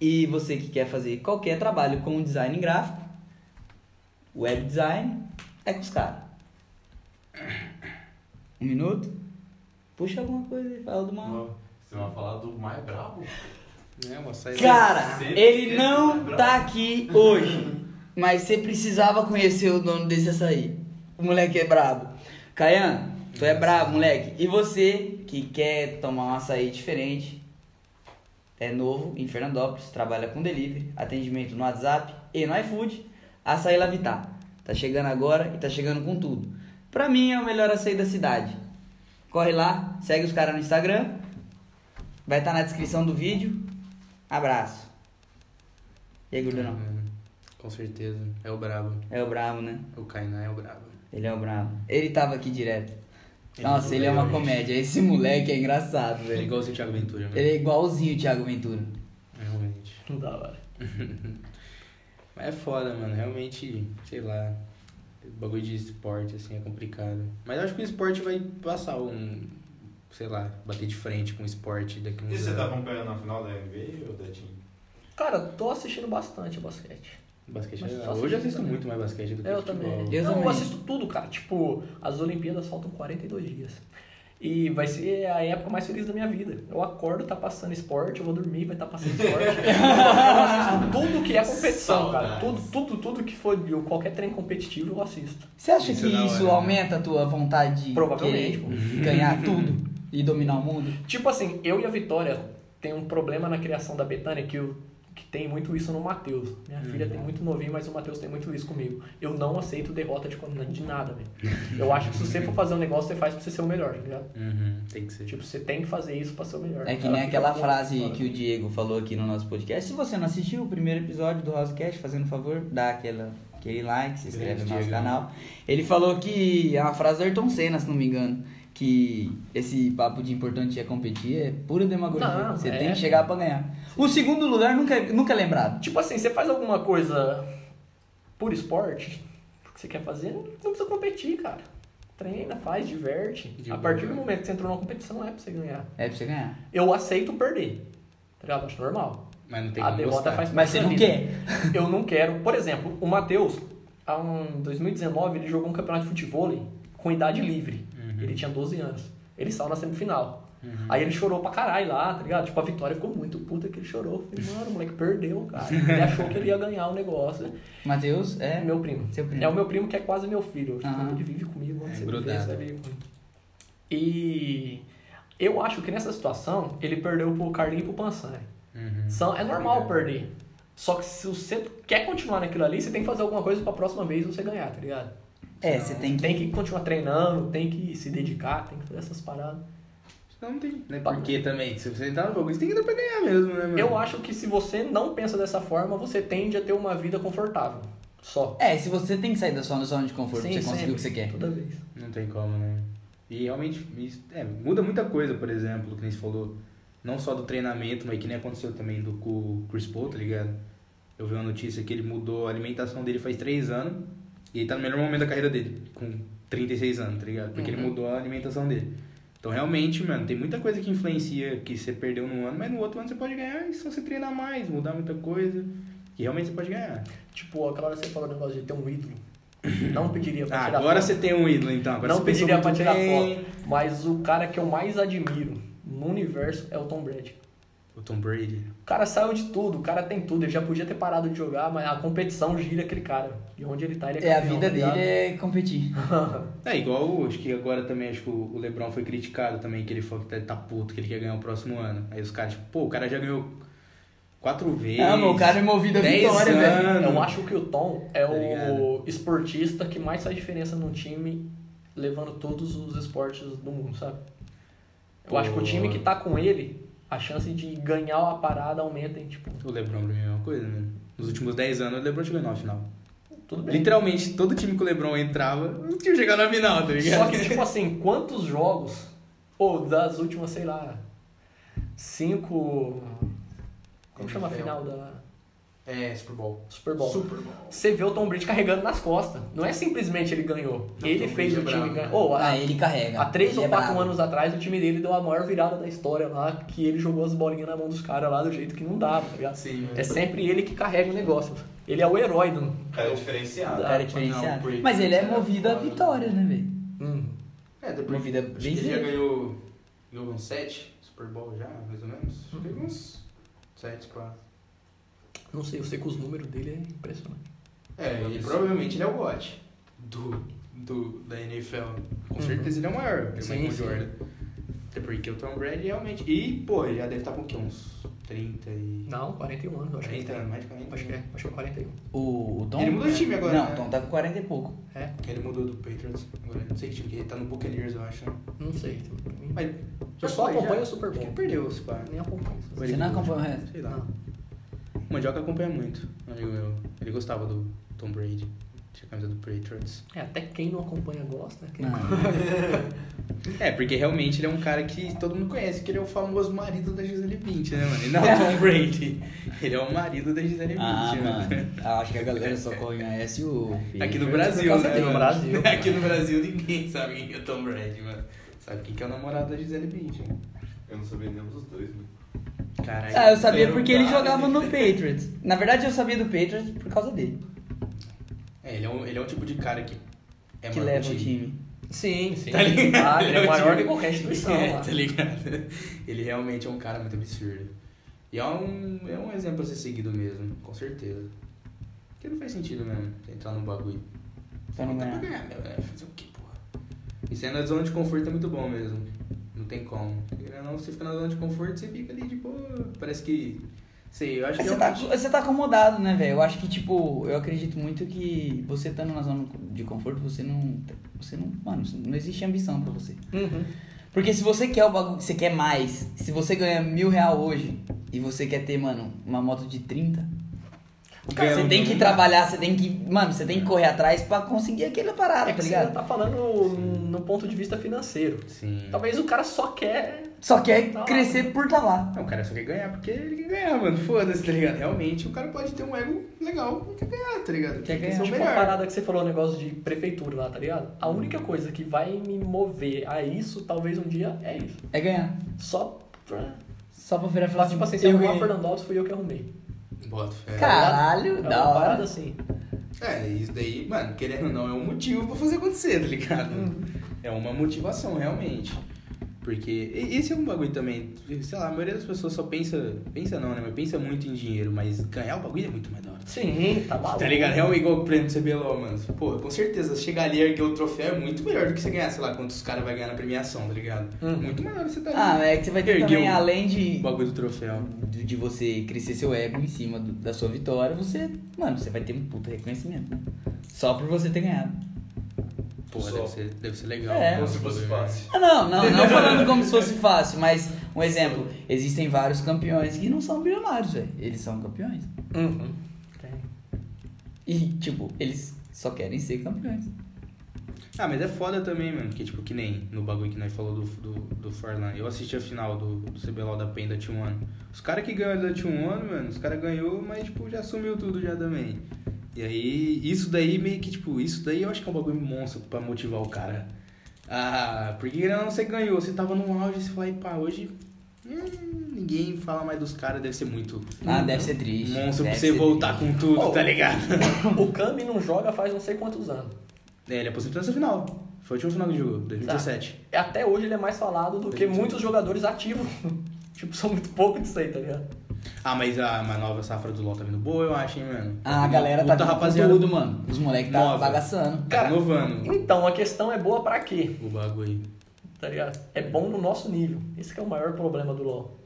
[SPEAKER 1] E você que quer fazer qualquer trabalho com design gráfico, web design, é com os caras. Um minuto? Puxa alguma coisa e fala do mal.
[SPEAKER 4] Você vai falar do mais brabo?
[SPEAKER 2] É, uma saída.
[SPEAKER 1] Cara,
[SPEAKER 4] Sempre
[SPEAKER 1] ele
[SPEAKER 4] esquece,
[SPEAKER 1] não
[SPEAKER 4] né,
[SPEAKER 1] tá
[SPEAKER 4] brother?
[SPEAKER 1] aqui hoje, mas você precisava conhecer o dono desse açaí. O moleque é brabo. Caian, tu é brabo, moleque. E você que quer tomar um açaí diferente, é novo em Fernandópolis, trabalha com delivery, atendimento no WhatsApp e no iFood, açaí Lavitar. Tá chegando agora e tá chegando com tudo. Pra mim é o melhor açaí da cidade. Corre lá, segue os caras no Instagram, vai estar na descrição do vídeo. Abraço. E aí, Gordurão?
[SPEAKER 2] É, Com certeza. É o brabo.
[SPEAKER 1] É o brabo, né?
[SPEAKER 2] O Kainá é o brabo.
[SPEAKER 1] Ele é o brabo. Ele tava aqui direto.
[SPEAKER 2] Ele
[SPEAKER 1] Nossa,
[SPEAKER 2] não
[SPEAKER 1] ele é
[SPEAKER 2] veio
[SPEAKER 1] uma
[SPEAKER 2] hoje.
[SPEAKER 1] comédia. Esse moleque é engraçado,
[SPEAKER 2] Ele é
[SPEAKER 1] velho.
[SPEAKER 2] igual o Thiago Ventura, mano.
[SPEAKER 1] Ele é igualzinho o Thiago Ventura.
[SPEAKER 2] Realmente.
[SPEAKER 3] Da hora.
[SPEAKER 2] Mas é foda, mano. Realmente, sei lá. O bagulho de esporte, assim, é complicado. Mas eu acho que o esporte vai passar um. Sei lá, bater de frente com o esporte daqui a
[SPEAKER 4] E
[SPEAKER 2] uns
[SPEAKER 4] você tá
[SPEAKER 2] anos.
[SPEAKER 4] acompanhando a final da NBA ou da Team?
[SPEAKER 3] Cara, eu tô assistindo bastante basquete.
[SPEAKER 2] Basquete
[SPEAKER 3] Mas
[SPEAKER 2] é-
[SPEAKER 3] só
[SPEAKER 2] Hoje eu
[SPEAKER 3] assisto
[SPEAKER 2] assisto
[SPEAKER 3] também.
[SPEAKER 2] muito mais basquete do que
[SPEAKER 3] Eu
[SPEAKER 2] futebol.
[SPEAKER 3] também.
[SPEAKER 1] Eu
[SPEAKER 3] não,
[SPEAKER 1] também.
[SPEAKER 3] eu assisto tudo, cara. Tipo, as Olimpíadas faltam 42 dias. E vai ser a época mais feliz da minha vida. Eu acordo, tá passando esporte, eu vou dormir, vai estar tá passando esporte. eu assisto tudo que é competição, cara. Tudo,
[SPEAKER 4] Saudades.
[SPEAKER 3] tudo, tudo que for qualquer trem competitivo eu assisto.
[SPEAKER 1] Você acha
[SPEAKER 2] Isso
[SPEAKER 1] que
[SPEAKER 2] é da hora,
[SPEAKER 1] isso
[SPEAKER 2] né?
[SPEAKER 1] aumenta a tua vontade de
[SPEAKER 3] Provavelmente,
[SPEAKER 1] querer ganhar tudo e dominar o mundo?
[SPEAKER 3] Tipo assim, eu e a Vitória tem um problema na criação da Betânia que, eu- que tem muito isso no Matheus. Minha filha tem muito novinho, mas o Matheus tem muito isso comigo. Eu não aceito derrota de, com- de nada, velho. Eu acho que se você for fazer um negócio, você faz pra você ser o melhor, tá ligado?
[SPEAKER 2] Uhum, tem que ser.
[SPEAKER 3] Tipo, você tem que fazer isso pra ser o melhor.
[SPEAKER 1] É que nem aquela frase que o Diego falou aqui no nosso podcast. Se você não assistiu o primeiro episódio do Housecast, fazendo um favor, dá aquela, aquele like, se inscreve no
[SPEAKER 2] Grande
[SPEAKER 1] nosso
[SPEAKER 2] Diego.
[SPEAKER 1] canal. Ele falou que é uma frase do Ayrton Senna, se não me engano. Que esse papo de importante é competir é pura demagogia.
[SPEAKER 3] Não,
[SPEAKER 1] você
[SPEAKER 3] é.
[SPEAKER 1] tem que chegar pra ganhar. O segundo lugar nunca é, nunca é lembrado.
[SPEAKER 3] Tipo assim, você faz alguma coisa por esporte, porque você quer fazer, não precisa competir, cara. Treina, faz, diverte.
[SPEAKER 2] De
[SPEAKER 3] a
[SPEAKER 2] boa.
[SPEAKER 3] partir do momento que você entrou numa competição, é pra você ganhar.
[SPEAKER 1] É pra você ganhar.
[SPEAKER 3] Eu aceito perder, tá ligado? Acho normal.
[SPEAKER 2] Mas não tem
[SPEAKER 3] a
[SPEAKER 2] como
[SPEAKER 3] derrota
[SPEAKER 2] gostar.
[SPEAKER 3] faz parte
[SPEAKER 1] Mas você
[SPEAKER 3] da
[SPEAKER 1] não
[SPEAKER 3] é vida.
[SPEAKER 1] quer.
[SPEAKER 3] Eu não quero. Por exemplo, o Matheus, há um- em 2019,
[SPEAKER 2] Uhum,
[SPEAKER 3] ele jogou um campeonato de futebol com idade livre. Ele tinha 12 anos. Ele saiu na semifinal. Aí ele chorou pra caralho lá, tá ligado? Tipo, a Vitória ficou muito puta que ele chorou. Eu Falei, mano, o moleque perdeu, cara. Ele achou que ele ia ganhar o negócio.
[SPEAKER 1] Matheus
[SPEAKER 3] É
[SPEAKER 1] é.
[SPEAKER 3] meu primo.
[SPEAKER 1] Seu primo.
[SPEAKER 3] É o meu primo que é quase meu filho. Tipo,
[SPEAKER 1] Aham.
[SPEAKER 3] Ele vive comigo, onde
[SPEAKER 2] É,
[SPEAKER 3] você vive,
[SPEAKER 2] grudado.
[SPEAKER 3] você vive comigo. E eu acho que nessa situação, ele perdeu pro Carlinho e pro Pansani.
[SPEAKER 2] Uhum.
[SPEAKER 3] São, é normal perder. Só que se você quer continuar naquilo ali, você tem que fazer alguma coisa pra próxima vez você ganhar, tá ligado?
[SPEAKER 1] É, você tem que.
[SPEAKER 3] Tem que continuar treinando, tem que se dedicar, tem que fazer essas paradas.
[SPEAKER 2] Senão não tem. Né? Porque também, se você entrar no jogo, você tem que dar pra ganhar mesmo, né, mano?
[SPEAKER 3] Eu acho que se você não pensa dessa forma, você tende a ter uma vida confortável. Só.
[SPEAKER 1] É, se você tem que sair da sua zona de conforto pra você conseguir o que você quer.
[SPEAKER 3] Toda vez.
[SPEAKER 2] Não tem como, né? E realmente isso- é, muda muita coisa, por exemplo, que nem você falou. Não só do treinamento, mas que nem aconteceu também do com o Chris Paul, tá ligado? Eu vi uma notícia que ele mudou a alimentação dele faz 3 anos e ele tá no melhor momento da carreira dele, com 36 anos, tá ligado? Porque
[SPEAKER 3] Uhum.
[SPEAKER 2] ele mudou a alimentação dele. Então realmente, mano, tem muita coisa que influencia que você perdeu num ano, mas no outro ano você pode ganhar e se você treinar mais, mudar muita coisa. E realmente você pode ganhar.
[SPEAKER 3] Tipo, aquela hora que você falou o negócio de ter um ídolo. Não pediria pra
[SPEAKER 2] Ah,
[SPEAKER 3] tirar
[SPEAKER 2] agora
[SPEAKER 3] foto.
[SPEAKER 2] você tem um ídolo então. Agora
[SPEAKER 3] Não
[SPEAKER 2] você pensou
[SPEAKER 3] pediria pra
[SPEAKER 2] muito
[SPEAKER 3] tirar
[SPEAKER 2] bem.
[SPEAKER 3] foto. Mas o cara que eu mais admiro no universo é o Tom Brady.
[SPEAKER 2] O Tom Brady.
[SPEAKER 3] O cara saiu de tudo, o cara tem tudo. Ele já podia ter parado de jogar, mas a competição gira aquele cara. E onde ele tá, ele é
[SPEAKER 1] É, a
[SPEAKER 3] campeão,
[SPEAKER 1] vida
[SPEAKER 3] tá ligado?
[SPEAKER 1] dele é competir.
[SPEAKER 2] É, igual o- acho que agora também, acho que o o Lebron foi criticado também, que ele falou que tá, tá puto, que ele quer ganhar o próximo ano. Aí os caras, tipo, pô, o cara já ganhou quatro vezes.
[SPEAKER 1] Ah, meu, o cara é movido a
[SPEAKER 2] 10
[SPEAKER 1] vitória, velho.
[SPEAKER 2] anos.
[SPEAKER 3] Eu acho que o Tom é
[SPEAKER 2] Tá
[SPEAKER 3] o
[SPEAKER 2] ligado?
[SPEAKER 3] esportista que mais faz diferença no time, levando todos os esportes do mundo, sabe? Eu acho que o
[SPEAKER 2] Pô.
[SPEAKER 3] time que tá com ele, a chance de ganhar a parada aumenta em,
[SPEAKER 5] Tá
[SPEAKER 3] tipo,
[SPEAKER 2] O Lebron pra mim é a mesma coisa, né? Nos últimos 10 anos, o Lebron chegou na final.
[SPEAKER 3] tudo bem.
[SPEAKER 2] Literalmente, todo time que o Lebron entrava, o time chegava na final, tá ligado?
[SPEAKER 3] Só que, tipo assim, quantos jogos, ou das últimas, sei lá, cinco. Como chama a
[SPEAKER 5] NFL.
[SPEAKER 3] final da
[SPEAKER 5] É, Super Bowl.
[SPEAKER 3] Super Bowl?
[SPEAKER 5] Super Bowl.
[SPEAKER 3] Você vê o Tom Brady carregando nas costas. Não é simplesmente ele ganhou.
[SPEAKER 5] Não,
[SPEAKER 3] ele
[SPEAKER 5] Tom
[SPEAKER 3] fez
[SPEAKER 5] Brady
[SPEAKER 3] o
[SPEAKER 5] é
[SPEAKER 3] time
[SPEAKER 5] brabo,
[SPEAKER 3] ganhar.
[SPEAKER 5] né?
[SPEAKER 3] Ou, a-
[SPEAKER 1] Ah, ele carrega.
[SPEAKER 3] Há três
[SPEAKER 1] Ele
[SPEAKER 3] ou
[SPEAKER 1] é
[SPEAKER 3] quatro
[SPEAKER 1] brabo.
[SPEAKER 3] anos atrás, o time dele deu a maior virada da história lá, que ele jogou as bolinhas na mão dos caras lá do jeito que não dava, tá ligado?
[SPEAKER 2] Assim, né?
[SPEAKER 5] Sim.
[SPEAKER 3] É sempre ele que carrega o negócio. Ele é o herói do.
[SPEAKER 4] O cara é diferenciado.
[SPEAKER 1] O cara é
[SPEAKER 5] Não, o
[SPEAKER 1] diferenciado.
[SPEAKER 5] Brady
[SPEAKER 1] Mas ele é
[SPEAKER 5] é
[SPEAKER 1] movido a
[SPEAKER 5] foda.
[SPEAKER 1] vitória, né, velho?
[SPEAKER 3] Hum.
[SPEAKER 2] É,
[SPEAKER 1] Uma vida
[SPEAKER 2] acho
[SPEAKER 1] bem
[SPEAKER 2] que ele já
[SPEAKER 1] simples.
[SPEAKER 2] ganhou, ganhou uns 7 Super Bowl já, mais ou menos.
[SPEAKER 1] Uhum.
[SPEAKER 2] Pegou uns 7 pra...
[SPEAKER 3] Não sei, eu sei que os números dele é impressionante.
[SPEAKER 2] É, e provavelmente ele é o GOT do, do, da NFL. Com
[SPEAKER 3] Uhum.
[SPEAKER 2] certeza ele é o maior, ele é o
[SPEAKER 3] Sim,
[SPEAKER 2] Michael
[SPEAKER 3] sim.
[SPEAKER 2] Jordan. Até porque o Tom Brady realmente. E, pô, ele já deve estar com o quê? Uns 30 e.
[SPEAKER 3] Não, 41 anos, eu acho. que
[SPEAKER 2] 40,
[SPEAKER 3] tem.
[SPEAKER 2] mais de 40.
[SPEAKER 3] Acho que
[SPEAKER 2] né?
[SPEAKER 3] é, acho que é 41.
[SPEAKER 1] O, o Tom.
[SPEAKER 2] Ele mudou de time agora,
[SPEAKER 1] Não,
[SPEAKER 2] né?
[SPEAKER 1] o Tom tá com 40 e pouco.
[SPEAKER 3] É?
[SPEAKER 2] Ele mudou do Patriots. Agora, eu não sei que time que ele tá no Buccaneers, eu acho. né?
[SPEAKER 3] Não sei. um pra mim-
[SPEAKER 2] Mas.
[SPEAKER 3] Eu só
[SPEAKER 2] foi,
[SPEAKER 3] acompanho o Super
[SPEAKER 2] Acho
[SPEAKER 3] Bowl.
[SPEAKER 2] que perdeu esse par.
[SPEAKER 3] Nem acompanho. isso.
[SPEAKER 1] Você não acompanha o resto?
[SPEAKER 2] Sei lá.
[SPEAKER 3] Não.
[SPEAKER 2] O Mandioca acompanha muito, um amigo meu. Ele gostava do Tom Brady. Tinha a camisa do Patriots.
[SPEAKER 3] É, até quem não acompanha gosta. né? Quem-
[SPEAKER 1] Não.
[SPEAKER 2] É, porque realmente ele é um cara que todo mundo conhece, que ele é o famoso marido da Gisele Bündchen, né, mano? Ele não é o Tom Brady. Ele é o marido da Gisele Bündchen,
[SPEAKER 1] Ah,
[SPEAKER 2] mano.
[SPEAKER 1] mano. Eu acho que a galera só conhece o.
[SPEAKER 2] Aqui né?
[SPEAKER 1] Patriots
[SPEAKER 2] no Brasil,
[SPEAKER 1] por causa
[SPEAKER 2] né?
[SPEAKER 1] dele.
[SPEAKER 2] mano?
[SPEAKER 3] No Brasil.
[SPEAKER 2] Aqui no Brasil ninguém sabe quem é o Tom Brady, mano. Sabe quem que é o namorado da Gisele Bündchen.
[SPEAKER 4] Eu não sabia nenhum dos dois, né?
[SPEAKER 2] Caralho.
[SPEAKER 1] Ah, eu sabia
[SPEAKER 2] Tom
[SPEAKER 1] porque ele
[SPEAKER 2] Brady.
[SPEAKER 1] jogava no Patriots. Na verdade, eu sabia do Patriots por causa dele.
[SPEAKER 2] É, ele é, um, ele é um tipo de cara que é
[SPEAKER 1] que
[SPEAKER 2] maior
[SPEAKER 1] leva
[SPEAKER 2] que
[SPEAKER 1] o time.
[SPEAKER 3] Sim, sim.
[SPEAKER 2] Tá ligado?
[SPEAKER 3] Ah, ele é
[SPEAKER 2] o
[SPEAKER 3] maior
[SPEAKER 2] time-
[SPEAKER 3] que qualquer instituição.
[SPEAKER 2] É,
[SPEAKER 3] lá.
[SPEAKER 2] tá ligado? Ele realmente é um cara muito absurdo. E é um, é um exemplo a ser seguido mesmo, com certeza. Porque não faz sentido mesmo você entrar num bagulho.
[SPEAKER 1] Pra não
[SPEAKER 2] Não dá pra
[SPEAKER 1] ganhar.
[SPEAKER 2] ganhar, meu, né? Fazer o quê, porra? E sair na zona de conforto é muito bom mesmo. Não tem como. Querendo ou Não, você fica na zona de conforto, você fica ali de boa. Parece que. Sei, eu acho que
[SPEAKER 1] Você tá,
[SPEAKER 2] realmente-
[SPEAKER 1] você tá acomodado, né, velho? Eu acho que, tipo, eu acredito muito que você estando na zona de conforto, você não. Você não. Mano, não existe ambição pra você.
[SPEAKER 3] Uhum.
[SPEAKER 1] Porque se você quer o bagulho que você quer mais, se você ganha mil real hoje e você quer ter, mano, uma moto de 30, você
[SPEAKER 2] Ganha um
[SPEAKER 1] tem que
[SPEAKER 2] dinheiro.
[SPEAKER 1] trabalhar, você tem que. Mano, você tem que correr atrás pra conseguir aquela parada, tá
[SPEAKER 3] É que você
[SPEAKER 1] ligado?
[SPEAKER 3] tá falando no ponto de vista financeiro.
[SPEAKER 2] Sim.
[SPEAKER 3] Talvez o cara só quer
[SPEAKER 1] Só quer
[SPEAKER 3] Tá lá.
[SPEAKER 1] crescer por tá lá.
[SPEAKER 2] Não, o cara só quer ganhar porque ele quer ganhar, mano. Foda-se, tá ligado? Realmente o cara pode ter um ego legal e quer ganhar, tá ligado?
[SPEAKER 1] Quer
[SPEAKER 2] Tem que
[SPEAKER 1] ganhar.
[SPEAKER 2] ser o
[SPEAKER 3] Tipo
[SPEAKER 2] melhor.
[SPEAKER 3] a parada que você falou, o negócio de prefeitura lá, tá ligado? A única coisa que vai me mover a isso, talvez um dia, é isso.
[SPEAKER 1] É ganhar.
[SPEAKER 3] Só pra...
[SPEAKER 1] Só pra virar e falar
[SPEAKER 3] Mas,
[SPEAKER 1] assim,
[SPEAKER 3] tipo assim, se
[SPEAKER 1] eu
[SPEAKER 3] arrumar o
[SPEAKER 1] ganhei.
[SPEAKER 3] Fernando Alves, fui eu que arrumei.
[SPEAKER 2] Bota fé.
[SPEAKER 1] Cara. Caralho,
[SPEAKER 3] É uma
[SPEAKER 1] da hora.
[SPEAKER 3] parada assim.
[SPEAKER 2] É, isso daí, mano,
[SPEAKER 1] Uhum.
[SPEAKER 2] querendo ou não, é um motivo pra fazer acontecer, tá ligado? É uma motivação, realmente. Porque e- esse é um bagulho também. Sei lá, a maioria das pessoas só pensa. Pensa não, né? Mas pensa muito em dinheiro. Mas ganhar o bagulho é muito mais da hora.
[SPEAKER 3] Sim, tá maluco.
[SPEAKER 2] Tá ligado? Realmente igual o prêmio do CBLOL, mano. Pô, com certeza, chegar ali e erguer o troféu é muito melhor do que você ganhar, sei lá, quantos caras vai ganhar na premiação, tá ligado?
[SPEAKER 3] Uhum.
[SPEAKER 2] Muito melhor você tá
[SPEAKER 1] Ah,
[SPEAKER 2] ali.
[SPEAKER 1] é que você vai ter
[SPEAKER 2] Ergueu
[SPEAKER 1] também,
[SPEAKER 2] o-
[SPEAKER 1] além de,
[SPEAKER 2] O bagulho do troféu.
[SPEAKER 1] de, de você crescer seu ego em cima do- da sua vitória, você, mano, você vai ter um puta reconhecimento, né? Só por você ter ganhado.
[SPEAKER 2] Pô,
[SPEAKER 4] Só.
[SPEAKER 2] deve ser, deve ser legal.
[SPEAKER 1] É.
[SPEAKER 2] né?
[SPEAKER 4] Como se fosse fácil.
[SPEAKER 1] Ah, não, não, não falando como se fosse fácil, mas um exemplo, existem vários campeões que não são bilionários, velho. Eles são campeões.
[SPEAKER 3] Uhum. Tem.
[SPEAKER 1] E, tipo, eles só querem ser campeões.
[SPEAKER 2] Ah, mas é foda também, mano. Porque, tipo, que nem no bagulho que nós falou do, do, do Fortnite. Eu assisti a final do, do CBLOL da PEN da T1. Os caras que ganham da T1, mano, os caras ganhou, mas, tipo, já sumiu tudo já também. E aí, isso daí meio que, tipo, isso daí eu acho que é um bagulho monstro pra motivar o cara. Ah, porque querendo ou não, você ganhou, você tava no auge, você fala, "Ih, pá, hoje hum, ninguém fala mais dos caras, deve ser muito
[SPEAKER 1] Ah, deve ser triste.
[SPEAKER 2] monstro pra
[SPEAKER 1] deve
[SPEAKER 2] você
[SPEAKER 1] ser
[SPEAKER 2] voltar
[SPEAKER 1] triste.
[SPEAKER 2] com tudo,
[SPEAKER 3] Oh.
[SPEAKER 2] tá ligado?
[SPEAKER 3] O Kami não joga faz não sei quantos anos.
[SPEAKER 2] é, ele aposentou nessa final. Foi o último final que jogou, 2017.
[SPEAKER 3] Até hoje ele é mais falado do que muitos jogadores ativos. tipo, são muito poucos disso aí, tá ligado?
[SPEAKER 2] Ah, mas a, a nova safra do LoL tá vindo boa, eu acho, hein, mano.
[SPEAKER 1] Ah, a galera tá
[SPEAKER 2] Puta
[SPEAKER 1] vindo com
[SPEAKER 2] rapaziada.
[SPEAKER 1] tudo, mano. Os moleques tá
[SPEAKER 2] Nova.
[SPEAKER 1] bagaçando.
[SPEAKER 2] Tá inovando
[SPEAKER 3] Então, a questão é boa pra quê?
[SPEAKER 2] o bagulho.
[SPEAKER 3] Tá ligado? É bom no nosso nível. Esse que é o maior problema do LoL.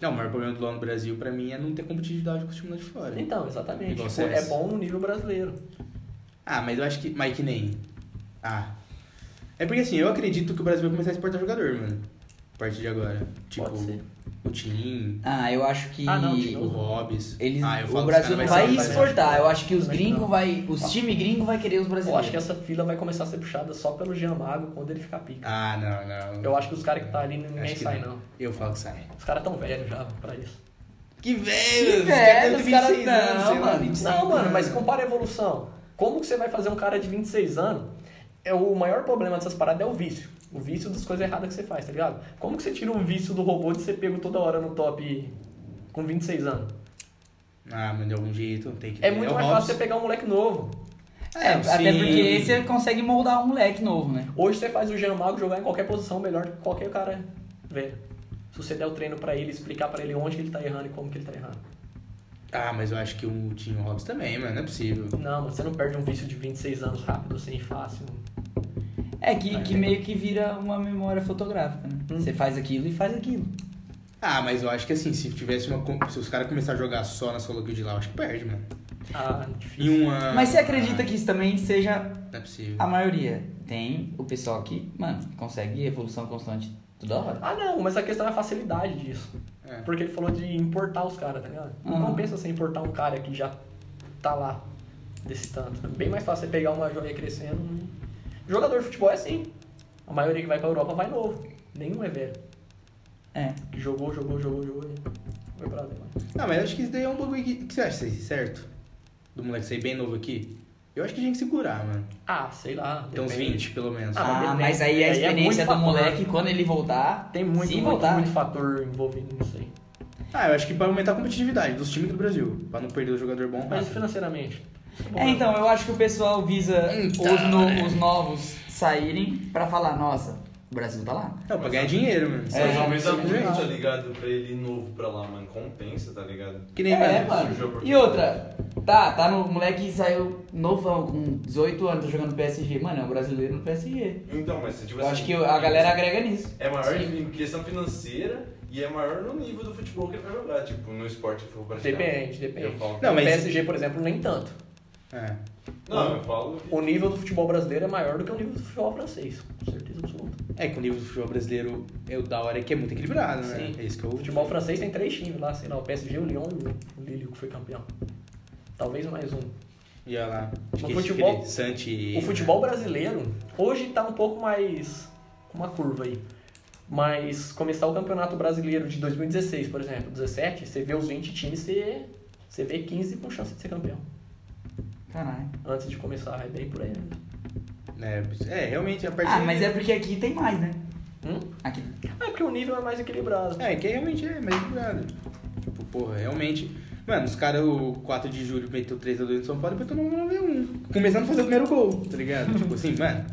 [SPEAKER 2] Não, o maior problema do LoL no Brasil, pra mim, é não ter competitividade com os times lá de fora.
[SPEAKER 3] Então, exatamente.
[SPEAKER 2] Igual
[SPEAKER 3] Tipo,
[SPEAKER 2] CS.
[SPEAKER 3] é bom no nível brasileiro.
[SPEAKER 2] Ah, mas eu acho que... Mas que nem... Ah. É porque, assim, eu acredito que o Brasil vai começar a exportar jogador, mano. A partir de agora. Tipo,
[SPEAKER 3] Pode ser.
[SPEAKER 2] o Tim,
[SPEAKER 1] Ah, eu acho que
[SPEAKER 3] Ah, não, de
[SPEAKER 2] o
[SPEAKER 3] novo.
[SPEAKER 2] Hobbs.
[SPEAKER 1] eles,
[SPEAKER 2] ah, eu falo
[SPEAKER 1] o
[SPEAKER 2] que
[SPEAKER 1] Brasil
[SPEAKER 2] os
[SPEAKER 1] não
[SPEAKER 2] cara
[SPEAKER 1] vai
[SPEAKER 2] ser-
[SPEAKER 1] exportar. Eu acho que os
[SPEAKER 3] Também
[SPEAKER 1] gringos
[SPEAKER 3] não.
[SPEAKER 1] vai, os time gringo vai querer os
[SPEAKER 3] Eu
[SPEAKER 1] brasileiros.
[SPEAKER 3] acho que essa fila vai começar a ser puxada só pelo Jean Mago quando ele ficar pica.
[SPEAKER 2] Ah, não, não.
[SPEAKER 3] Eu acho que os caras que tá ali
[SPEAKER 2] Acho
[SPEAKER 3] ninguém
[SPEAKER 2] que
[SPEAKER 3] sai, não.
[SPEAKER 2] Eu falo que sai.
[SPEAKER 3] Os caras tão velhos já pra isso.
[SPEAKER 2] Que velho!
[SPEAKER 1] Que velho, os caras não, mano.
[SPEAKER 3] Não, mano, mas compara a evolução. Como que você vai fazer um cara de 26 anos? É o maior problema dessas paradas é o vício. O vício das coisas erradas que você faz, tá ligado? Como que você tira um vício do robô de ser pego toda hora no top com 26 anos?
[SPEAKER 2] Ah, mas de algum jeito tem que
[SPEAKER 3] É
[SPEAKER 2] ter.
[SPEAKER 3] muito
[SPEAKER 2] o
[SPEAKER 3] mais
[SPEAKER 2] Hobbs.
[SPEAKER 3] fácil você pegar um moleque novo.
[SPEAKER 1] É,
[SPEAKER 2] É,
[SPEAKER 1] até
[SPEAKER 2] sim.
[SPEAKER 1] porque aí você consegue moldar um moleque novo, né?
[SPEAKER 3] Hoje você faz o Jean Mago jogar em qualquer posição melhor que qualquer cara velho. Se você der o treino pra ele, explicar pra ele onde que ele tá errando e como que ele tá errando.
[SPEAKER 2] Ah, mas eu acho que o Tim Hobbs também, mano. Não é possível.
[SPEAKER 3] Não, mano, você não perde um vício de 26 anos rápido, assim, fácil.
[SPEAKER 1] É que, que meio que vira uma memória fotográfica, né?
[SPEAKER 3] Ah, Hum.
[SPEAKER 1] Você faz aquilo e faz aquilo.
[SPEAKER 2] Ah, mas eu acho que assim, se tivesse uma. com- Se os caras começarem a jogar só na solo guild lá, eu acho que perde, mano.
[SPEAKER 3] Ah,
[SPEAKER 2] Em
[SPEAKER 3] difícil.
[SPEAKER 2] um ano.
[SPEAKER 1] Mas você acredita que Ah. isso também seja
[SPEAKER 2] Não é possível.
[SPEAKER 1] a maioria? Tem o pessoal que, mano, consegue evolução constante toda hora.
[SPEAKER 3] Ah, não, mas a questão é a facilidade disso.
[SPEAKER 2] É.
[SPEAKER 3] Porque ele falou de importar os caras, tá ligado?
[SPEAKER 1] Uhum.
[SPEAKER 3] Não compensa você importar um cara que já tá lá desse tanto. É bem mais fácil você pegar uma joia crescendo. né? Jogador de futebol é assim. A maioria que vai pra Europa vai novo. Nenhum é velho.
[SPEAKER 1] É.
[SPEAKER 3] Que jogou, jogou, jogou, jogou. né? Foi pra lá.
[SPEAKER 2] Ah, mas eu acho que isso daí é um bagulho que. O que você acha, Ceci, certo? Do moleque sair bem novo aqui? Eu acho que tinha que segurar, mano.
[SPEAKER 3] Ah, sei lá.
[SPEAKER 2] Tem uns
[SPEAKER 3] depende.
[SPEAKER 2] 20, pelo menos.
[SPEAKER 3] Ah,
[SPEAKER 1] Ah,
[SPEAKER 3] depende.
[SPEAKER 1] mas aí a
[SPEAKER 3] Aí é
[SPEAKER 1] experiência
[SPEAKER 3] muito
[SPEAKER 1] do
[SPEAKER 3] fator.
[SPEAKER 1] moleque, quando ele voltar,
[SPEAKER 3] Tem muito,
[SPEAKER 1] se
[SPEAKER 3] muito,
[SPEAKER 1] voltar,
[SPEAKER 3] muito
[SPEAKER 1] né?
[SPEAKER 3] fator envolvido nisso aí.
[SPEAKER 2] Ah, eu acho que pra aumentar a competitividade dos times do Brasil. Pra não perder o jogador bom.
[SPEAKER 3] Mas
[SPEAKER 2] rápido.
[SPEAKER 3] financeiramente. isso bom,
[SPEAKER 1] É,
[SPEAKER 3] né?
[SPEAKER 1] então, eu acho que o pessoal visa
[SPEAKER 2] Então,
[SPEAKER 1] os, no- os novos saírem pra falar, nossa, o Brasil tá lá.
[SPEAKER 2] Não, pra ganhar dinheiro, mano.
[SPEAKER 1] É,
[SPEAKER 4] Mas aumenta
[SPEAKER 2] sim,
[SPEAKER 4] muito,
[SPEAKER 2] gente.
[SPEAKER 4] tá ligado? Pra ele ir novo pra lá, mano. Compensa, tá ligado?
[SPEAKER 2] Que nem,
[SPEAKER 1] é,
[SPEAKER 2] mano.
[SPEAKER 1] mano.
[SPEAKER 4] surgiu a
[SPEAKER 1] E outra, tá, tá no o moleque saiu novão, com 18 anos, tá jogando PSG. Mano, é um brasileiro no PSG.
[SPEAKER 4] Então, mas se tivesse.
[SPEAKER 1] Eu acho que a galera agrega nisso.
[SPEAKER 4] É maior
[SPEAKER 1] Sim.
[SPEAKER 4] em questão financeira e é maior no nível do futebol que ele vai jogar, tipo, no esporte que for praticar.
[SPEAKER 3] Depende, depende.
[SPEAKER 4] Eu falo.
[SPEAKER 2] Não,
[SPEAKER 3] o
[SPEAKER 2] mas-
[SPEAKER 3] PSG, por exemplo, nem tanto.
[SPEAKER 2] É.
[SPEAKER 4] Não, eu falo. que-
[SPEAKER 3] O nível do futebol brasileiro é maior do que o nível do futebol francês. Com certeza absoluta.
[SPEAKER 2] É que o nível do futebol brasileiro, é o da hora é que é muito equilibrado, né?
[SPEAKER 3] Sim.
[SPEAKER 2] É isso que eu...
[SPEAKER 3] O futebol francês tem três times lá, sei lá, o PSG, o Lyon e o Lille, que foi campeão. Talvez mais um.
[SPEAKER 2] E olha lá.
[SPEAKER 3] O
[SPEAKER 2] Esqueci
[SPEAKER 3] futebol-
[SPEAKER 2] aquele Santi...
[SPEAKER 3] O futebol brasileiro hoje tá um pouco mais com uma curva aí. Mas começar o Campeonato Brasileiro de 2016, por exemplo, 17, você vê os 20 times, você, você vê 15 com chance de ser campeão.
[SPEAKER 1] Caralho.
[SPEAKER 3] Antes de começar, é bem por aí. Né?
[SPEAKER 2] É, é, realmente, a partir...
[SPEAKER 1] Ah, mas é porque aqui tem mais, né?
[SPEAKER 3] Hum?
[SPEAKER 1] Aqui.
[SPEAKER 3] É porque o nível é mais equilibrado.
[SPEAKER 2] É, que realmente é mais equilibrado. Tipo, porra, realmente... Mano, os caras, o 4 de julho, meteu um 3x2 no São Paulo e botou no 9x1. Começando a fazer o primeiro gol, tá ligado? tipo assim, mano...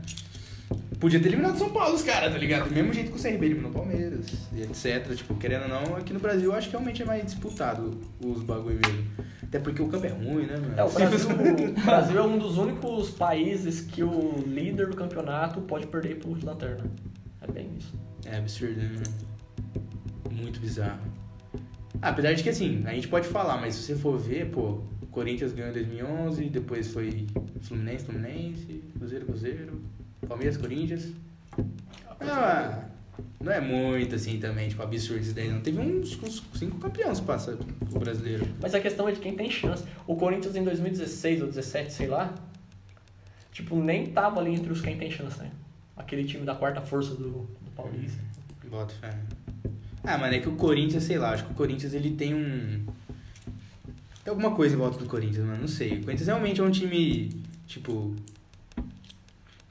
[SPEAKER 2] Podia ter eliminado São Paulo, os caras, tá ligado? Do mesmo jeito que o CRB eliminou o Palmeiras, e etc. Tipo, querendo ou não, aqui no Brasil eu acho que realmente é mais disputado os bagulho mesmo. Até porque o campo é ruim, né, mano?
[SPEAKER 3] É, o Brasil, o Brasil é um dos únicos países que o líder do campeonato pode perder pro lanterna. É bem isso.
[SPEAKER 2] É absurdo, né? Muito bizarro. Ah, apesar de que, assim, a gente pode falar, mas se você for ver, pô, o Corinthians ganhou em 2011, depois foi Fluminense, Fluminense, Cruzeiro, Cruzeiro, Palmeiras, Corinthians. Ah, não é muito, assim, também, tipo, absurdo isso daí, não. Teve uns, uns cinco campeões passa o brasileiro.
[SPEAKER 3] Mas a questão é de quem tem chance. O Corinthians em 2016 ou 17, sei lá, tipo, nem tava ali entre os quem tem chance, né? Aquele time da quarta força do, do Paulista.
[SPEAKER 2] Bota fé. Ah, mano, é que o Corinthians, sei lá, acho que o Corinthians ele tem um. Tem alguma coisa em volta do Corinthians, mano, não sei. O Corinthians realmente é um time, tipo.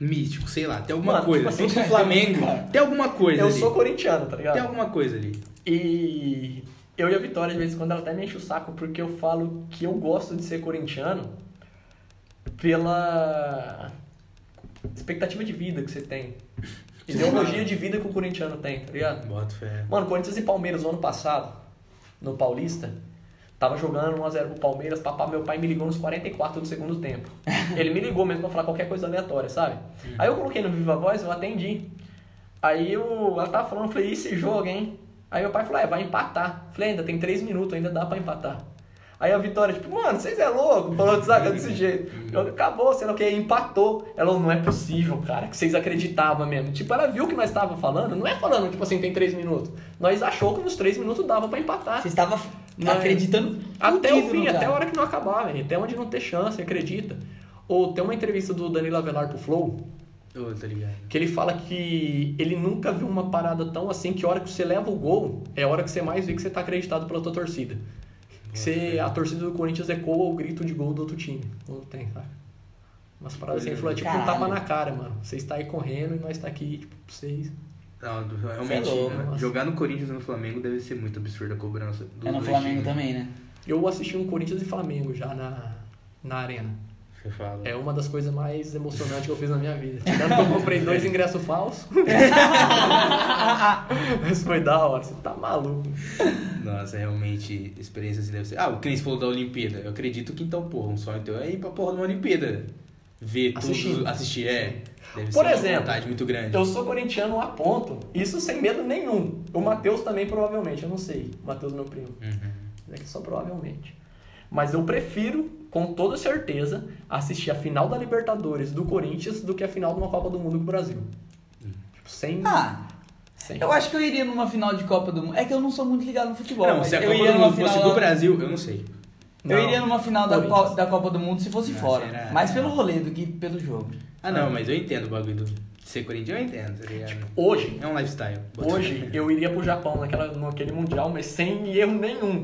[SPEAKER 2] místico, sei lá, tem alguma
[SPEAKER 3] Mano,
[SPEAKER 2] coisa.
[SPEAKER 3] tipo assim,
[SPEAKER 2] Junto com o Flamengo,
[SPEAKER 3] cara,
[SPEAKER 2] tem alguma coisa.
[SPEAKER 3] Eu
[SPEAKER 2] ali.
[SPEAKER 3] sou corintiano, tá ligado?
[SPEAKER 2] Tem alguma coisa ali.
[SPEAKER 3] E eu e a Vitória, de vez em quando, ela até me enche o saco porque eu falo que eu gosto de ser corintiano pela expectativa de vida que você tem. Ideologia de vida que o corintiano tem, tá ligado?
[SPEAKER 2] Bota fé.
[SPEAKER 3] Mano, Corinthians e Palmeiras no ano passado, no Paulista, tava jogando 1x0 pro Palmeiras, papá, meu pai me ligou nos 44 do segundo tempo. Ele me ligou mesmo pra falar qualquer coisa aleatória, sabe? Aí eu coloquei no Viva Voz, eu atendi. Aí eu, ela tava falando, eu falei, e esse jogo, hein? Aí meu pai falou, é, vai empatar. Eu Falei, ainda tem 3 minutos, ainda dá pra empatar. Aí a Vitória, tipo, mano, vocês é louco, falou de zaga desse jeito. O jogo acabou, sei lá o que, empatou. Ela, não é possível, cara, que vocês acreditavam mesmo. Tipo, ela viu o que nós tava falando, não é falando, tipo assim, tem três minutos. Nós achou que nos três minutos dava pra
[SPEAKER 2] Ah.
[SPEAKER 3] empatar.
[SPEAKER 1] Você estava
[SPEAKER 3] Mas-
[SPEAKER 1] acreditando
[SPEAKER 3] Até o
[SPEAKER 1] fudido no
[SPEAKER 3] fim,
[SPEAKER 1] cara.
[SPEAKER 3] até a hora que não acabar, velho. Até onde não ter chance, acredita. Ou tem uma entrevista do Danilo Avelar pro Flow,
[SPEAKER 2] Ô, tá ligado.
[SPEAKER 3] que ele fala que ele nunca viu uma parada tão assim que a hora que você leva o gol, é a hora que você mais vê que você tá acreditado pela tua torcida. Que você, a torcida do Corinthians ecoa o grito de gol do outro time. Não tem, cara. Umas paradas assim, ele falou, é tipo um
[SPEAKER 1] Caralho.
[SPEAKER 3] tapa na cara, mano. Você está aí correndo e nós tá aqui, tipo, pra vocês.
[SPEAKER 2] Não, realmente,
[SPEAKER 1] Cê é louco,
[SPEAKER 2] né?
[SPEAKER 3] nossa.
[SPEAKER 2] jogar no Corinthians e no Flamengo deve ser muito absurda a cobrança. dos
[SPEAKER 1] É no
[SPEAKER 2] dois
[SPEAKER 1] Flamengo
[SPEAKER 2] times.
[SPEAKER 1] também, né?
[SPEAKER 3] Eu assisti um Corinthians e Flamengo já na, na arena.
[SPEAKER 2] Você fala.
[SPEAKER 3] É uma das coisas mais emocionantes que eu fiz na minha vida. Tanto que eu comprei dois ingressos falsos. Mas foi da hora, você tá maluco.
[SPEAKER 2] Nossa, realmente, experiência assim deve ser. Ah, o Cris falou da Olimpíada. Eu acredito que então, porra, um sonho teu é ir pra porra de uma Olimpíada. Ver
[SPEAKER 3] Assistir.
[SPEAKER 2] tudo, assistir, é. Deve
[SPEAKER 3] Por
[SPEAKER 2] ser uma
[SPEAKER 3] exemplo,
[SPEAKER 2] vontade muito
[SPEAKER 1] É.
[SPEAKER 2] grande.
[SPEAKER 3] Eu sou corintiano a ponto, isso sem medo nenhum. O Matheus também, provavelmente, eu não sei. O Matheus, meu primo.
[SPEAKER 2] Uhum.
[SPEAKER 3] É que só provavelmente. Mas eu prefiro, com toda certeza, assistir a final da Libertadores do Corinthians do que a final de uma Copa do Mundo com o Brasil. Tipo, sem.
[SPEAKER 1] Hum. Ah,
[SPEAKER 3] sem.
[SPEAKER 1] eu acho que eu iria numa final de Copa do Mundo. É que eu não sou muito ligado no futebol.
[SPEAKER 2] Não,
[SPEAKER 1] mas
[SPEAKER 2] se a
[SPEAKER 1] eu
[SPEAKER 2] Copa
[SPEAKER 1] iria
[SPEAKER 2] do
[SPEAKER 1] numa
[SPEAKER 2] Mundo fosse
[SPEAKER 1] final
[SPEAKER 2] do
[SPEAKER 1] lá-
[SPEAKER 2] Brasil, eu não sei.
[SPEAKER 1] Eu
[SPEAKER 3] Não.
[SPEAKER 1] iria numa final da,
[SPEAKER 3] Corinthians.
[SPEAKER 1] Co- da Copa do Mundo se fosse
[SPEAKER 2] Não,
[SPEAKER 1] fora.
[SPEAKER 2] será?
[SPEAKER 1] Mais pelo rolê do que pelo jogo.
[SPEAKER 2] Ah,
[SPEAKER 1] É.
[SPEAKER 2] não, mas eu entendo o bagulho do de ser corintiano, eu entendo, tá
[SPEAKER 1] Tipo,
[SPEAKER 2] ligado?
[SPEAKER 3] Hoje,
[SPEAKER 2] É um lifestyle.
[SPEAKER 3] Hoje eu iria pro Japão naquela, naquele Mundial, mas sem erro nenhum.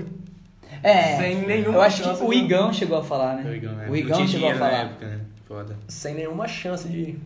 [SPEAKER 1] É.
[SPEAKER 3] Sem nenhuma
[SPEAKER 1] Eu acho
[SPEAKER 3] chance,
[SPEAKER 1] que o
[SPEAKER 3] né?
[SPEAKER 1] Igão chegou a falar, né?
[SPEAKER 2] O Igão, é.
[SPEAKER 1] O
[SPEAKER 2] Não
[SPEAKER 1] Igão
[SPEAKER 2] tinha
[SPEAKER 1] chegou a
[SPEAKER 2] dinheiro na
[SPEAKER 1] falar.
[SPEAKER 2] época, né? Foda.
[SPEAKER 3] Sem nenhuma chance de.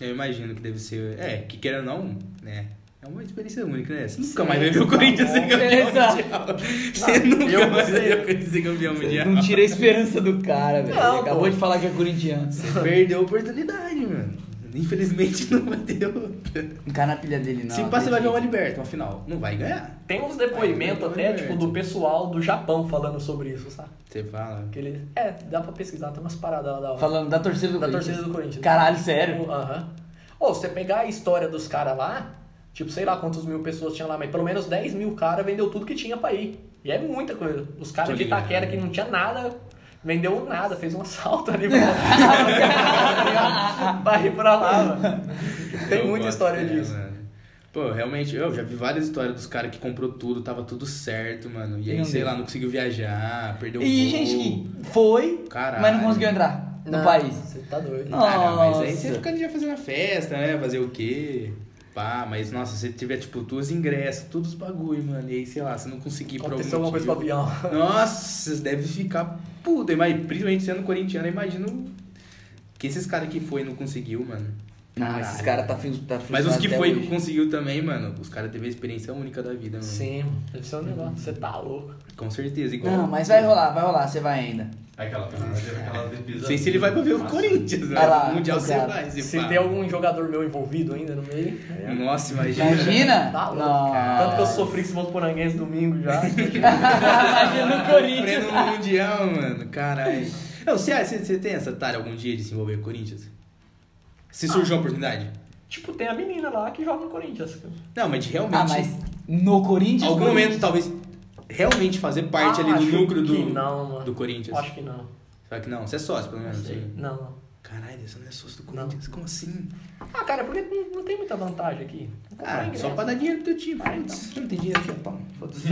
[SPEAKER 2] Eu imagino que deve ser. É, que queira ou não, né? É uma experiência única, né? Você nunca
[SPEAKER 3] Sim,
[SPEAKER 2] mais vai ver o
[SPEAKER 3] tá
[SPEAKER 2] Corinthians ser
[SPEAKER 3] bom.
[SPEAKER 2] campeão
[SPEAKER 1] Exato.
[SPEAKER 2] mundial. Você
[SPEAKER 3] Não,
[SPEAKER 2] nunca
[SPEAKER 3] eu
[SPEAKER 2] mais vai
[SPEAKER 3] sei.
[SPEAKER 2] ver o Corinthians ser campeão mundial.
[SPEAKER 1] Não tira a esperança do cara, velho.
[SPEAKER 3] Não,
[SPEAKER 1] Ele Acabou
[SPEAKER 3] pô.
[SPEAKER 1] de falar que é corintiano.
[SPEAKER 2] Você perdeu a oportunidade, mano. Infelizmente não bateu. outra.
[SPEAKER 1] Não cai na pilha dele, não.
[SPEAKER 2] Se passa, você vai ver
[SPEAKER 1] acredito.
[SPEAKER 2] uma liberta, uma final. Não vai ganhar.
[SPEAKER 3] Tem uns depoimentos
[SPEAKER 2] Ai,
[SPEAKER 3] até,
[SPEAKER 2] meu
[SPEAKER 3] tipo,
[SPEAKER 2] Deus.
[SPEAKER 3] do pessoal do Japão falando sobre isso, sabe?
[SPEAKER 2] Você fala.
[SPEAKER 3] Que ele... É, dá pra pesquisar, tem umas paradas lá da hora.
[SPEAKER 1] Falando da torcida do
[SPEAKER 3] da
[SPEAKER 1] Corinthians.
[SPEAKER 3] torcida do Corinthians.
[SPEAKER 1] Caralho, sério?
[SPEAKER 3] Aham. Ou você pegar a história dos caras lá, tipo, sei lá quantos mil pessoas tinha lá, mas pelo menos 10 mil caras vendeu tudo que tinha pra ir. E é muita coisa. Os
[SPEAKER 2] Tô
[SPEAKER 3] caras de
[SPEAKER 2] ligado.
[SPEAKER 3] Itaquera que não tinha nada, vendeu nada, fez um assalto ali pra, pra- pra ir pra lá, mano. Tem
[SPEAKER 2] Eu
[SPEAKER 3] muita
[SPEAKER 2] gosto
[SPEAKER 3] história
[SPEAKER 2] dela,
[SPEAKER 3] disso.
[SPEAKER 2] mano. Pô, realmente, eu já vi várias histórias dos caras que comprou tudo, tava tudo certo, mano. E aí,
[SPEAKER 1] Não
[SPEAKER 2] sei
[SPEAKER 1] deu.
[SPEAKER 2] lá, não conseguiu viajar, perdeu o
[SPEAKER 1] E
[SPEAKER 2] voo.
[SPEAKER 1] gente que foi,
[SPEAKER 2] Caralho.
[SPEAKER 1] mas não conseguiu entrar no país.
[SPEAKER 3] Você tá doido.
[SPEAKER 1] Não.
[SPEAKER 2] Ah, não, mas aí
[SPEAKER 1] Nossa.
[SPEAKER 2] você fica já fazendo a festa, né? Fazer o quê? Pá, mas nossa, se tiver, tipo, duas ingressos, todos os bagulho, mano. E aí, sei lá, você não conseguir por algum
[SPEAKER 3] Aconteceu alguma coisa com o
[SPEAKER 2] motivo.
[SPEAKER 3] avião.
[SPEAKER 2] Nossa, você deve ficar puto. Ima- Principalmente sendo corintiano, eu imagino que esses caras que foi e não conseguiu, mano.
[SPEAKER 1] Não, esses caras tá, frio- tá
[SPEAKER 2] Mas os
[SPEAKER 1] frustrado
[SPEAKER 2] que
[SPEAKER 1] até
[SPEAKER 2] foi e
[SPEAKER 1] hoje.
[SPEAKER 2] conseguiu também, mano, os caras teve a experiência única da vida, mano.
[SPEAKER 3] Sim, deve ser um negócio. Você tá louco.
[SPEAKER 2] Com certeza, igual.
[SPEAKER 1] Não, mas vai rolar, vai rolar, você vai ainda.
[SPEAKER 4] Aquela penalidade, aquela
[SPEAKER 2] Não
[SPEAKER 4] depisa.
[SPEAKER 2] sei se ele vai pra ver o Corinthians, né?
[SPEAKER 1] Vai lá,
[SPEAKER 2] Mundial você
[SPEAKER 1] cara.
[SPEAKER 2] vai. você
[SPEAKER 3] Se
[SPEAKER 2] fala.
[SPEAKER 3] tem algum jogador meu envolvido ainda no meio. é
[SPEAKER 2] Nossa, imagina.
[SPEAKER 1] né?
[SPEAKER 2] Hum.
[SPEAKER 1] Imagina?
[SPEAKER 3] Tá louco.
[SPEAKER 1] Nossa.
[SPEAKER 3] Tanto que eu sofri com esse Botoporanguense domingo já.
[SPEAKER 1] Imagina É no Corinthians.
[SPEAKER 2] Sofrendo no Mundial, mano. Caralho. Não, você, você, você tem essa tarefa algum dia de se envolver com o Corinthians? Se surgiu a oportunidade?
[SPEAKER 3] tipo, tem a menina lá que joga no Corinthians.
[SPEAKER 2] Não, mas de realmente.
[SPEAKER 1] Ah, mas no Corinthians.
[SPEAKER 2] Algum
[SPEAKER 1] Corinthians.
[SPEAKER 2] momento, talvez, realmente fazer parte
[SPEAKER 3] Ah,
[SPEAKER 2] ali
[SPEAKER 3] acho
[SPEAKER 2] do núcleo
[SPEAKER 3] que
[SPEAKER 2] do,
[SPEAKER 3] não, mano.
[SPEAKER 2] do Corinthians.
[SPEAKER 3] Acho que não.
[SPEAKER 2] Só que não, você é sócio, pelo menos. Sim.
[SPEAKER 3] Não, não.
[SPEAKER 2] Caralho, você não é sócio do Corinthians? Como assim?
[SPEAKER 3] Ah, cara, porque não, não tem muita vantagem aqui.
[SPEAKER 2] Ah, só pra dar dinheiro pro teu time. Foda-se. Você não tem dinheiro aqui, pau. Foda-se.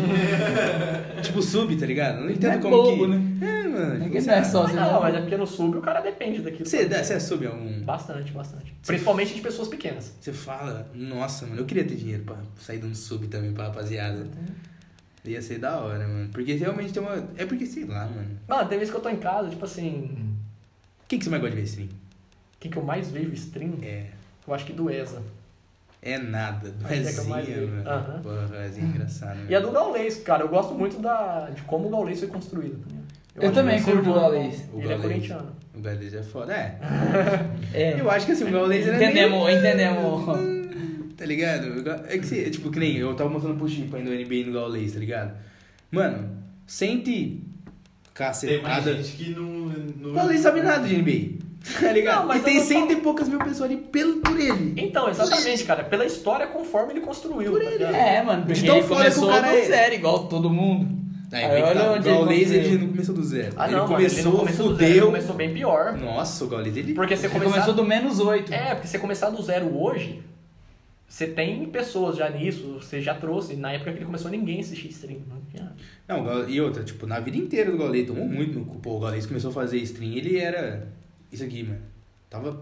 [SPEAKER 2] tipo sub, tá ligado? Não entendo
[SPEAKER 1] é
[SPEAKER 2] como
[SPEAKER 1] bobo,
[SPEAKER 2] que...
[SPEAKER 1] né?
[SPEAKER 2] É, mano.
[SPEAKER 1] Ninguém
[SPEAKER 2] tipo,
[SPEAKER 1] não é
[SPEAKER 2] você-
[SPEAKER 1] sócio.
[SPEAKER 3] Mas não, mas é porque no sub o cara depende daquilo.
[SPEAKER 2] Você, dá- você é sub algum...
[SPEAKER 3] Bastante, bastante. Principalmente de pessoas pequenas.
[SPEAKER 2] Você fala, nossa, mano, eu queria ter dinheiro pra sair dando sub também pra rapaziada. Ia ser da hora, mano. Porque realmente tem uma... É porque, sei lá, mano.
[SPEAKER 3] Mano, tem vezes que eu tô em casa, tipo assim.
[SPEAKER 2] O que, que você mais gosta de ver, stream?
[SPEAKER 3] Quem que eu mais vejo stream?
[SPEAKER 2] É...
[SPEAKER 3] Eu acho que do ESA.
[SPEAKER 2] É nada, do
[SPEAKER 3] Acho que é que eu mais
[SPEAKER 2] Rezinha,
[SPEAKER 3] vi.
[SPEAKER 2] mano.
[SPEAKER 3] Aham.
[SPEAKER 2] Porra, Rezinha é engraçado,
[SPEAKER 3] E a
[SPEAKER 2] mano.
[SPEAKER 3] do Gaulês, cara, eu gosto muito da, de como o Gaulês foi construído. também.
[SPEAKER 1] Eu
[SPEAKER 3] acho
[SPEAKER 1] também
[SPEAKER 3] que
[SPEAKER 1] curto
[SPEAKER 3] surgiu-
[SPEAKER 1] o Gaulês.
[SPEAKER 2] O
[SPEAKER 3] Ele é
[SPEAKER 2] Gaulês.
[SPEAKER 3] corintiano.
[SPEAKER 2] O Gaules é foda, é.
[SPEAKER 1] É.
[SPEAKER 2] Eu acho que assim, o Gaules era
[SPEAKER 1] Entendemos,
[SPEAKER 2] meio...
[SPEAKER 1] entendemos.
[SPEAKER 2] Tá ligado? O Gau- É que, se- tipo, que nem eu tava mostrando pro Chico ainda o NBA e no Gaules, tá ligado? Mano, sente
[SPEAKER 4] Tem mais
[SPEAKER 2] cacetada...
[SPEAKER 4] gente que não. não...
[SPEAKER 2] O Gaules sabe nada de NBA, tá ligado?
[SPEAKER 3] Não, mas
[SPEAKER 2] e
[SPEAKER 3] eu
[SPEAKER 2] tem
[SPEAKER 3] tô
[SPEAKER 2] cento
[SPEAKER 3] falando-
[SPEAKER 2] e poucas mil pessoas ali pelo, por ele.
[SPEAKER 3] Então, exatamente, cara. Pela história conforme ele construiu. tá ligado?
[SPEAKER 1] É, mano, porque
[SPEAKER 2] De tão
[SPEAKER 1] ele
[SPEAKER 2] foda que o
[SPEAKER 1] começou
[SPEAKER 2] cara
[SPEAKER 1] do
[SPEAKER 2] é.
[SPEAKER 1] zero, igual todo mundo.
[SPEAKER 2] Aí,
[SPEAKER 1] Aí
[SPEAKER 2] aí que
[SPEAKER 1] olha
[SPEAKER 2] tá, o
[SPEAKER 1] onde ele
[SPEAKER 2] Gaules ele,
[SPEAKER 1] conseguiu.
[SPEAKER 2] não começou do zero.
[SPEAKER 3] Ah,
[SPEAKER 2] ele,
[SPEAKER 3] não, mano,
[SPEAKER 2] começou,
[SPEAKER 3] ele não começou do zero,
[SPEAKER 2] fudeu.
[SPEAKER 3] ele começou bem pior.
[SPEAKER 2] Nossa, o Gaules, ele...
[SPEAKER 3] Porque você
[SPEAKER 1] Ele
[SPEAKER 3] começar...
[SPEAKER 1] começou do menos 8.
[SPEAKER 3] É, porque você começar do zero hoje, você tem pessoas já nisso, você já trouxe. Na época que ele começou, ninguém assistia stream. Não tinha.
[SPEAKER 2] Não, o Gal- e outra, tipo, na vida inteira do Gaules tomou muito no cu. Pô, o Gaules começou a fazer stream, ele era isso aqui, mano. Tava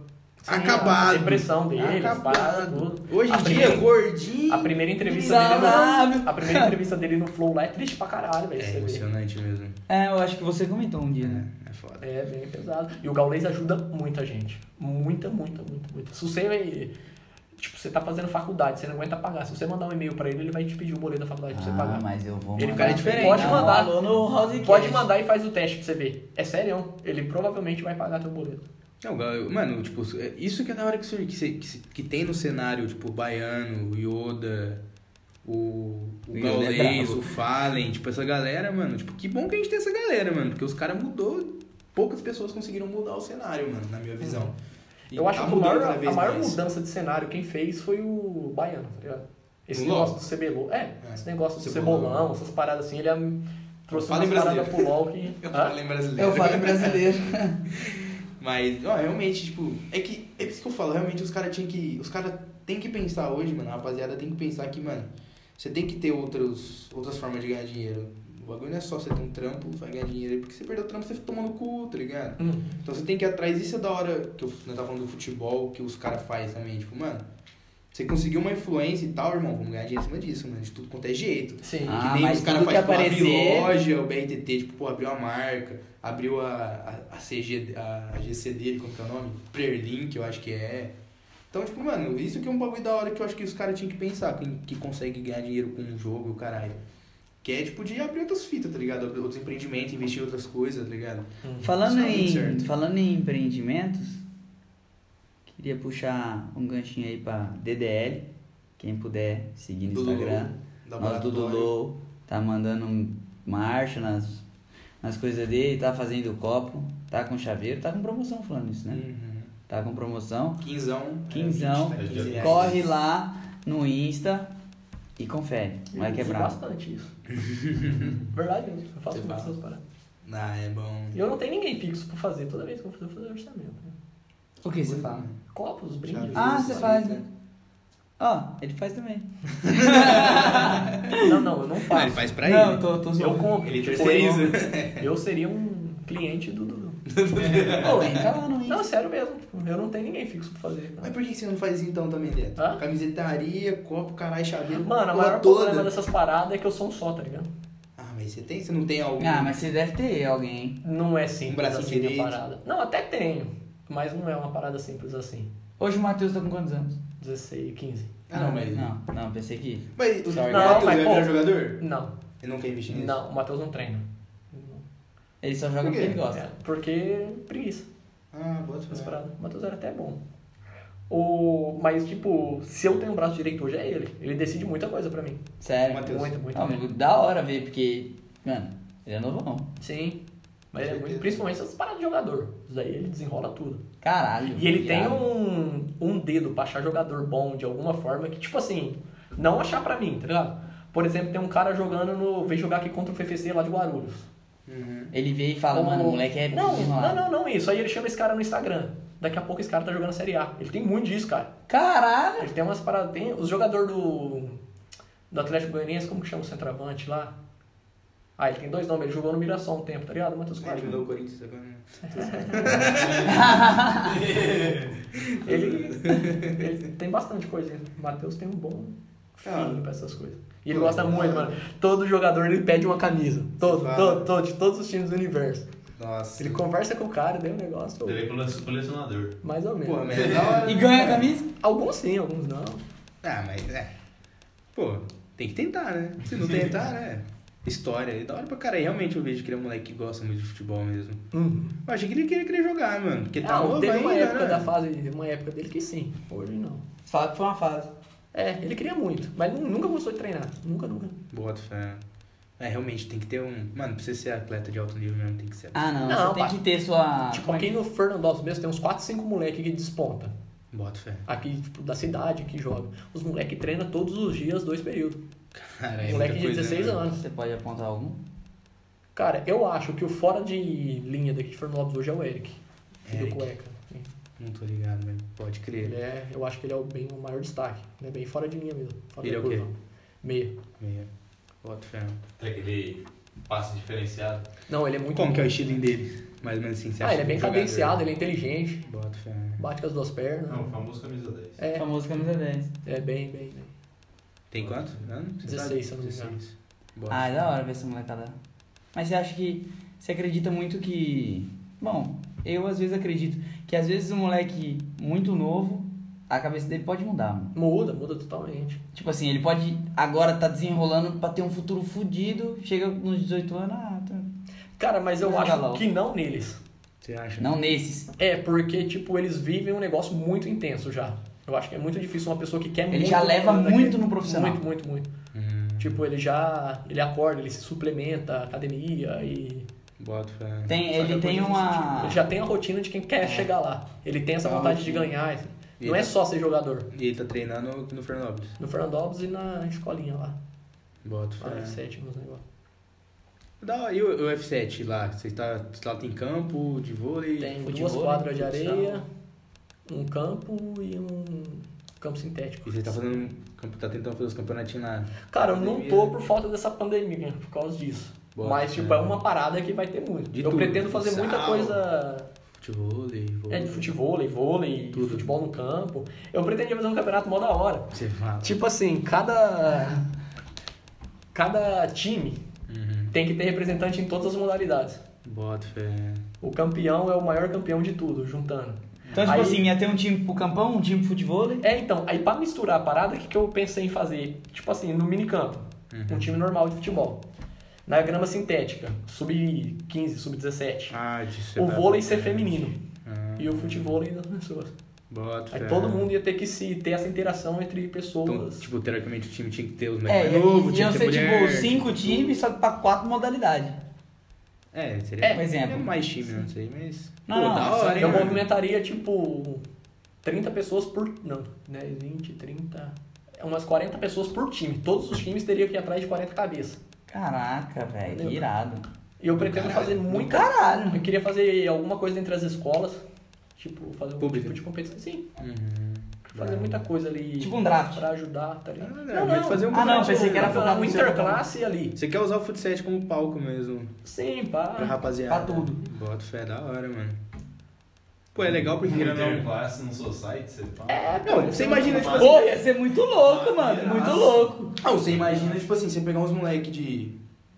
[SPEAKER 3] Sim,
[SPEAKER 2] acabado.
[SPEAKER 3] a depressão dele, as paradas,
[SPEAKER 2] acabado.
[SPEAKER 3] tudo.
[SPEAKER 2] Hoje
[SPEAKER 3] A
[SPEAKER 2] em dia,
[SPEAKER 3] primeira-
[SPEAKER 2] gordinho.
[SPEAKER 3] A primeira entrevista dele
[SPEAKER 1] Saudável.
[SPEAKER 3] no, A primeira entrevista dele no Flow lá é triste pra caralho, velho.
[SPEAKER 2] É
[SPEAKER 3] você vê.
[SPEAKER 2] emocionante mesmo.
[SPEAKER 1] É, eu acho que você comentou um dia, né?
[SPEAKER 2] É, é foda.
[SPEAKER 3] É, bem pesado. E o Gaulês ajuda muita gente. Muita, muita, muita, muita. Se você vai. Tipo, você tá fazendo faculdade, você não aguenta pagar. Se você mandar um e-mail pra ele, ele vai te pedir o boleto da faculdade
[SPEAKER 2] Ah,
[SPEAKER 3] pra você pagar.
[SPEAKER 1] mas eu vou
[SPEAKER 3] Ele
[SPEAKER 1] mandar.
[SPEAKER 3] cara é diferente. Pode
[SPEAKER 1] Não,
[SPEAKER 3] mandar.
[SPEAKER 1] alô no Housecast.
[SPEAKER 3] Pode mandar e faz o teste pra você ver. É sério, ele provavelmente vai pagar teu boleto.
[SPEAKER 2] Não, o Gal- mano, tipo, é isso que é da hora que, sur- que, se- que, se- que tem no cenário, tipo, o Baiano, o Yoda, o, o
[SPEAKER 1] O Yoda é
[SPEAKER 2] Gaules,
[SPEAKER 1] brabo.
[SPEAKER 2] o Fallen, tipo, essa galera, mano, tipo, que bom que a gente tem essa galera, mano, porque os caras mudou, poucas pessoas conseguiram mudar o cenário, mano, na minha visão. E
[SPEAKER 3] Uhum. Eu acho
[SPEAKER 2] tá
[SPEAKER 3] que o
[SPEAKER 2] mudando
[SPEAKER 3] maior-
[SPEAKER 2] cada
[SPEAKER 3] a
[SPEAKER 2] vez
[SPEAKER 3] maior
[SPEAKER 2] mais.
[SPEAKER 3] mudança de cenário quem fez foi o Baiano, tá ligado? Esse
[SPEAKER 2] O
[SPEAKER 3] negócio
[SPEAKER 2] LOL?
[SPEAKER 3] do CBLOL. É,
[SPEAKER 2] É.
[SPEAKER 3] esse negócio do
[SPEAKER 2] Cebolão.
[SPEAKER 3] cebolão, essas paradas assim, ele am- trouxe
[SPEAKER 2] Fala em
[SPEAKER 3] umas paradas pro
[SPEAKER 2] brasileiro.
[SPEAKER 3] LOL que.
[SPEAKER 2] Eu
[SPEAKER 3] Hã?
[SPEAKER 2] falo em brasileiro.
[SPEAKER 1] Eu falo em brasileiro.
[SPEAKER 2] Mas, ó, realmente, tipo, é que é isso que eu falo, realmente os caras tinham que. Os caras tem que pensar hoje, mano. A rapaziada tem que pensar que, mano, você tem que ter outros, outras formas de ganhar dinheiro. O bagulho não é só você ter um trampo, vai ganhar dinheiro, porque você perdeu o trampo, você fica tomando cu, tá ligado?
[SPEAKER 3] Hum.
[SPEAKER 2] Então você tem que ir atrás, isso é da hora que eu, eu tava falando do futebol, que os caras fazem também, tipo, mano, você conseguiu uma influência e tal, irmão, vamos ganhar dinheiro em cima disso, mano, de tudo quanto é jeito.
[SPEAKER 3] Sim.
[SPEAKER 1] Ah,
[SPEAKER 2] Que nem
[SPEAKER 1] mas
[SPEAKER 2] os caras
[SPEAKER 1] tudo que
[SPEAKER 2] fazem tipo,
[SPEAKER 1] aparecer-
[SPEAKER 2] abrir loja, o BRTT, tipo, pô, abriu a marca, abriu a, a, a CG, a GC dele, como que é o nome? Prerlink, eu acho que é. Então, tipo, mano, isso que é um bagulho da hora que eu acho que os caras tinham que pensar, quem que consegue ganhar dinheiro com um jogo e o caralho. Que é, tipo, de abrir outras fitas, tá ligado? Abrir Outros empreendimentos, investir em outras coisas, tá ligado?
[SPEAKER 3] Hum.
[SPEAKER 1] Falando
[SPEAKER 2] Isso é muito
[SPEAKER 1] em,
[SPEAKER 2] certo.
[SPEAKER 1] falando em empreendimentos, queria puxar um ganchinho aí pra DDL. Quem puder seguir no
[SPEAKER 2] Dudu
[SPEAKER 1] Instagram.
[SPEAKER 2] Tá
[SPEAKER 1] Nós do
[SPEAKER 2] Laboratório.
[SPEAKER 1] Dudu tá mandando marcha nas, nas coisas dele, tá fazendo copo, tá com chaveiro, tá com promoção falando isso, né?
[SPEAKER 2] Uhum.
[SPEAKER 1] Tá com promoção.
[SPEAKER 2] Quinzão.
[SPEAKER 1] Quinzão.
[SPEAKER 2] É, 20, tá? 15 reais.
[SPEAKER 1] Corre lá no Insta e confere. Vai
[SPEAKER 3] Eu uso
[SPEAKER 1] quebrar.
[SPEAKER 3] bastante isso. Verdade mesmo. Eu faço
[SPEAKER 2] Você
[SPEAKER 3] muito
[SPEAKER 2] fala.
[SPEAKER 3] essas paradas.
[SPEAKER 2] Ah, é bom.
[SPEAKER 3] E eu não tenho ninguém fixo pra fazer. Toda vez que eu vou fazer, eu vou fazer orçamento. né?
[SPEAKER 1] O que você fala?
[SPEAKER 3] Copos, brindes.
[SPEAKER 2] Já
[SPEAKER 1] Ah, você faz.
[SPEAKER 2] né?
[SPEAKER 1] Ó, ele faz também.
[SPEAKER 3] Não, não, eu não
[SPEAKER 2] Ah, ele
[SPEAKER 3] faço.
[SPEAKER 2] faz pra
[SPEAKER 1] Não,
[SPEAKER 2] ele.
[SPEAKER 1] tô, tô
[SPEAKER 3] Eu
[SPEAKER 1] zoando.
[SPEAKER 3] compro.
[SPEAKER 2] Ele
[SPEAKER 3] tipo,
[SPEAKER 2] terceiriza.
[SPEAKER 3] eu- Eu seria um cliente do Dudu.
[SPEAKER 1] Pô, entra lá no Insta.
[SPEAKER 3] Não, sério mesmo. tipo, Eu não tenho ninguém fixo pra fazer.
[SPEAKER 2] Mas por que você não faz isso então também, Deto?
[SPEAKER 3] Hã?
[SPEAKER 2] Camisetaria, copo, caralho, chaveiro,
[SPEAKER 3] Mano, a
[SPEAKER 2] porra
[SPEAKER 3] maior
[SPEAKER 2] toda.
[SPEAKER 3] problema dessas paradas é que eu sou um só, tá ligado?
[SPEAKER 2] Ah, mas você tem? Você não tem algum?
[SPEAKER 1] Ah, mas você deve ter alguém.
[SPEAKER 3] Não é
[SPEAKER 2] Um
[SPEAKER 3] simples
[SPEAKER 2] bracinho
[SPEAKER 3] assim minha
[SPEAKER 2] direito.
[SPEAKER 3] parada. Não, até tenho. Mas não é uma parada simples assim.
[SPEAKER 1] Hoje o Matheus tá com quantos anos?
[SPEAKER 3] 16, 15.
[SPEAKER 2] Ah, não, mas...
[SPEAKER 1] Não, não, pensei que.
[SPEAKER 2] Mas o
[SPEAKER 1] Sorry.
[SPEAKER 2] Matheus
[SPEAKER 3] Não, mas,
[SPEAKER 2] vai
[SPEAKER 3] pô.
[SPEAKER 2] virar jogador?
[SPEAKER 3] Não,
[SPEAKER 2] Ele não quer investir nisso?
[SPEAKER 3] não. O Matheus não treina.
[SPEAKER 1] Ele só joga
[SPEAKER 2] Por quê?
[SPEAKER 1] porque ele
[SPEAKER 3] É,
[SPEAKER 1] gosta.
[SPEAKER 3] porque preguiça.
[SPEAKER 2] Ah, bota
[SPEAKER 3] Essas
[SPEAKER 2] pra...
[SPEAKER 3] paradas. O Matheus era até bom. O... Mas, tipo, se eu tenho um braço direito hoje, é ele. Ele decide muita coisa pra mim.
[SPEAKER 2] É.
[SPEAKER 1] Sério.
[SPEAKER 2] Mateus.
[SPEAKER 3] Muito, muito.
[SPEAKER 1] Ah, mas da hora ver, porque, mano, ele é novão.
[SPEAKER 3] Sim. Mas ele é muito,
[SPEAKER 2] Certeza.
[SPEAKER 3] principalmente essas paradas de jogador. Isso daí ele desenrola tudo.
[SPEAKER 1] Caralho.
[SPEAKER 3] E ele tem
[SPEAKER 1] viado.
[SPEAKER 3] um, um dedo pra achar jogador bom de alguma forma que, tipo assim, não achar pra mim, tá ligado? Por exemplo, tem um cara jogando no. Veio jogar aqui contra o FFC lá de Guarulhos.
[SPEAKER 2] Uhum.
[SPEAKER 1] Ele vê e fala,
[SPEAKER 3] Ou-
[SPEAKER 1] mano, o moleque é
[SPEAKER 3] Um- Não, não,
[SPEAKER 1] desenrolado.
[SPEAKER 3] não, não, isso. Aí ele chama esse cara no Instagram. Daqui a pouco esse cara tá jogando Série A. Ele tem muito disso, cara.
[SPEAKER 1] Caralho.
[SPEAKER 3] Ele tem umas paradas. Tem os jogadores do. Do Atlético Goianiense, como que chama o centroavante lá? Ah, ele tem dois nomes, ele jogou no Mirassol um tempo, tá ligado? Matheus
[SPEAKER 1] É,
[SPEAKER 2] Ele
[SPEAKER 3] Claro.
[SPEAKER 2] ajudou o Corinthians agora, né?
[SPEAKER 3] Ele, ele tem bastante coisa. O Matheus tem um bom
[SPEAKER 2] Cara.
[SPEAKER 3] feeling pra essas coisas. E ele
[SPEAKER 2] Pô,
[SPEAKER 3] gosta
[SPEAKER 2] cara.
[SPEAKER 3] muito, mano. Todo jogador ele pede uma camisa. Todo,
[SPEAKER 2] Fala.
[SPEAKER 3] todo, todo, de todos os times do universo.
[SPEAKER 2] Nossa.
[SPEAKER 3] Ele conversa com o cara, deu um negócio.
[SPEAKER 4] Ele é cole- colecionador.
[SPEAKER 3] Mais ou menos.
[SPEAKER 2] Porra, mas é da hora.
[SPEAKER 1] E
[SPEAKER 2] né,
[SPEAKER 1] ganha a
[SPEAKER 2] cara?
[SPEAKER 1] camisa?
[SPEAKER 3] Alguns sim, alguns não.
[SPEAKER 2] Ah, mas é. Pô, tem que tentar, né? Se não tentar, né? História. E da hora pra cara. E realmente eu vejo que ele é um moleque que gosta muito de futebol mesmo. Eu achei que ele queria querer jogar, mano. Porque Uhum. tá
[SPEAKER 3] não,
[SPEAKER 2] novo
[SPEAKER 3] Ah, teve
[SPEAKER 2] ainda,
[SPEAKER 3] uma época
[SPEAKER 2] né?
[SPEAKER 3] da fase, uma época dele que sim. Hoje não.
[SPEAKER 1] Fala que foi uma fase.
[SPEAKER 3] É, ele queria muito, mas nu- nunca gostou de treinar. Nunca, nunca.
[SPEAKER 2] Bota fé. É, realmente, tem que ter um... Mano, pra você ser atleta de alto nível mesmo, tem que ser...
[SPEAKER 1] Ah, não.
[SPEAKER 3] Não,
[SPEAKER 1] você tem
[SPEAKER 3] pai.
[SPEAKER 1] que ter
[SPEAKER 2] Ah,
[SPEAKER 1] sua.
[SPEAKER 3] tipo,
[SPEAKER 1] como é que-
[SPEAKER 3] aqui no Fernandópolis mesmo tem uns 4, 5 moleque que desponta.
[SPEAKER 2] Bota fé.
[SPEAKER 3] Aqui, tipo, da cidade que joga. Os moleque treinam todos os dias, dois períodos.
[SPEAKER 2] Cara, é
[SPEAKER 3] Um moleque
[SPEAKER 2] muita
[SPEAKER 3] de
[SPEAKER 2] coisa,
[SPEAKER 3] 16
[SPEAKER 2] né?
[SPEAKER 3] anos.
[SPEAKER 1] Você pode apontar algum?
[SPEAKER 3] Cara, eu acho que o fora de linha daqui de Fernandópolis hoje é o Eric. filho
[SPEAKER 2] Eric.
[SPEAKER 3] Do cueca. Sim.
[SPEAKER 2] Não tô ligado, mas pode crer.
[SPEAKER 3] Ele é, eu acho que ele é o, bem, o maior destaque. Ele é bem fora de linha mesmo. Fora
[SPEAKER 2] Ele
[SPEAKER 3] da
[SPEAKER 2] é o quê?
[SPEAKER 3] curva. Meia.
[SPEAKER 2] Meia. Bota fé.
[SPEAKER 4] Tem é aquele passe diferenciado.
[SPEAKER 3] Não, ele é muito
[SPEAKER 2] Como
[SPEAKER 3] bom.
[SPEAKER 2] que é o estilinho dele? Mais ou menos assim, você
[SPEAKER 3] Ah,
[SPEAKER 2] acha
[SPEAKER 3] ele é
[SPEAKER 2] um
[SPEAKER 3] bem
[SPEAKER 2] jogador?
[SPEAKER 3] cadenciado, ele é inteligente.
[SPEAKER 2] Bota fé.
[SPEAKER 3] Bate com as duas pernas.
[SPEAKER 4] Não, o famoso camisa 10.
[SPEAKER 1] É.
[SPEAKER 3] É,
[SPEAKER 1] Famoso camisa 10.
[SPEAKER 3] é bem, bem, bem.
[SPEAKER 2] Tem quanto? Ano? Você
[SPEAKER 3] 16,
[SPEAKER 2] sabe?
[SPEAKER 3] se eu não me engano.
[SPEAKER 2] 16. Bota
[SPEAKER 1] Ah, é
[SPEAKER 2] fé.
[SPEAKER 1] da hora ver essa molecada. Mas você acha que. Você acredita muito que. Bom, eu às vezes acredito que às vezes um moleque muito novo, a cabeça dele pode mudar, mano.
[SPEAKER 3] Muda, muda totalmente.
[SPEAKER 1] Tipo assim, ele pode agora tá desenrolando pra ter um futuro fudido, chega nos 18 anos, ah, tá.
[SPEAKER 3] Cara, mas eu
[SPEAKER 1] Não
[SPEAKER 3] acho
[SPEAKER 1] dá não.
[SPEAKER 3] que não neles.
[SPEAKER 2] Você acha?
[SPEAKER 1] Não nesses.
[SPEAKER 3] É, porque, tipo, eles vivem um negócio muito intenso já. Eu acho que é muito difícil uma pessoa que quer
[SPEAKER 1] Ele
[SPEAKER 3] muito.
[SPEAKER 1] já leva
[SPEAKER 3] né,
[SPEAKER 1] muito
[SPEAKER 3] que-
[SPEAKER 1] no profissional.
[SPEAKER 3] Muito, muito, muito.
[SPEAKER 2] Hum,
[SPEAKER 3] Tipo, ele já. Ele acorda, ele se suplementa, academia e.
[SPEAKER 2] bota fé.
[SPEAKER 1] Tem,
[SPEAKER 2] Só que
[SPEAKER 1] ele
[SPEAKER 2] é
[SPEAKER 1] tem
[SPEAKER 2] coisa
[SPEAKER 1] uma.
[SPEAKER 3] Ele tipo, já tem a rotina de quem quer chegar lá. Ele tem essa
[SPEAKER 2] É uma
[SPEAKER 3] vontade de
[SPEAKER 2] rotina.
[SPEAKER 3] ganhar. assim.
[SPEAKER 2] É. E
[SPEAKER 3] Não é
[SPEAKER 2] ele-
[SPEAKER 3] só ser jogador.
[SPEAKER 2] E ele tá treinando aqui no Fernópolis.
[SPEAKER 3] No Fernandópolis e na escolinha lá.
[SPEAKER 2] Bota
[SPEAKER 3] Lá no
[SPEAKER 2] fé.
[SPEAKER 3] sétimo assim, negócio.
[SPEAKER 2] Da hora. E o, o F7 lá? Você tá, você lá tem campo de vôlei?
[SPEAKER 3] Tem
[SPEAKER 2] futebol, né?
[SPEAKER 3] duas quadras de
[SPEAKER 2] futsal?
[SPEAKER 3] areia, um campo e um campo sintético.
[SPEAKER 2] E você tá fazendo. campo- Tá tentando fazer os campeonatinhos lá.
[SPEAKER 3] Cara, eu não tô por falta dessa pandemia, por causa disso.
[SPEAKER 2] Bota
[SPEAKER 3] Mas,
[SPEAKER 2] fé.
[SPEAKER 3] tipo, é uma parada que vai ter muito.
[SPEAKER 2] De
[SPEAKER 3] eu
[SPEAKER 2] tudo.
[SPEAKER 3] pretendo fazer
[SPEAKER 2] Futsal.
[SPEAKER 3] muita coisa
[SPEAKER 2] Futebol, vôlei.
[SPEAKER 3] é, de futebol, vôlei,
[SPEAKER 2] Tudo.
[SPEAKER 3] futebol no campo. Eu pretendia fazer um campeonato mó da hora.
[SPEAKER 2] Você fala.
[SPEAKER 3] Tipo assim, cada. Cada time
[SPEAKER 2] Uhum.
[SPEAKER 3] tem que ter representante em todas as modalidades.
[SPEAKER 2] Bota fé.
[SPEAKER 3] O campeão é o maior campeão de tudo, juntando.
[SPEAKER 1] Então, tipo
[SPEAKER 3] Aí-
[SPEAKER 1] assim, ia ter um time pro campão, um time pro futebol.
[SPEAKER 3] É, então, aí pra misturar a parada, o que, que eu pensei em fazer? Tipo assim, no minicampo,
[SPEAKER 1] Uhum.
[SPEAKER 3] um time normal de futebol. Na grama sintética, sub-15, sub-17.
[SPEAKER 2] Ah, de
[SPEAKER 3] o
[SPEAKER 1] tá
[SPEAKER 2] separar.
[SPEAKER 3] vôlei ser feminino
[SPEAKER 2] Ah,
[SPEAKER 3] e o futebol é das pessoas.
[SPEAKER 2] Bota fé.
[SPEAKER 3] Aí todo mundo ia ter que se ter essa interação entre
[SPEAKER 2] Então,
[SPEAKER 3] pessoas.
[SPEAKER 2] tipo, teoricamente o time tinha que ter os
[SPEAKER 1] É,
[SPEAKER 2] mais
[SPEAKER 1] e-
[SPEAKER 2] novos,
[SPEAKER 1] e-
[SPEAKER 2] tinha
[SPEAKER 1] iam
[SPEAKER 2] que
[SPEAKER 1] ser
[SPEAKER 2] ter mulher.
[SPEAKER 1] tipo cinco times, só que pra quatro modalidades.
[SPEAKER 2] É, seria
[SPEAKER 1] por exemplo.
[SPEAKER 2] é mais time, não sei, mas.
[SPEAKER 1] Não,
[SPEAKER 2] Pô,
[SPEAKER 1] não,
[SPEAKER 2] da
[SPEAKER 1] não,
[SPEAKER 2] hora, né? hein?
[SPEAKER 3] eu
[SPEAKER 2] mano?
[SPEAKER 3] movimentaria, tipo, 30 pessoas por. Não, 10, 20, 30. é Umas 40 pessoas por time. Todos os times teriam que ir atrás de 40 cabeças.
[SPEAKER 1] Caraca, velho, que
[SPEAKER 3] Entendeu?
[SPEAKER 1] irado.
[SPEAKER 3] E eu pretendo
[SPEAKER 2] caralho,
[SPEAKER 3] fazer
[SPEAKER 2] do
[SPEAKER 3] muita.
[SPEAKER 1] Caralho.
[SPEAKER 3] Eu queria fazer alguma coisa entre as escolas. Tipo, fazer um
[SPEAKER 2] Pública.
[SPEAKER 3] tipo de competição. Sim,
[SPEAKER 2] Uhum.
[SPEAKER 3] fazer muita coisa ali.
[SPEAKER 1] Tipo um draft.
[SPEAKER 3] Pra ajudar,
[SPEAKER 2] Ah,
[SPEAKER 3] tá ligado?
[SPEAKER 2] não, mas fazer um
[SPEAKER 1] Ah, não,
[SPEAKER 2] campeonato-
[SPEAKER 1] pensei que era
[SPEAKER 3] Não,
[SPEAKER 1] focar
[SPEAKER 3] não,
[SPEAKER 1] no seu-
[SPEAKER 3] interclasse ali.
[SPEAKER 2] Você quer usar o futset como palco mesmo,
[SPEAKER 3] Sim,
[SPEAKER 1] Então,
[SPEAKER 3] pá.
[SPEAKER 2] pra rapaziada.
[SPEAKER 1] pra tudo.
[SPEAKER 2] Bota fé, da hora, mano. Pô, é legal porque querendo ou não.
[SPEAKER 4] Interclasse no Society, você fala.
[SPEAKER 3] É, pô,
[SPEAKER 2] Não, você imagina, tipo assim.
[SPEAKER 1] Pô, ia ser muito louco, mano. Muito louco.
[SPEAKER 2] Não, você imagina, tipo assim, você pegar uns moleque de.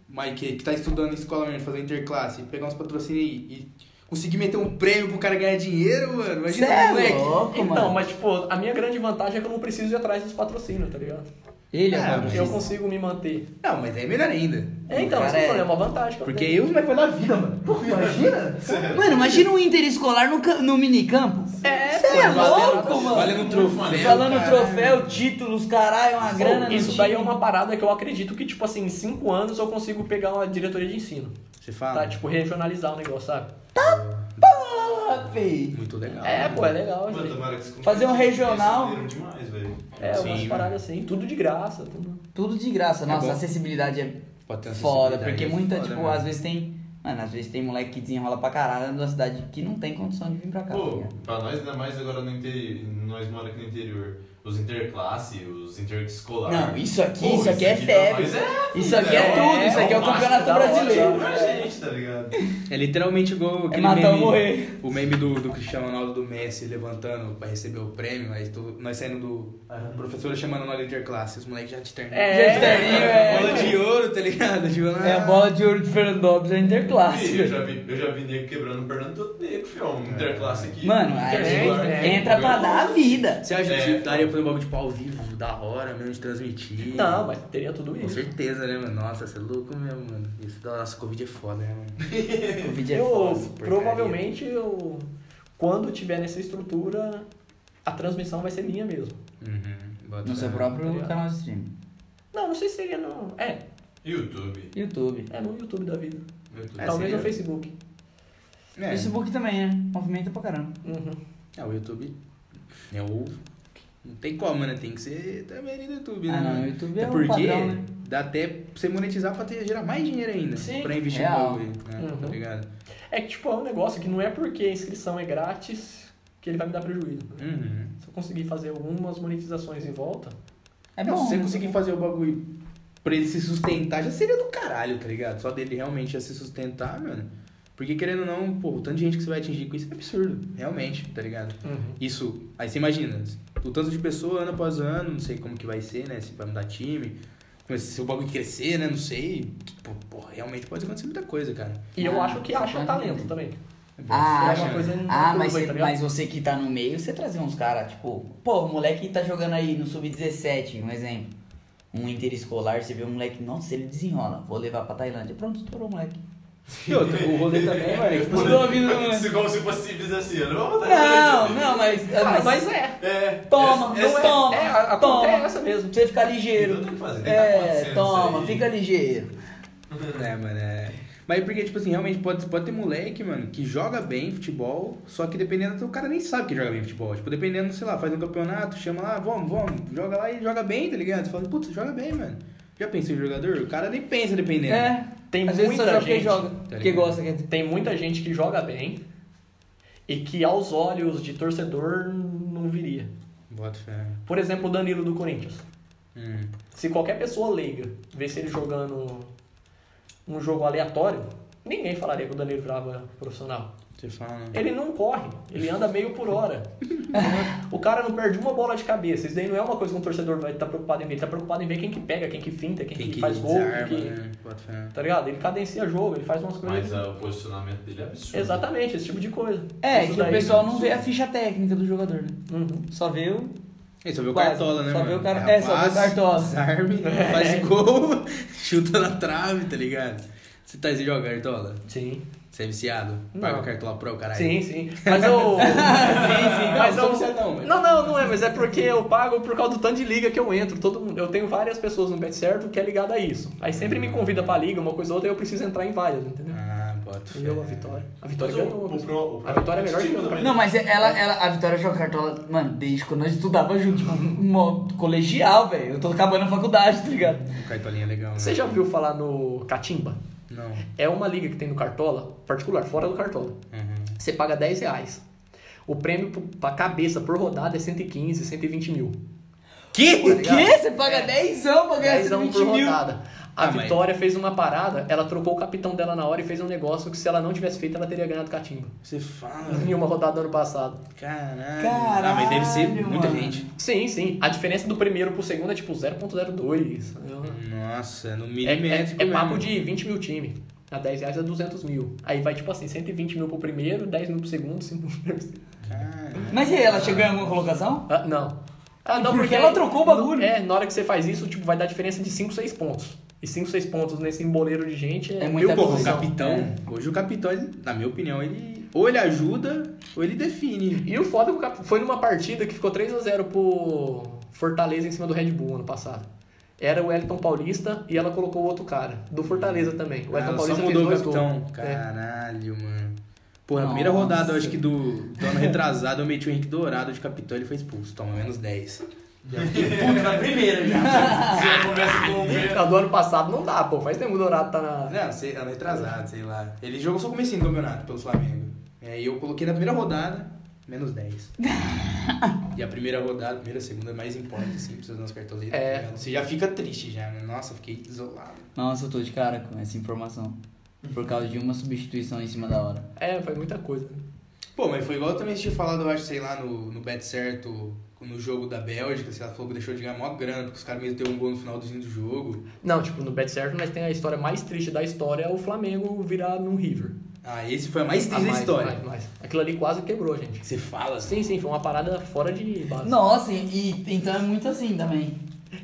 [SPEAKER 2] Mike, que- que tá estudando em escola mesmo, fazer interclasse, pegar uns patrocínios e, e conseguir meter um prêmio pro cara ganhar dinheiro, mano.
[SPEAKER 1] Cê
[SPEAKER 2] Imagina, um
[SPEAKER 1] é
[SPEAKER 2] moleque.
[SPEAKER 1] louco,
[SPEAKER 3] Então,
[SPEAKER 1] mano.
[SPEAKER 3] mas tipo, a minha grande vantagem é que eu não preciso ir atrás dos patrocínios, tá ligado?
[SPEAKER 1] Ele é,
[SPEAKER 2] Ah,
[SPEAKER 1] o
[SPEAKER 2] mas
[SPEAKER 3] Eu
[SPEAKER 1] quadricista.
[SPEAKER 3] consigo me manter.
[SPEAKER 2] Não, mas é melhor ainda.
[SPEAKER 3] É, então,
[SPEAKER 1] Cara,
[SPEAKER 3] isso que eu falei,
[SPEAKER 1] é-
[SPEAKER 3] é uma vantagem. que eu
[SPEAKER 2] Porque
[SPEAKER 3] tenho.
[SPEAKER 2] aí os moleques vão dar vida, mano. Pô, imagina?
[SPEAKER 1] Mano, imagina um interescolar no, ca- no minicampo.
[SPEAKER 3] É,
[SPEAKER 1] Você é louco, mano.
[SPEAKER 2] Valendo troféu.
[SPEAKER 1] Falando
[SPEAKER 2] cara.
[SPEAKER 1] troféu, títulos, caralho, uma grana no
[SPEAKER 3] Isso daí é
[SPEAKER 1] time.
[SPEAKER 2] um
[SPEAKER 3] uma parada que eu acredito que, tipo assim, em cinco anos eu consigo pegar uma diretoria de ensino.
[SPEAKER 2] Você
[SPEAKER 3] Tá?
[SPEAKER 2] fala?
[SPEAKER 3] Tipo, regionalizar o negócio, sabe?
[SPEAKER 1] Ah, véi.
[SPEAKER 2] Muito legal.
[SPEAKER 3] É, pô, é legal.
[SPEAKER 4] Mano,
[SPEAKER 3] Isso
[SPEAKER 4] tomara que isso
[SPEAKER 1] Fazer um
[SPEAKER 4] compense.
[SPEAKER 1] regional.
[SPEAKER 4] Eles venderam demais, velho.
[SPEAKER 3] aí. É,
[SPEAKER 2] Sim,
[SPEAKER 3] umas
[SPEAKER 2] né?
[SPEAKER 3] paradas assim, tudo de graça. Tudo...
[SPEAKER 1] Tudo de graça. Nossa,
[SPEAKER 2] bom.
[SPEAKER 1] a acessibilidade é
[SPEAKER 2] Pode ter
[SPEAKER 1] foda.
[SPEAKER 2] acessibilidade,
[SPEAKER 1] Porque
[SPEAKER 2] é
[SPEAKER 1] muita,
[SPEAKER 2] foda,
[SPEAKER 1] tipo,
[SPEAKER 2] mano.
[SPEAKER 1] às vezes tem. Mano, às vezes tem moleque que desenrola pra caralho numa cidade que não tem condição de vir pra cá. tá
[SPEAKER 4] Pô,
[SPEAKER 1] ligado?
[SPEAKER 4] pra nós ainda mais agora no interior, nós mora aqui no interior, os interclasse, os interescolar.
[SPEAKER 1] não, isso aqui,
[SPEAKER 4] Pô,
[SPEAKER 1] isso aqui é
[SPEAKER 4] pra
[SPEAKER 1] febre.
[SPEAKER 4] nós é
[SPEAKER 1] Isso aqui é
[SPEAKER 4] É,
[SPEAKER 1] tudo, isso aqui é o
[SPEAKER 4] é um
[SPEAKER 1] campeonato
[SPEAKER 3] da hora,
[SPEAKER 1] brasileiro.
[SPEAKER 4] pra gente, tá ligado?
[SPEAKER 2] É literalmente igual aquele
[SPEAKER 1] É matar ou
[SPEAKER 2] meme,
[SPEAKER 1] morrer.
[SPEAKER 2] o meme do, do Cristiano Ronaldo do Messi levantando pra receber o prêmio, aí tu- nós saindo do... A professora chamando na interclasse, os moleques já te terminam.
[SPEAKER 3] É.
[SPEAKER 1] Gente, terninho, é-
[SPEAKER 2] Bola de ouro, tá ligado? Tipo,
[SPEAKER 1] É a bola de ouro de Fernando Lopes, é interclasse.
[SPEAKER 4] Ih, Eu já vi, eu já vi nego quebrando o perna todo nego, fião.
[SPEAKER 2] É.
[SPEAKER 4] Interclasse aqui.
[SPEAKER 1] Mano, aí
[SPEAKER 4] intercolar,
[SPEAKER 3] é,
[SPEAKER 4] aqui,
[SPEAKER 1] entra pra
[SPEAKER 4] eu-
[SPEAKER 1] dar a vida.
[SPEAKER 2] Você acha que
[SPEAKER 4] É.
[SPEAKER 2] daria pra fazer um bagulho tipo ao vivo, da hora mesmo, de transmitir?
[SPEAKER 3] Não, mas teria tudo
[SPEAKER 2] Com
[SPEAKER 3] isso.
[SPEAKER 2] certeza, né, mano? Nossa, você é louco mesmo, mano. Isso da nossa Covid é foda, né, mano?
[SPEAKER 1] Covid é
[SPEAKER 3] Eu,
[SPEAKER 1] foda, porcaria.
[SPEAKER 3] provavelmente, eu, quando tiver nessa estrutura, a transmissão vai ser minha mesmo.
[SPEAKER 2] Uhum. bota
[SPEAKER 1] No seu
[SPEAKER 2] fé.
[SPEAKER 1] próprio
[SPEAKER 3] Tá ligado?
[SPEAKER 1] canal de streaming.
[SPEAKER 3] Não, não sei se seria no... É,
[SPEAKER 4] YouTube.
[SPEAKER 1] YouTube.
[SPEAKER 3] é no YouTube da vida.
[SPEAKER 2] É,
[SPEAKER 4] YouTube.
[SPEAKER 3] Talvez
[SPEAKER 2] seria-
[SPEAKER 3] no Facebook.
[SPEAKER 2] É.
[SPEAKER 1] Facebook também, né? Movimenta pra caramba.
[SPEAKER 3] Uhum.
[SPEAKER 2] É, o YouTube é o. Não tem como, né? Tem que ser também ali no YouTube, né?
[SPEAKER 1] Ah, não,
[SPEAKER 2] mano?
[SPEAKER 1] o YouTube é
[SPEAKER 2] Até
[SPEAKER 1] o
[SPEAKER 2] porque
[SPEAKER 1] padrão, né?
[SPEAKER 2] dá até pra você monetizar pra ter, gerar mais dinheiro ainda.
[SPEAKER 3] Sim.
[SPEAKER 2] Pra investir
[SPEAKER 1] Real.
[SPEAKER 2] no bagulho, né? Tá
[SPEAKER 3] Uhum.
[SPEAKER 2] ligado?
[SPEAKER 3] É que, tipo, é um negócio que não é porque a inscrição é grátis que ele vai me dar prejuízo. tá
[SPEAKER 2] Uhum.
[SPEAKER 3] Se eu conseguir fazer algumas monetizações em volta,
[SPEAKER 1] É
[SPEAKER 2] Não,
[SPEAKER 1] bom.
[SPEAKER 2] se você
[SPEAKER 1] né?
[SPEAKER 2] conseguir fazer o bagulho pra ele se sustentar, já seria do caralho, tá ligado? Só dele realmente já se sustentar, mano. Porque querendo ou não, pô, o tanto de gente que você vai atingir com isso é absurdo, realmente, tá ligado?
[SPEAKER 1] Uhum.
[SPEAKER 2] Isso, aí você imagina, o tanto de pessoa ano após ano, não sei como que vai ser, né? Se vai mudar time, mas se o bagulho crescer, né? Não sei. Pô, pô, realmente pode acontecer muita coisa, cara.
[SPEAKER 3] E eu
[SPEAKER 1] Ah,
[SPEAKER 3] acho que
[SPEAKER 1] você
[SPEAKER 3] acha
[SPEAKER 1] tá
[SPEAKER 3] talento
[SPEAKER 1] entendendo.
[SPEAKER 3] também.
[SPEAKER 2] É bom,
[SPEAKER 1] Ah,
[SPEAKER 2] você
[SPEAKER 3] é uma
[SPEAKER 2] acha,
[SPEAKER 3] coisa-
[SPEAKER 2] né?
[SPEAKER 1] Ah,
[SPEAKER 3] Tudo
[SPEAKER 1] mas,
[SPEAKER 3] bem,
[SPEAKER 1] cê-
[SPEAKER 3] tá ligado?
[SPEAKER 1] mas você que tá no meio, você trazer uns caras, tipo, pô, o moleque tá jogando aí no Sub-17, um exemplo. Um interescolar, você vê um moleque, nossa, ele desenrola, vou levar pra Tailândia. Pronto, estourou o moleque.
[SPEAKER 2] E outra, o rolê também, mano, é que, tipo,
[SPEAKER 1] Mudou a vida do moleque.
[SPEAKER 4] Se como se fosse simples assim, eu não vou botar
[SPEAKER 1] Não, não, mas.
[SPEAKER 3] Ah,
[SPEAKER 1] mas-
[SPEAKER 3] mas é.
[SPEAKER 4] É.
[SPEAKER 1] Toma,
[SPEAKER 3] Não é,
[SPEAKER 1] toma,
[SPEAKER 3] é, a, a conta é
[SPEAKER 1] toma.
[SPEAKER 3] essa mesmo.
[SPEAKER 1] Pra você ficar ligeiro.
[SPEAKER 4] Então tem que fazer, tem que tá
[SPEAKER 1] É,
[SPEAKER 4] acontecendo
[SPEAKER 1] toma,
[SPEAKER 4] isso aí.
[SPEAKER 1] fica ligeiro.
[SPEAKER 2] É, mano, é. Mas porque, tipo assim, realmente pode, pode ter moleque, mano, que joga bem futebol, só que dependendo, o cara nem sabe que joga bem futebol. Tipo, dependendo, sei lá, faz um campeonato, chama lá, vamos, vamos, joga lá e joga bem, tá ligado? Você fala, putz, joga bem, mano. Já pensou em jogador? O cara nem pensa dependendo.
[SPEAKER 1] É,
[SPEAKER 3] Tem
[SPEAKER 1] às vezes só
[SPEAKER 3] muita
[SPEAKER 1] joga quem
[SPEAKER 3] gente.
[SPEAKER 1] joga,
[SPEAKER 2] tá
[SPEAKER 1] que
[SPEAKER 2] ligado?
[SPEAKER 1] gosta, quer dizer.
[SPEAKER 3] Tem muita gente que joga bem e que aos olhos de torcedor não viria.
[SPEAKER 2] Bota fé.
[SPEAKER 3] Por exemplo, o Danilo do Corinthians.
[SPEAKER 2] Hum.
[SPEAKER 3] Se qualquer pessoa leiga vesse ele jogando um jogo aleatório, ninguém falaria que o Danilo virava profissional.
[SPEAKER 2] Você fala, né?
[SPEAKER 3] Ele não corre, ele anda meio por hora. o cara não perde uma bola de cabeça. Isso daí não é uma coisa que um torcedor vai estar preocupado em ver. Ele tá preocupado em ver quem que pega, quem que finta, quem,
[SPEAKER 2] Quem
[SPEAKER 3] que,
[SPEAKER 2] que
[SPEAKER 3] faz gol,
[SPEAKER 2] desarma,
[SPEAKER 3] quem que...
[SPEAKER 2] né? Bota fé.
[SPEAKER 3] Tá ligado? Ele cadencia jogo, ele faz umas coisas.
[SPEAKER 4] Mas
[SPEAKER 1] um
[SPEAKER 4] ah, o posicionamento dele é absurdo.
[SPEAKER 3] Exatamente, esse tipo de coisa.
[SPEAKER 1] É,
[SPEAKER 3] Isso
[SPEAKER 1] que o
[SPEAKER 3] daí- né?
[SPEAKER 1] pessoal não vê a ficha técnica do jogador, né?
[SPEAKER 3] Uhum.
[SPEAKER 1] Só vê o.
[SPEAKER 2] E só vê o
[SPEAKER 1] Quase.
[SPEAKER 2] cartola, né?
[SPEAKER 1] Só
[SPEAKER 2] mano?
[SPEAKER 1] vê o cara- é, só vê o
[SPEAKER 2] passe,
[SPEAKER 1] cartola.
[SPEAKER 2] Desarme, faz gol, chuta na trave, tá ligado? Você tá aí, você joga cartola?
[SPEAKER 3] Sim.
[SPEAKER 2] Você é viciado? Paga
[SPEAKER 3] Não.
[SPEAKER 2] o cartola pro, caralho.
[SPEAKER 3] Sim, sim. Mas eu. sim, sim. Mas
[SPEAKER 2] Não,
[SPEAKER 3] eu...
[SPEAKER 2] sou você não, mas-
[SPEAKER 3] Não, não, não é, mas é porque eu pago por causa do tanto de liga que eu entro. Todo mundo- Eu tenho várias pessoas no Bet Certo que é ligada a isso. Aí sempre me convida pra liga, uma coisa ou outra, e eu preciso entrar em várias, entendeu?
[SPEAKER 2] Ah, bota fé.
[SPEAKER 3] E eu, a vitória. A vitória
[SPEAKER 4] Mas o-
[SPEAKER 3] ganhou.
[SPEAKER 4] o pro- o pro- né?
[SPEAKER 3] A vitória é melhor que eu. pra mim.
[SPEAKER 1] Não, mas é, ela, ela, a Vitória joga cartola, mano, desde quando nós estudava junto, tipo, mó- colegial, velho. Eu tô acabando a faculdade, tá ligado?
[SPEAKER 2] O cartolinha é legal, né?
[SPEAKER 3] Você já ouviu falar no Catimba?
[SPEAKER 2] Não.
[SPEAKER 3] É uma liga que tem no Cartola, particular, fora do Cartola.
[SPEAKER 2] Uhum.
[SPEAKER 3] Você paga 10 reais. O prêmio pro- pra cabeça por rodada é 115, 120 mil.
[SPEAKER 1] Que? O
[SPEAKER 3] ligado?
[SPEAKER 1] quê? Você paga 10 anos pra ganhar
[SPEAKER 3] 10
[SPEAKER 1] 120
[SPEAKER 3] por
[SPEAKER 1] mil?
[SPEAKER 3] rodada. A
[SPEAKER 2] Ah, mas-
[SPEAKER 3] Vitória fez uma parada, ela trocou o capitão dela na hora e fez um negócio que se ela não tivesse feito, ela teria ganhado catimba.
[SPEAKER 2] Você fala.
[SPEAKER 3] Em uma rodada do ano passado.
[SPEAKER 2] Caralho.
[SPEAKER 1] Caralho,
[SPEAKER 2] Ah, mas deve ser muita
[SPEAKER 1] mano.
[SPEAKER 2] gente.
[SPEAKER 3] Sim, sim. A diferença do primeiro pro segundo é tipo 0.02. É-
[SPEAKER 2] Nossa, no
[SPEAKER 3] É, é,
[SPEAKER 2] milimétrico
[SPEAKER 3] é papo
[SPEAKER 2] mesmo.
[SPEAKER 3] de 20 mil time. A 10 reais é 200 mil. Aí vai tipo assim, 120 mil pro primeiro, 10 mil pro segundo, 5 mil pro terceiro.
[SPEAKER 2] Caralho.
[SPEAKER 3] é
[SPEAKER 1] Mas e aí, ela chegou em alguma colocação?
[SPEAKER 3] Ah, não. Ah, não,
[SPEAKER 1] Porque
[SPEAKER 3] porque
[SPEAKER 1] ela trocou o bagulho.
[SPEAKER 3] É, na hora que você faz isso, tipo, vai dar diferença de 5, 6 pontos. E 5, 6 pontos nesse emboleiro de gente é,
[SPEAKER 1] É muita coisa.
[SPEAKER 3] mil
[SPEAKER 2] Porra, o
[SPEAKER 3] confusão.
[SPEAKER 2] capitão.
[SPEAKER 3] É.
[SPEAKER 2] Hoje o capitão, ele, na minha opinião, ele. Ou ele ajuda, ou ele define.
[SPEAKER 3] E o foda é que o Cap- foi numa partida que ficou 3x0 pro Fortaleza em cima do Red Bull ano passado. Era o Elton Paulista e ela colocou o outro cara, do Fortaleza também. O
[SPEAKER 2] Ah,
[SPEAKER 3] Elton
[SPEAKER 2] só
[SPEAKER 3] Paulista fez
[SPEAKER 2] mudou o
[SPEAKER 3] dois
[SPEAKER 2] capitão.
[SPEAKER 3] gols. É.
[SPEAKER 2] Caralho, mano. Porra, na primeira
[SPEAKER 1] Nossa.
[SPEAKER 2] rodada, eu acho que do, do ano retrasado, eu meti o Henrique Dourado de capitão, ele foi expulso. Toma, menos 10.
[SPEAKER 1] Puto na primeira já.
[SPEAKER 4] Você começa com um o B.
[SPEAKER 3] A do ano passado não dá, pô. Faz tempo que o Dourado tá na.
[SPEAKER 2] Não, sei, ano retrasado, sei lá. Ele jogou só o comecinho do campeonato pelo Flamengo. É, e eu coloquei na primeira rodada, menos 10. e a primeira rodada, primeira, segunda, mais importa, assim, precisa dos cartões aí.
[SPEAKER 3] É.
[SPEAKER 2] tá ligado? Você já fica triste já, né? Nossa, eu fiquei isolado.
[SPEAKER 1] Nossa, eu tô de cara com essa informação. Por causa de uma substituição em cima da hora.
[SPEAKER 3] É, foi muita coisa. né?
[SPEAKER 2] Pô, mas foi igual eu também tinha falado, eu acho, sei lá, no, no Bet Certo, no jogo da Bélgica, sei lá, falou que deixou de ganhar maior grana, porque os caras meteram um gol no finalzinho do jogo.
[SPEAKER 3] Não, tipo, no Bet Certo, mas tem a história mais triste da história é o Flamengo virar no River.
[SPEAKER 2] Ah, esse foi a mais triste
[SPEAKER 3] Ah,
[SPEAKER 2] da
[SPEAKER 3] mais,
[SPEAKER 2] história.
[SPEAKER 3] mais, mais. Aquilo ali quase quebrou, gente.
[SPEAKER 2] Você fala assim.
[SPEAKER 3] Sim, sim, foi uma parada fora de base.
[SPEAKER 1] Nossa, e, e- então é muito assim também.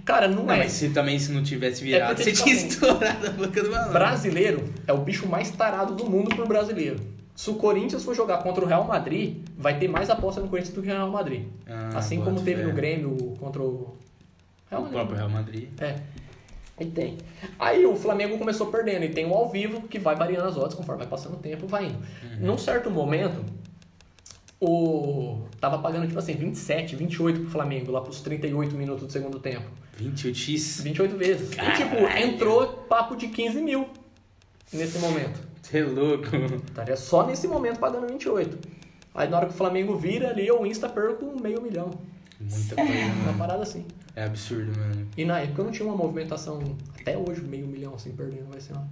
[SPEAKER 3] Cara, não,
[SPEAKER 2] Não,
[SPEAKER 3] é.
[SPEAKER 2] mas se também se não tivesse virado,
[SPEAKER 3] porque,
[SPEAKER 2] você
[SPEAKER 3] tipo
[SPEAKER 2] tinha
[SPEAKER 3] assim,
[SPEAKER 2] estourado a boca do balão.
[SPEAKER 3] Brasileiro é o bicho mais tarado do mundo pro brasileiro. Se o Corinthians for jogar contra o Real Madrid, vai ter mais aposta no Corinthians do que no Real Madrid.
[SPEAKER 2] Ah,
[SPEAKER 3] assim
[SPEAKER 2] boto
[SPEAKER 3] como teve
[SPEAKER 2] fé.
[SPEAKER 3] no Grêmio contra É o Real
[SPEAKER 2] O
[SPEAKER 3] Madrid.
[SPEAKER 2] próprio Real Madrid.
[SPEAKER 3] É. E tem. Aí o Flamengo começou perdendo e tem o ao vivo que vai variando as odds conforme vai passando o tempo, vai indo.
[SPEAKER 2] Uhum.
[SPEAKER 3] Num certo momento, o tava pagando tipo assim 27, 28 pro Flamengo lá pros 38 minutos do segundo tempo.
[SPEAKER 2] 28x.
[SPEAKER 3] 28 vezes. E tipo, entrou papo de 15 mil nesse momento.
[SPEAKER 2] Você é louco.
[SPEAKER 3] Estaria só nesse momento pagando 28. Aí na hora que o Flamengo vira ali, eu Insta perco meio milhão. É
[SPEAKER 2] Muita coisa, né?
[SPEAKER 3] Uma
[SPEAKER 2] mano.
[SPEAKER 3] parada assim.
[SPEAKER 2] É absurdo, mano.
[SPEAKER 3] E na época eu não tinha uma movimentação, até hoje, meio milhão assim, perdendo, vai ser uma.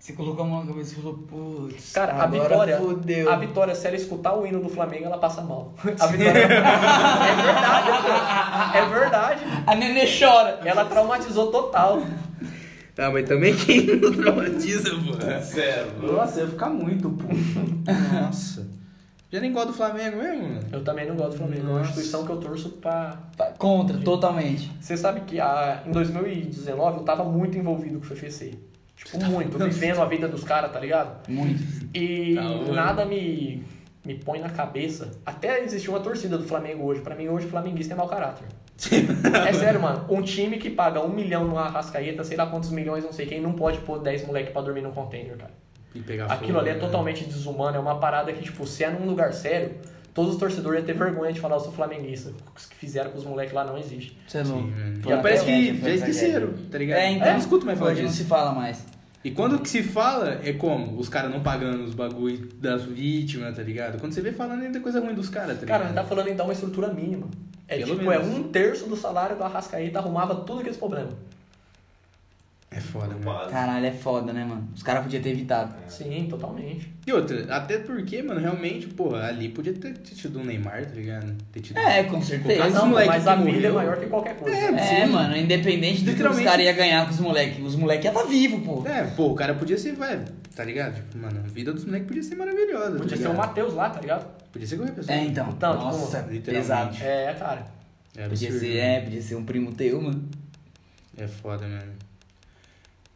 [SPEAKER 1] Você colocou a mão na cabeça e falou, putz.
[SPEAKER 3] Cara, a
[SPEAKER 1] agora
[SPEAKER 3] vitória.
[SPEAKER 1] Fudeu.
[SPEAKER 3] A vitória, se ela escutar o hino do Flamengo, ela passa mal. A vitória. é verdade, cara. É verdade.
[SPEAKER 1] A nenê chora.
[SPEAKER 3] Ela traumatizou total.
[SPEAKER 2] Tá, mas também quem não traumatiza, pô.
[SPEAKER 4] Sério.
[SPEAKER 2] Nossa, eu ia ficar muito puto. Nossa. Já nem gosto do Flamengo mesmo, mano.
[SPEAKER 3] Eu também não gosto do Flamengo. É uma
[SPEAKER 2] Nossa.
[SPEAKER 3] instituição que eu torço pra
[SPEAKER 1] Pa- Contra, totalmente.
[SPEAKER 3] Você sabe que a, em 2019 eu tava muito envolvido com o FFC. Tipo, muito. Vivendo a vida dos caras, tá ligado?
[SPEAKER 1] Muito.
[SPEAKER 3] E
[SPEAKER 2] Da hora.
[SPEAKER 3] nada me, me põe na cabeça. Até existe uma torcida do Flamengo hoje. Pra mim, hoje, flamenguista é mau caráter. é sério, mano. Um time que paga um milhão numa Arrascaeta, sei lá quantos milhões, não sei quem, não pode pôr 10 moleque pra dormir num container, cara.
[SPEAKER 2] E pegar
[SPEAKER 3] Aquilo
[SPEAKER 2] fogo,
[SPEAKER 3] ali é
[SPEAKER 2] né?
[SPEAKER 3] totalmente desumano. É uma parada que, tipo, se é num lugar sério, todos os torcedores iam ter vergonha de falar eu sou flamenguista. Os que fizeram com os moleques lá não existe.
[SPEAKER 1] Você é
[SPEAKER 2] Sim,
[SPEAKER 1] louco.
[SPEAKER 2] mano.
[SPEAKER 1] Foi
[SPEAKER 2] Já parece
[SPEAKER 1] tragédia,
[SPEAKER 2] que
[SPEAKER 1] foi
[SPEAKER 2] já
[SPEAKER 1] tragédia.
[SPEAKER 2] esqueceram, tá ligado?
[SPEAKER 1] É, então.
[SPEAKER 2] Eu não escuto mais falar
[SPEAKER 1] Hoje não se
[SPEAKER 2] disso.
[SPEAKER 1] fala mais.
[SPEAKER 2] E quando que se fala, é como? Os caras não pagando os bagulho das vítimas, tá ligado? Quando você vê falando ainda é coisa ruim dos caras, tá ligado?
[SPEAKER 3] Cara, não tá falando em dar uma estrutura mínima. É
[SPEAKER 2] Pelo
[SPEAKER 3] tipo,
[SPEAKER 2] menos.
[SPEAKER 3] é um terço do salário do Arrascaeta arrumava tudo aqueles problemas.
[SPEAKER 2] É foda, mano.
[SPEAKER 4] Quase.
[SPEAKER 1] Caralho, é foda, né, mano? Os caras podiam ter evitado.
[SPEAKER 2] É.
[SPEAKER 3] Sim, totalmente.
[SPEAKER 2] E outra, até porque, mano, realmente, porra, ali podia ter tido um Neymar, tá ligado? Ter tido...
[SPEAKER 1] É, com
[SPEAKER 2] Por
[SPEAKER 1] certeza.
[SPEAKER 2] causa
[SPEAKER 3] Não,
[SPEAKER 2] moleque
[SPEAKER 3] mas
[SPEAKER 2] que
[SPEAKER 3] a milha é
[SPEAKER 2] morreu.
[SPEAKER 3] maior que qualquer coisa.
[SPEAKER 2] É.
[SPEAKER 1] É,
[SPEAKER 2] Sim.
[SPEAKER 1] mano, independente do que os
[SPEAKER 2] Literalmente.
[SPEAKER 1] caras iam ganhar com os moleques. Os moleques iam tá vivo, pô.
[SPEAKER 2] É, pô, o cara podia ser, velho, tá ligado? Tipo, mano, a vida dos moleques podia ser maravilhosa, tá
[SPEAKER 3] Podia ser
[SPEAKER 2] ligado?
[SPEAKER 3] o Matheus lá, tá ligado?
[SPEAKER 2] Podia ser qualquer pessoa.
[SPEAKER 1] É, então.
[SPEAKER 3] Então, tipo,
[SPEAKER 1] Nossa,
[SPEAKER 2] literalmente.
[SPEAKER 1] pesado.
[SPEAKER 3] É, cara.
[SPEAKER 2] É
[SPEAKER 1] Podia
[SPEAKER 2] absurdo.
[SPEAKER 1] ser, é, podia ser um primo teu, mano.
[SPEAKER 2] É foda, mano.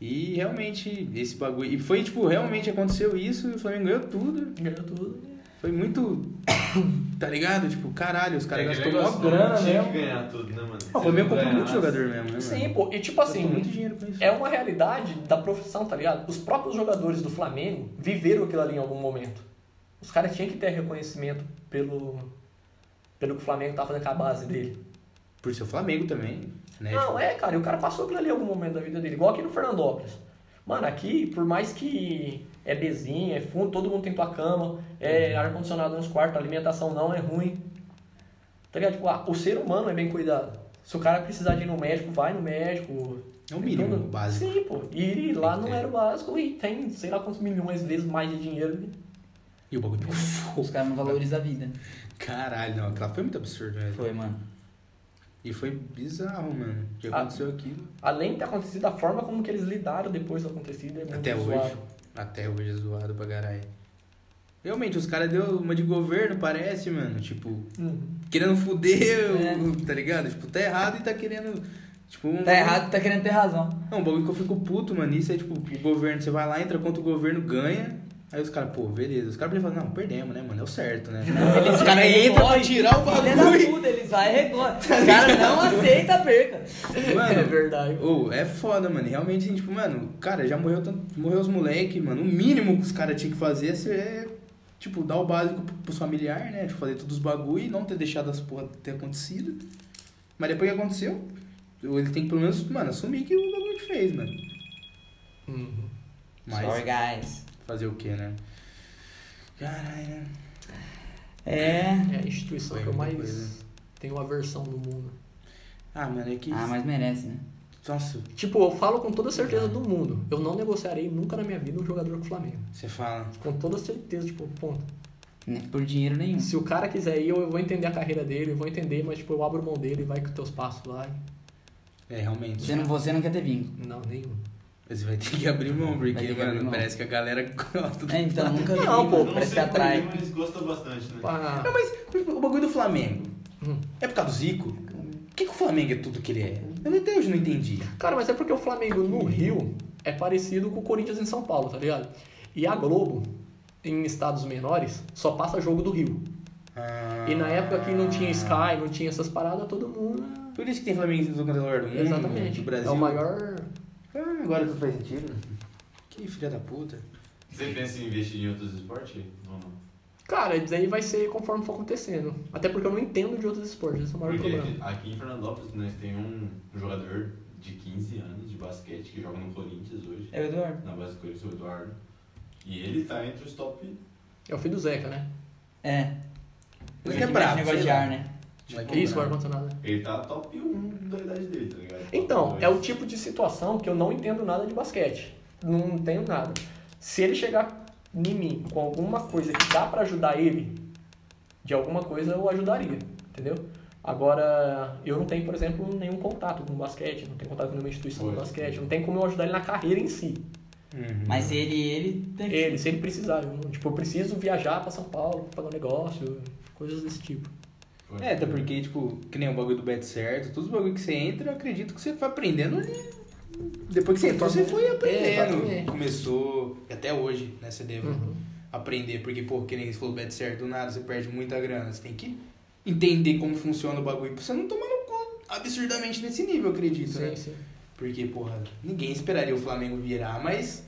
[SPEAKER 2] E realmente, esse bagulho... E foi, tipo, realmente aconteceu isso, o Flamengo ganhou tudo.
[SPEAKER 3] Ganhou tudo.
[SPEAKER 2] Foi muito... tá ligado? Tipo, caralho, os caras
[SPEAKER 4] É aquele
[SPEAKER 2] gastaram mó
[SPEAKER 4] negócio,
[SPEAKER 2] grana
[SPEAKER 4] não tinha
[SPEAKER 2] mesmo.
[SPEAKER 4] que ganhar tudo, né, mano?
[SPEAKER 2] Pô, O Flamengo comprou muito jogador mesmo, né, mano?
[SPEAKER 3] Sim, pô. E tipo
[SPEAKER 2] Gastou
[SPEAKER 3] assim,
[SPEAKER 2] muito dinheiro com isso.
[SPEAKER 3] é uma realidade da profissão, tá ligado? Os próprios jogadores do Flamengo viveram aquilo ali em algum momento. Os caras tinham que ter reconhecimento pelo, pelo que o Flamengo tá fazendo com a base dele.
[SPEAKER 2] Por ser o Flamengo também, né?
[SPEAKER 3] Não,
[SPEAKER 2] tipo,
[SPEAKER 3] é, cara, e o cara passou aquilo ali em algum momento da vida dele, igual aqui no Fernandópolis. Mano, aqui, por mais que é bezinha, é fundo, todo mundo tem tua cama, é ar-condicionado nos quartos, a alimentação não é ruim. Tá ligado? Tipo, ah, o ser humano é bem cuidado. Se o cara precisar de ir no médico, vai no médico.
[SPEAKER 2] É o mínimo,
[SPEAKER 3] Tudo.
[SPEAKER 2] o básico.
[SPEAKER 3] Sim, pô. E lá não
[SPEAKER 2] ter.
[SPEAKER 3] era o básico e tem, sei lá quantos milhões de vezes mais de dinheiro.
[SPEAKER 2] E o bagulho pegou fogo.
[SPEAKER 1] Os caras não valorizam a vida.
[SPEAKER 2] Caralho, não, aquela foi muito absurda, velho.
[SPEAKER 1] Foi, mano.
[SPEAKER 2] E foi bizarro, mano. O que
[SPEAKER 3] Ah.
[SPEAKER 2] aconteceu aquilo.
[SPEAKER 3] Além de ter acontecido a forma como que eles lidaram depois do acontecido. É muito
[SPEAKER 2] Até
[SPEAKER 3] zoado.
[SPEAKER 2] hoje. Até hoje é zoado pra caralho. Realmente, os caras deu uma de governo, parece, mano. Tipo,
[SPEAKER 3] Uhum.
[SPEAKER 2] querendo fuder,
[SPEAKER 1] É.
[SPEAKER 2] o- tá ligado? Tipo, tá errado e tá querendo. Tipo, um-
[SPEAKER 1] Tá errado, tá querendo ter razão.
[SPEAKER 2] Não, o bagulho que eu fico puto, mano. Isso é tipo, o governo, você vai lá, entra contra o governo, ganha. Aí os caras, pô, beleza. Os caras falam, não, perdemos, né, mano? É o certo, né? os caras entram pra tirar o
[SPEAKER 1] é Filha da
[SPEAKER 2] bagulho. Tá
[SPEAKER 1] puta, eles vai e reclamam. Os caras não aceita a perca.
[SPEAKER 2] Mano,
[SPEAKER 3] É verdade.
[SPEAKER 2] Ô, é foda, mano. Realmente, assim, tipo, mano, cara, já morreu tanto, morreu os moleque, mano. O mínimo que os caras tinham que fazer é, ser- é, tipo, dar o básico pro- pros familiares, né? Tipo, fazer todos os bagulho e não ter deixado as porra ter acontecido. Mas depois que aconteceu, ele tem que pelo menos, mano, assumir que o bagulho que fez, mano.
[SPEAKER 3] Uhum.
[SPEAKER 2] Mas
[SPEAKER 1] Sorry, guys.
[SPEAKER 2] fazer o quê, né? Caralho, né?
[SPEAKER 1] É.
[SPEAKER 3] É a instituição
[SPEAKER 2] Foi
[SPEAKER 3] que eu
[SPEAKER 2] muita
[SPEAKER 3] mais
[SPEAKER 2] coisa.
[SPEAKER 3] tenho aversão no mundo.
[SPEAKER 2] Ah, mano, é que.
[SPEAKER 1] Ah, mas merece, né?
[SPEAKER 2] Nossa,
[SPEAKER 3] Tipo, eu falo com toda certeza do mundo. Eu não negociarei nunca na minha vida um jogador com o Flamengo.
[SPEAKER 2] você fala.
[SPEAKER 3] Com toda certeza, tipo, ponto.
[SPEAKER 1] Nem Por dinheiro nenhum.
[SPEAKER 3] Se o cara quiser ir, eu, eu vou entender a carreira dele, eu vou entender, mas tipo, eu abro mão dele, vai com os teus passos lá.
[SPEAKER 2] É, realmente.
[SPEAKER 1] Você não, você não quer ter vínculo.
[SPEAKER 3] Não, nenhum.
[SPEAKER 2] Você vai ter que abrir mão,
[SPEAKER 1] Vai
[SPEAKER 2] porque,
[SPEAKER 1] ter que abrir
[SPEAKER 2] mano,
[SPEAKER 1] mão.
[SPEAKER 2] parece que a galera gosta do
[SPEAKER 1] É, então, nunca vi,
[SPEAKER 3] Não, pô,
[SPEAKER 1] mas parece que
[SPEAKER 4] sei porquê,
[SPEAKER 1] atrai.
[SPEAKER 4] mas gosta bastante, né?
[SPEAKER 3] Ah,
[SPEAKER 2] Não, mas o bagulho do Flamengo
[SPEAKER 3] Hum.
[SPEAKER 2] é por causa do Zico? Por que, que o Flamengo é tudo que ele é? Eu não até hoje não entendi.
[SPEAKER 3] Cara, mas é porque o Flamengo no Rio é parecido com o Corinthians em São Paulo, tá ligado? E a Globo, em estados menores, só passa jogo do Rio. E
[SPEAKER 2] Ah.
[SPEAKER 3] na época que não tinha Sky, não tinha essas paradas, todo mundo.
[SPEAKER 2] Ah, Por isso que tem Flamengo em todo quanto é lugar do mundo,
[SPEAKER 3] Exatamente.
[SPEAKER 2] do Brasil.
[SPEAKER 3] É o maior.
[SPEAKER 2] Ah, agora tudo faz sentido. Que filha da puta.
[SPEAKER 4] Você pensa em investir em outros esportes? Ou não?
[SPEAKER 3] Cara, isso aí vai ser conforme for acontecendo. Até porque eu não entendo de outros esportes, esse é o maior
[SPEAKER 4] Porque
[SPEAKER 3] problema.
[SPEAKER 4] aqui, aqui em Fernandópolis nós tem um jogador de 15 anos de basquete que joga no Corinthians hoje,
[SPEAKER 1] É o Eduardo.
[SPEAKER 4] na base do Corinthians, o Eduardo. E ele tá entre os top.
[SPEAKER 3] É o filho do Zeca, né?
[SPEAKER 1] É.
[SPEAKER 2] Mas que é brabo,
[SPEAKER 1] Negócio
[SPEAKER 2] sei
[SPEAKER 1] de
[SPEAKER 2] lá.
[SPEAKER 1] ar, né?
[SPEAKER 2] Vai
[SPEAKER 3] É isso, o
[SPEAKER 2] comprar.
[SPEAKER 3] ar-condicionado. né?
[SPEAKER 4] Ele tá top 1 da idade dele, tá ligado?
[SPEAKER 3] Então,
[SPEAKER 4] Top
[SPEAKER 3] é o
[SPEAKER 4] dois.
[SPEAKER 3] tipo de situação que eu não entendo nada de basquete. Não tenho nada. Se ele chegar em mim com alguma coisa que dá pra ajudar ele, de alguma coisa eu ajudaria, entendeu? Agora, eu não tenho, por exemplo, nenhum contato com basquete, não tenho contato com nenhuma instituição de
[SPEAKER 4] Pois.
[SPEAKER 3] basquete, não tem como eu ajudar ele na carreira em si.
[SPEAKER 2] Uhum.
[SPEAKER 1] Mas ele, ele tem
[SPEAKER 3] Ele, se ele precisar, eu, não- tipo, eu preciso viajar pra São Paulo, pagar um negócio, coisas desse tipo.
[SPEAKER 4] Foi.
[SPEAKER 2] É, até porque, tipo, que nem o bagulho do Bet Certo, todos os bagulhos que você entra, eu acredito que você vai aprendendo ali. Depois que você entrou, você foi
[SPEAKER 3] É,
[SPEAKER 2] aprendendo.
[SPEAKER 3] exatamente.
[SPEAKER 2] Começou, e até hoje, né, você deve
[SPEAKER 3] Uhum.
[SPEAKER 2] aprender. Porque, pô, que nem você falou, Bet Certo, do nada, você perde muita grana. Você tem que entender como funciona o bagulho pra você não tomar no cu absurdamente nesse nível, eu acredito, né?
[SPEAKER 3] Sim, sim.
[SPEAKER 2] Porque, porra, ninguém esperaria o Flamengo virar, mas.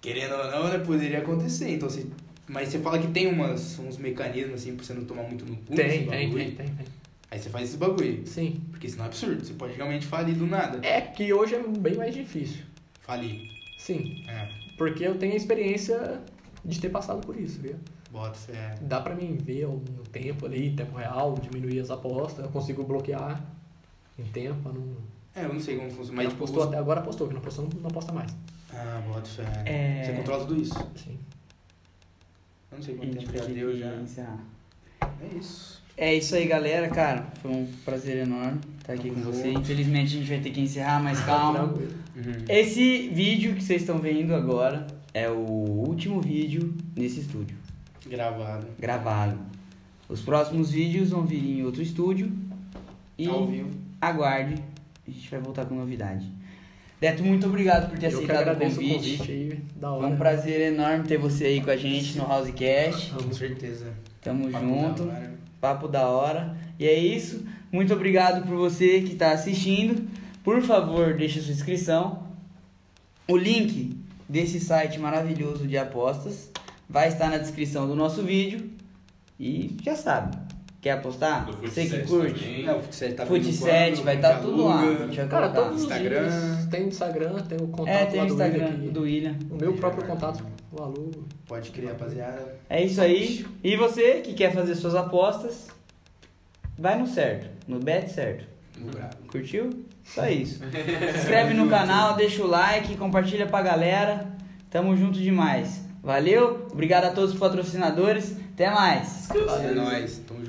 [SPEAKER 2] Querendo ou não, né, poderia acontecer. Então, você... Mas você fala que tem umas, uns mecanismos, assim, pra você não tomar muito no cu. esse
[SPEAKER 3] Tem, tem,
[SPEAKER 2] bagulho.
[SPEAKER 3] tem, tem, tem.
[SPEAKER 2] Aí você faz esse bagulho.
[SPEAKER 3] Sim.
[SPEAKER 2] Porque senão é absurdo. Você pode realmente falir do nada.
[SPEAKER 3] É que hoje é bem mais difícil.
[SPEAKER 2] Falir.
[SPEAKER 3] Sim.
[SPEAKER 2] É.
[SPEAKER 3] Porque eu tenho a experiência de ter passado por isso, viu?
[SPEAKER 2] Bota, você é.
[SPEAKER 3] Dá pra mim ver o tempo ali, tempo real, diminuir as apostas, eu consigo bloquear em tempo, pra não.
[SPEAKER 2] É, eu não sei como funciona.
[SPEAKER 3] Mas
[SPEAKER 2] Mas,
[SPEAKER 3] não
[SPEAKER 2] tipo,
[SPEAKER 3] apostou
[SPEAKER 2] você...
[SPEAKER 3] até agora apostou, que não apostou não, não aposta mais. assim.
[SPEAKER 2] Ah, bota, você é.
[SPEAKER 1] É.
[SPEAKER 2] Você controla né? tudo isso.
[SPEAKER 3] Sim.
[SPEAKER 2] Eu não sei
[SPEAKER 1] E,
[SPEAKER 2] quanto tempo
[SPEAKER 1] tipo,
[SPEAKER 2] já
[SPEAKER 1] de-
[SPEAKER 2] deu já.
[SPEAKER 1] encerrar.
[SPEAKER 2] É isso.
[SPEAKER 1] É isso aí, galera, cara. Foi um prazer enorme estar aqui
[SPEAKER 2] Tamo
[SPEAKER 1] com
[SPEAKER 2] junto.
[SPEAKER 1] você. Infelizmente a gente vai ter que encerrar, mas calma.
[SPEAKER 3] Tranquilo.
[SPEAKER 1] Uhum. Esse vídeo que vocês estão vendo agora é o último vídeo nesse estúdio,
[SPEAKER 2] É Gravado.
[SPEAKER 1] gravado. Os próximos vídeos vão vir em outro estúdio e
[SPEAKER 2] Ao vivo.
[SPEAKER 1] aguarde, a gente vai voltar com novidade. Deto, muito obrigado por ter
[SPEAKER 3] Eu que
[SPEAKER 1] aceitado o
[SPEAKER 3] agradeço o
[SPEAKER 1] convite.
[SPEAKER 3] convite aí, da
[SPEAKER 1] Foi um
[SPEAKER 3] hora.
[SPEAKER 1] prazer enorme ter você aí com a gente no Housecast.
[SPEAKER 2] Com certeza.
[SPEAKER 1] Tamo
[SPEAKER 2] Papo
[SPEAKER 1] junto.
[SPEAKER 2] da hora.
[SPEAKER 1] Papo da hora. E é isso. Muito obrigado por você que está assistindo. Por favor, deixe sua inscrição. O link desse site maravilhoso de apostas vai estar na descrição do nosso vídeo. E já sabe. Quer apostar?
[SPEAKER 4] Do
[SPEAKER 1] Você que
[SPEAKER 4] Futset
[SPEAKER 1] curte.
[SPEAKER 4] também.
[SPEAKER 2] É, o Fute7 tá
[SPEAKER 1] Fute
[SPEAKER 2] vindo
[SPEAKER 1] 7
[SPEAKER 2] quando,
[SPEAKER 1] vai
[SPEAKER 2] quando
[SPEAKER 1] estar tudo lá. A
[SPEAKER 2] aluga.
[SPEAKER 1] gente vai
[SPEAKER 3] Cara,
[SPEAKER 1] colocar.
[SPEAKER 3] todos os
[SPEAKER 2] Instagram.
[SPEAKER 3] dias tem Instagram, tem o contato
[SPEAKER 1] É, tem
[SPEAKER 3] lá
[SPEAKER 1] o
[SPEAKER 3] do
[SPEAKER 1] Instagram
[SPEAKER 3] William aqui.
[SPEAKER 1] do William.
[SPEAKER 3] O meu próprio contato, o Alu.
[SPEAKER 2] Pode crer, rapaziada.
[SPEAKER 1] É isso aí. E você que quer fazer suas apostas, vai no certo, no bet certo.
[SPEAKER 2] No brabo.
[SPEAKER 1] Curtiu? Só isso. Se inscreve no canal, deixa o like, compartilha pra galera. Tamo junto demais. Valeu, obrigado a todos os patrocinadores. Até mais.
[SPEAKER 2] É nóis. Tamo junto.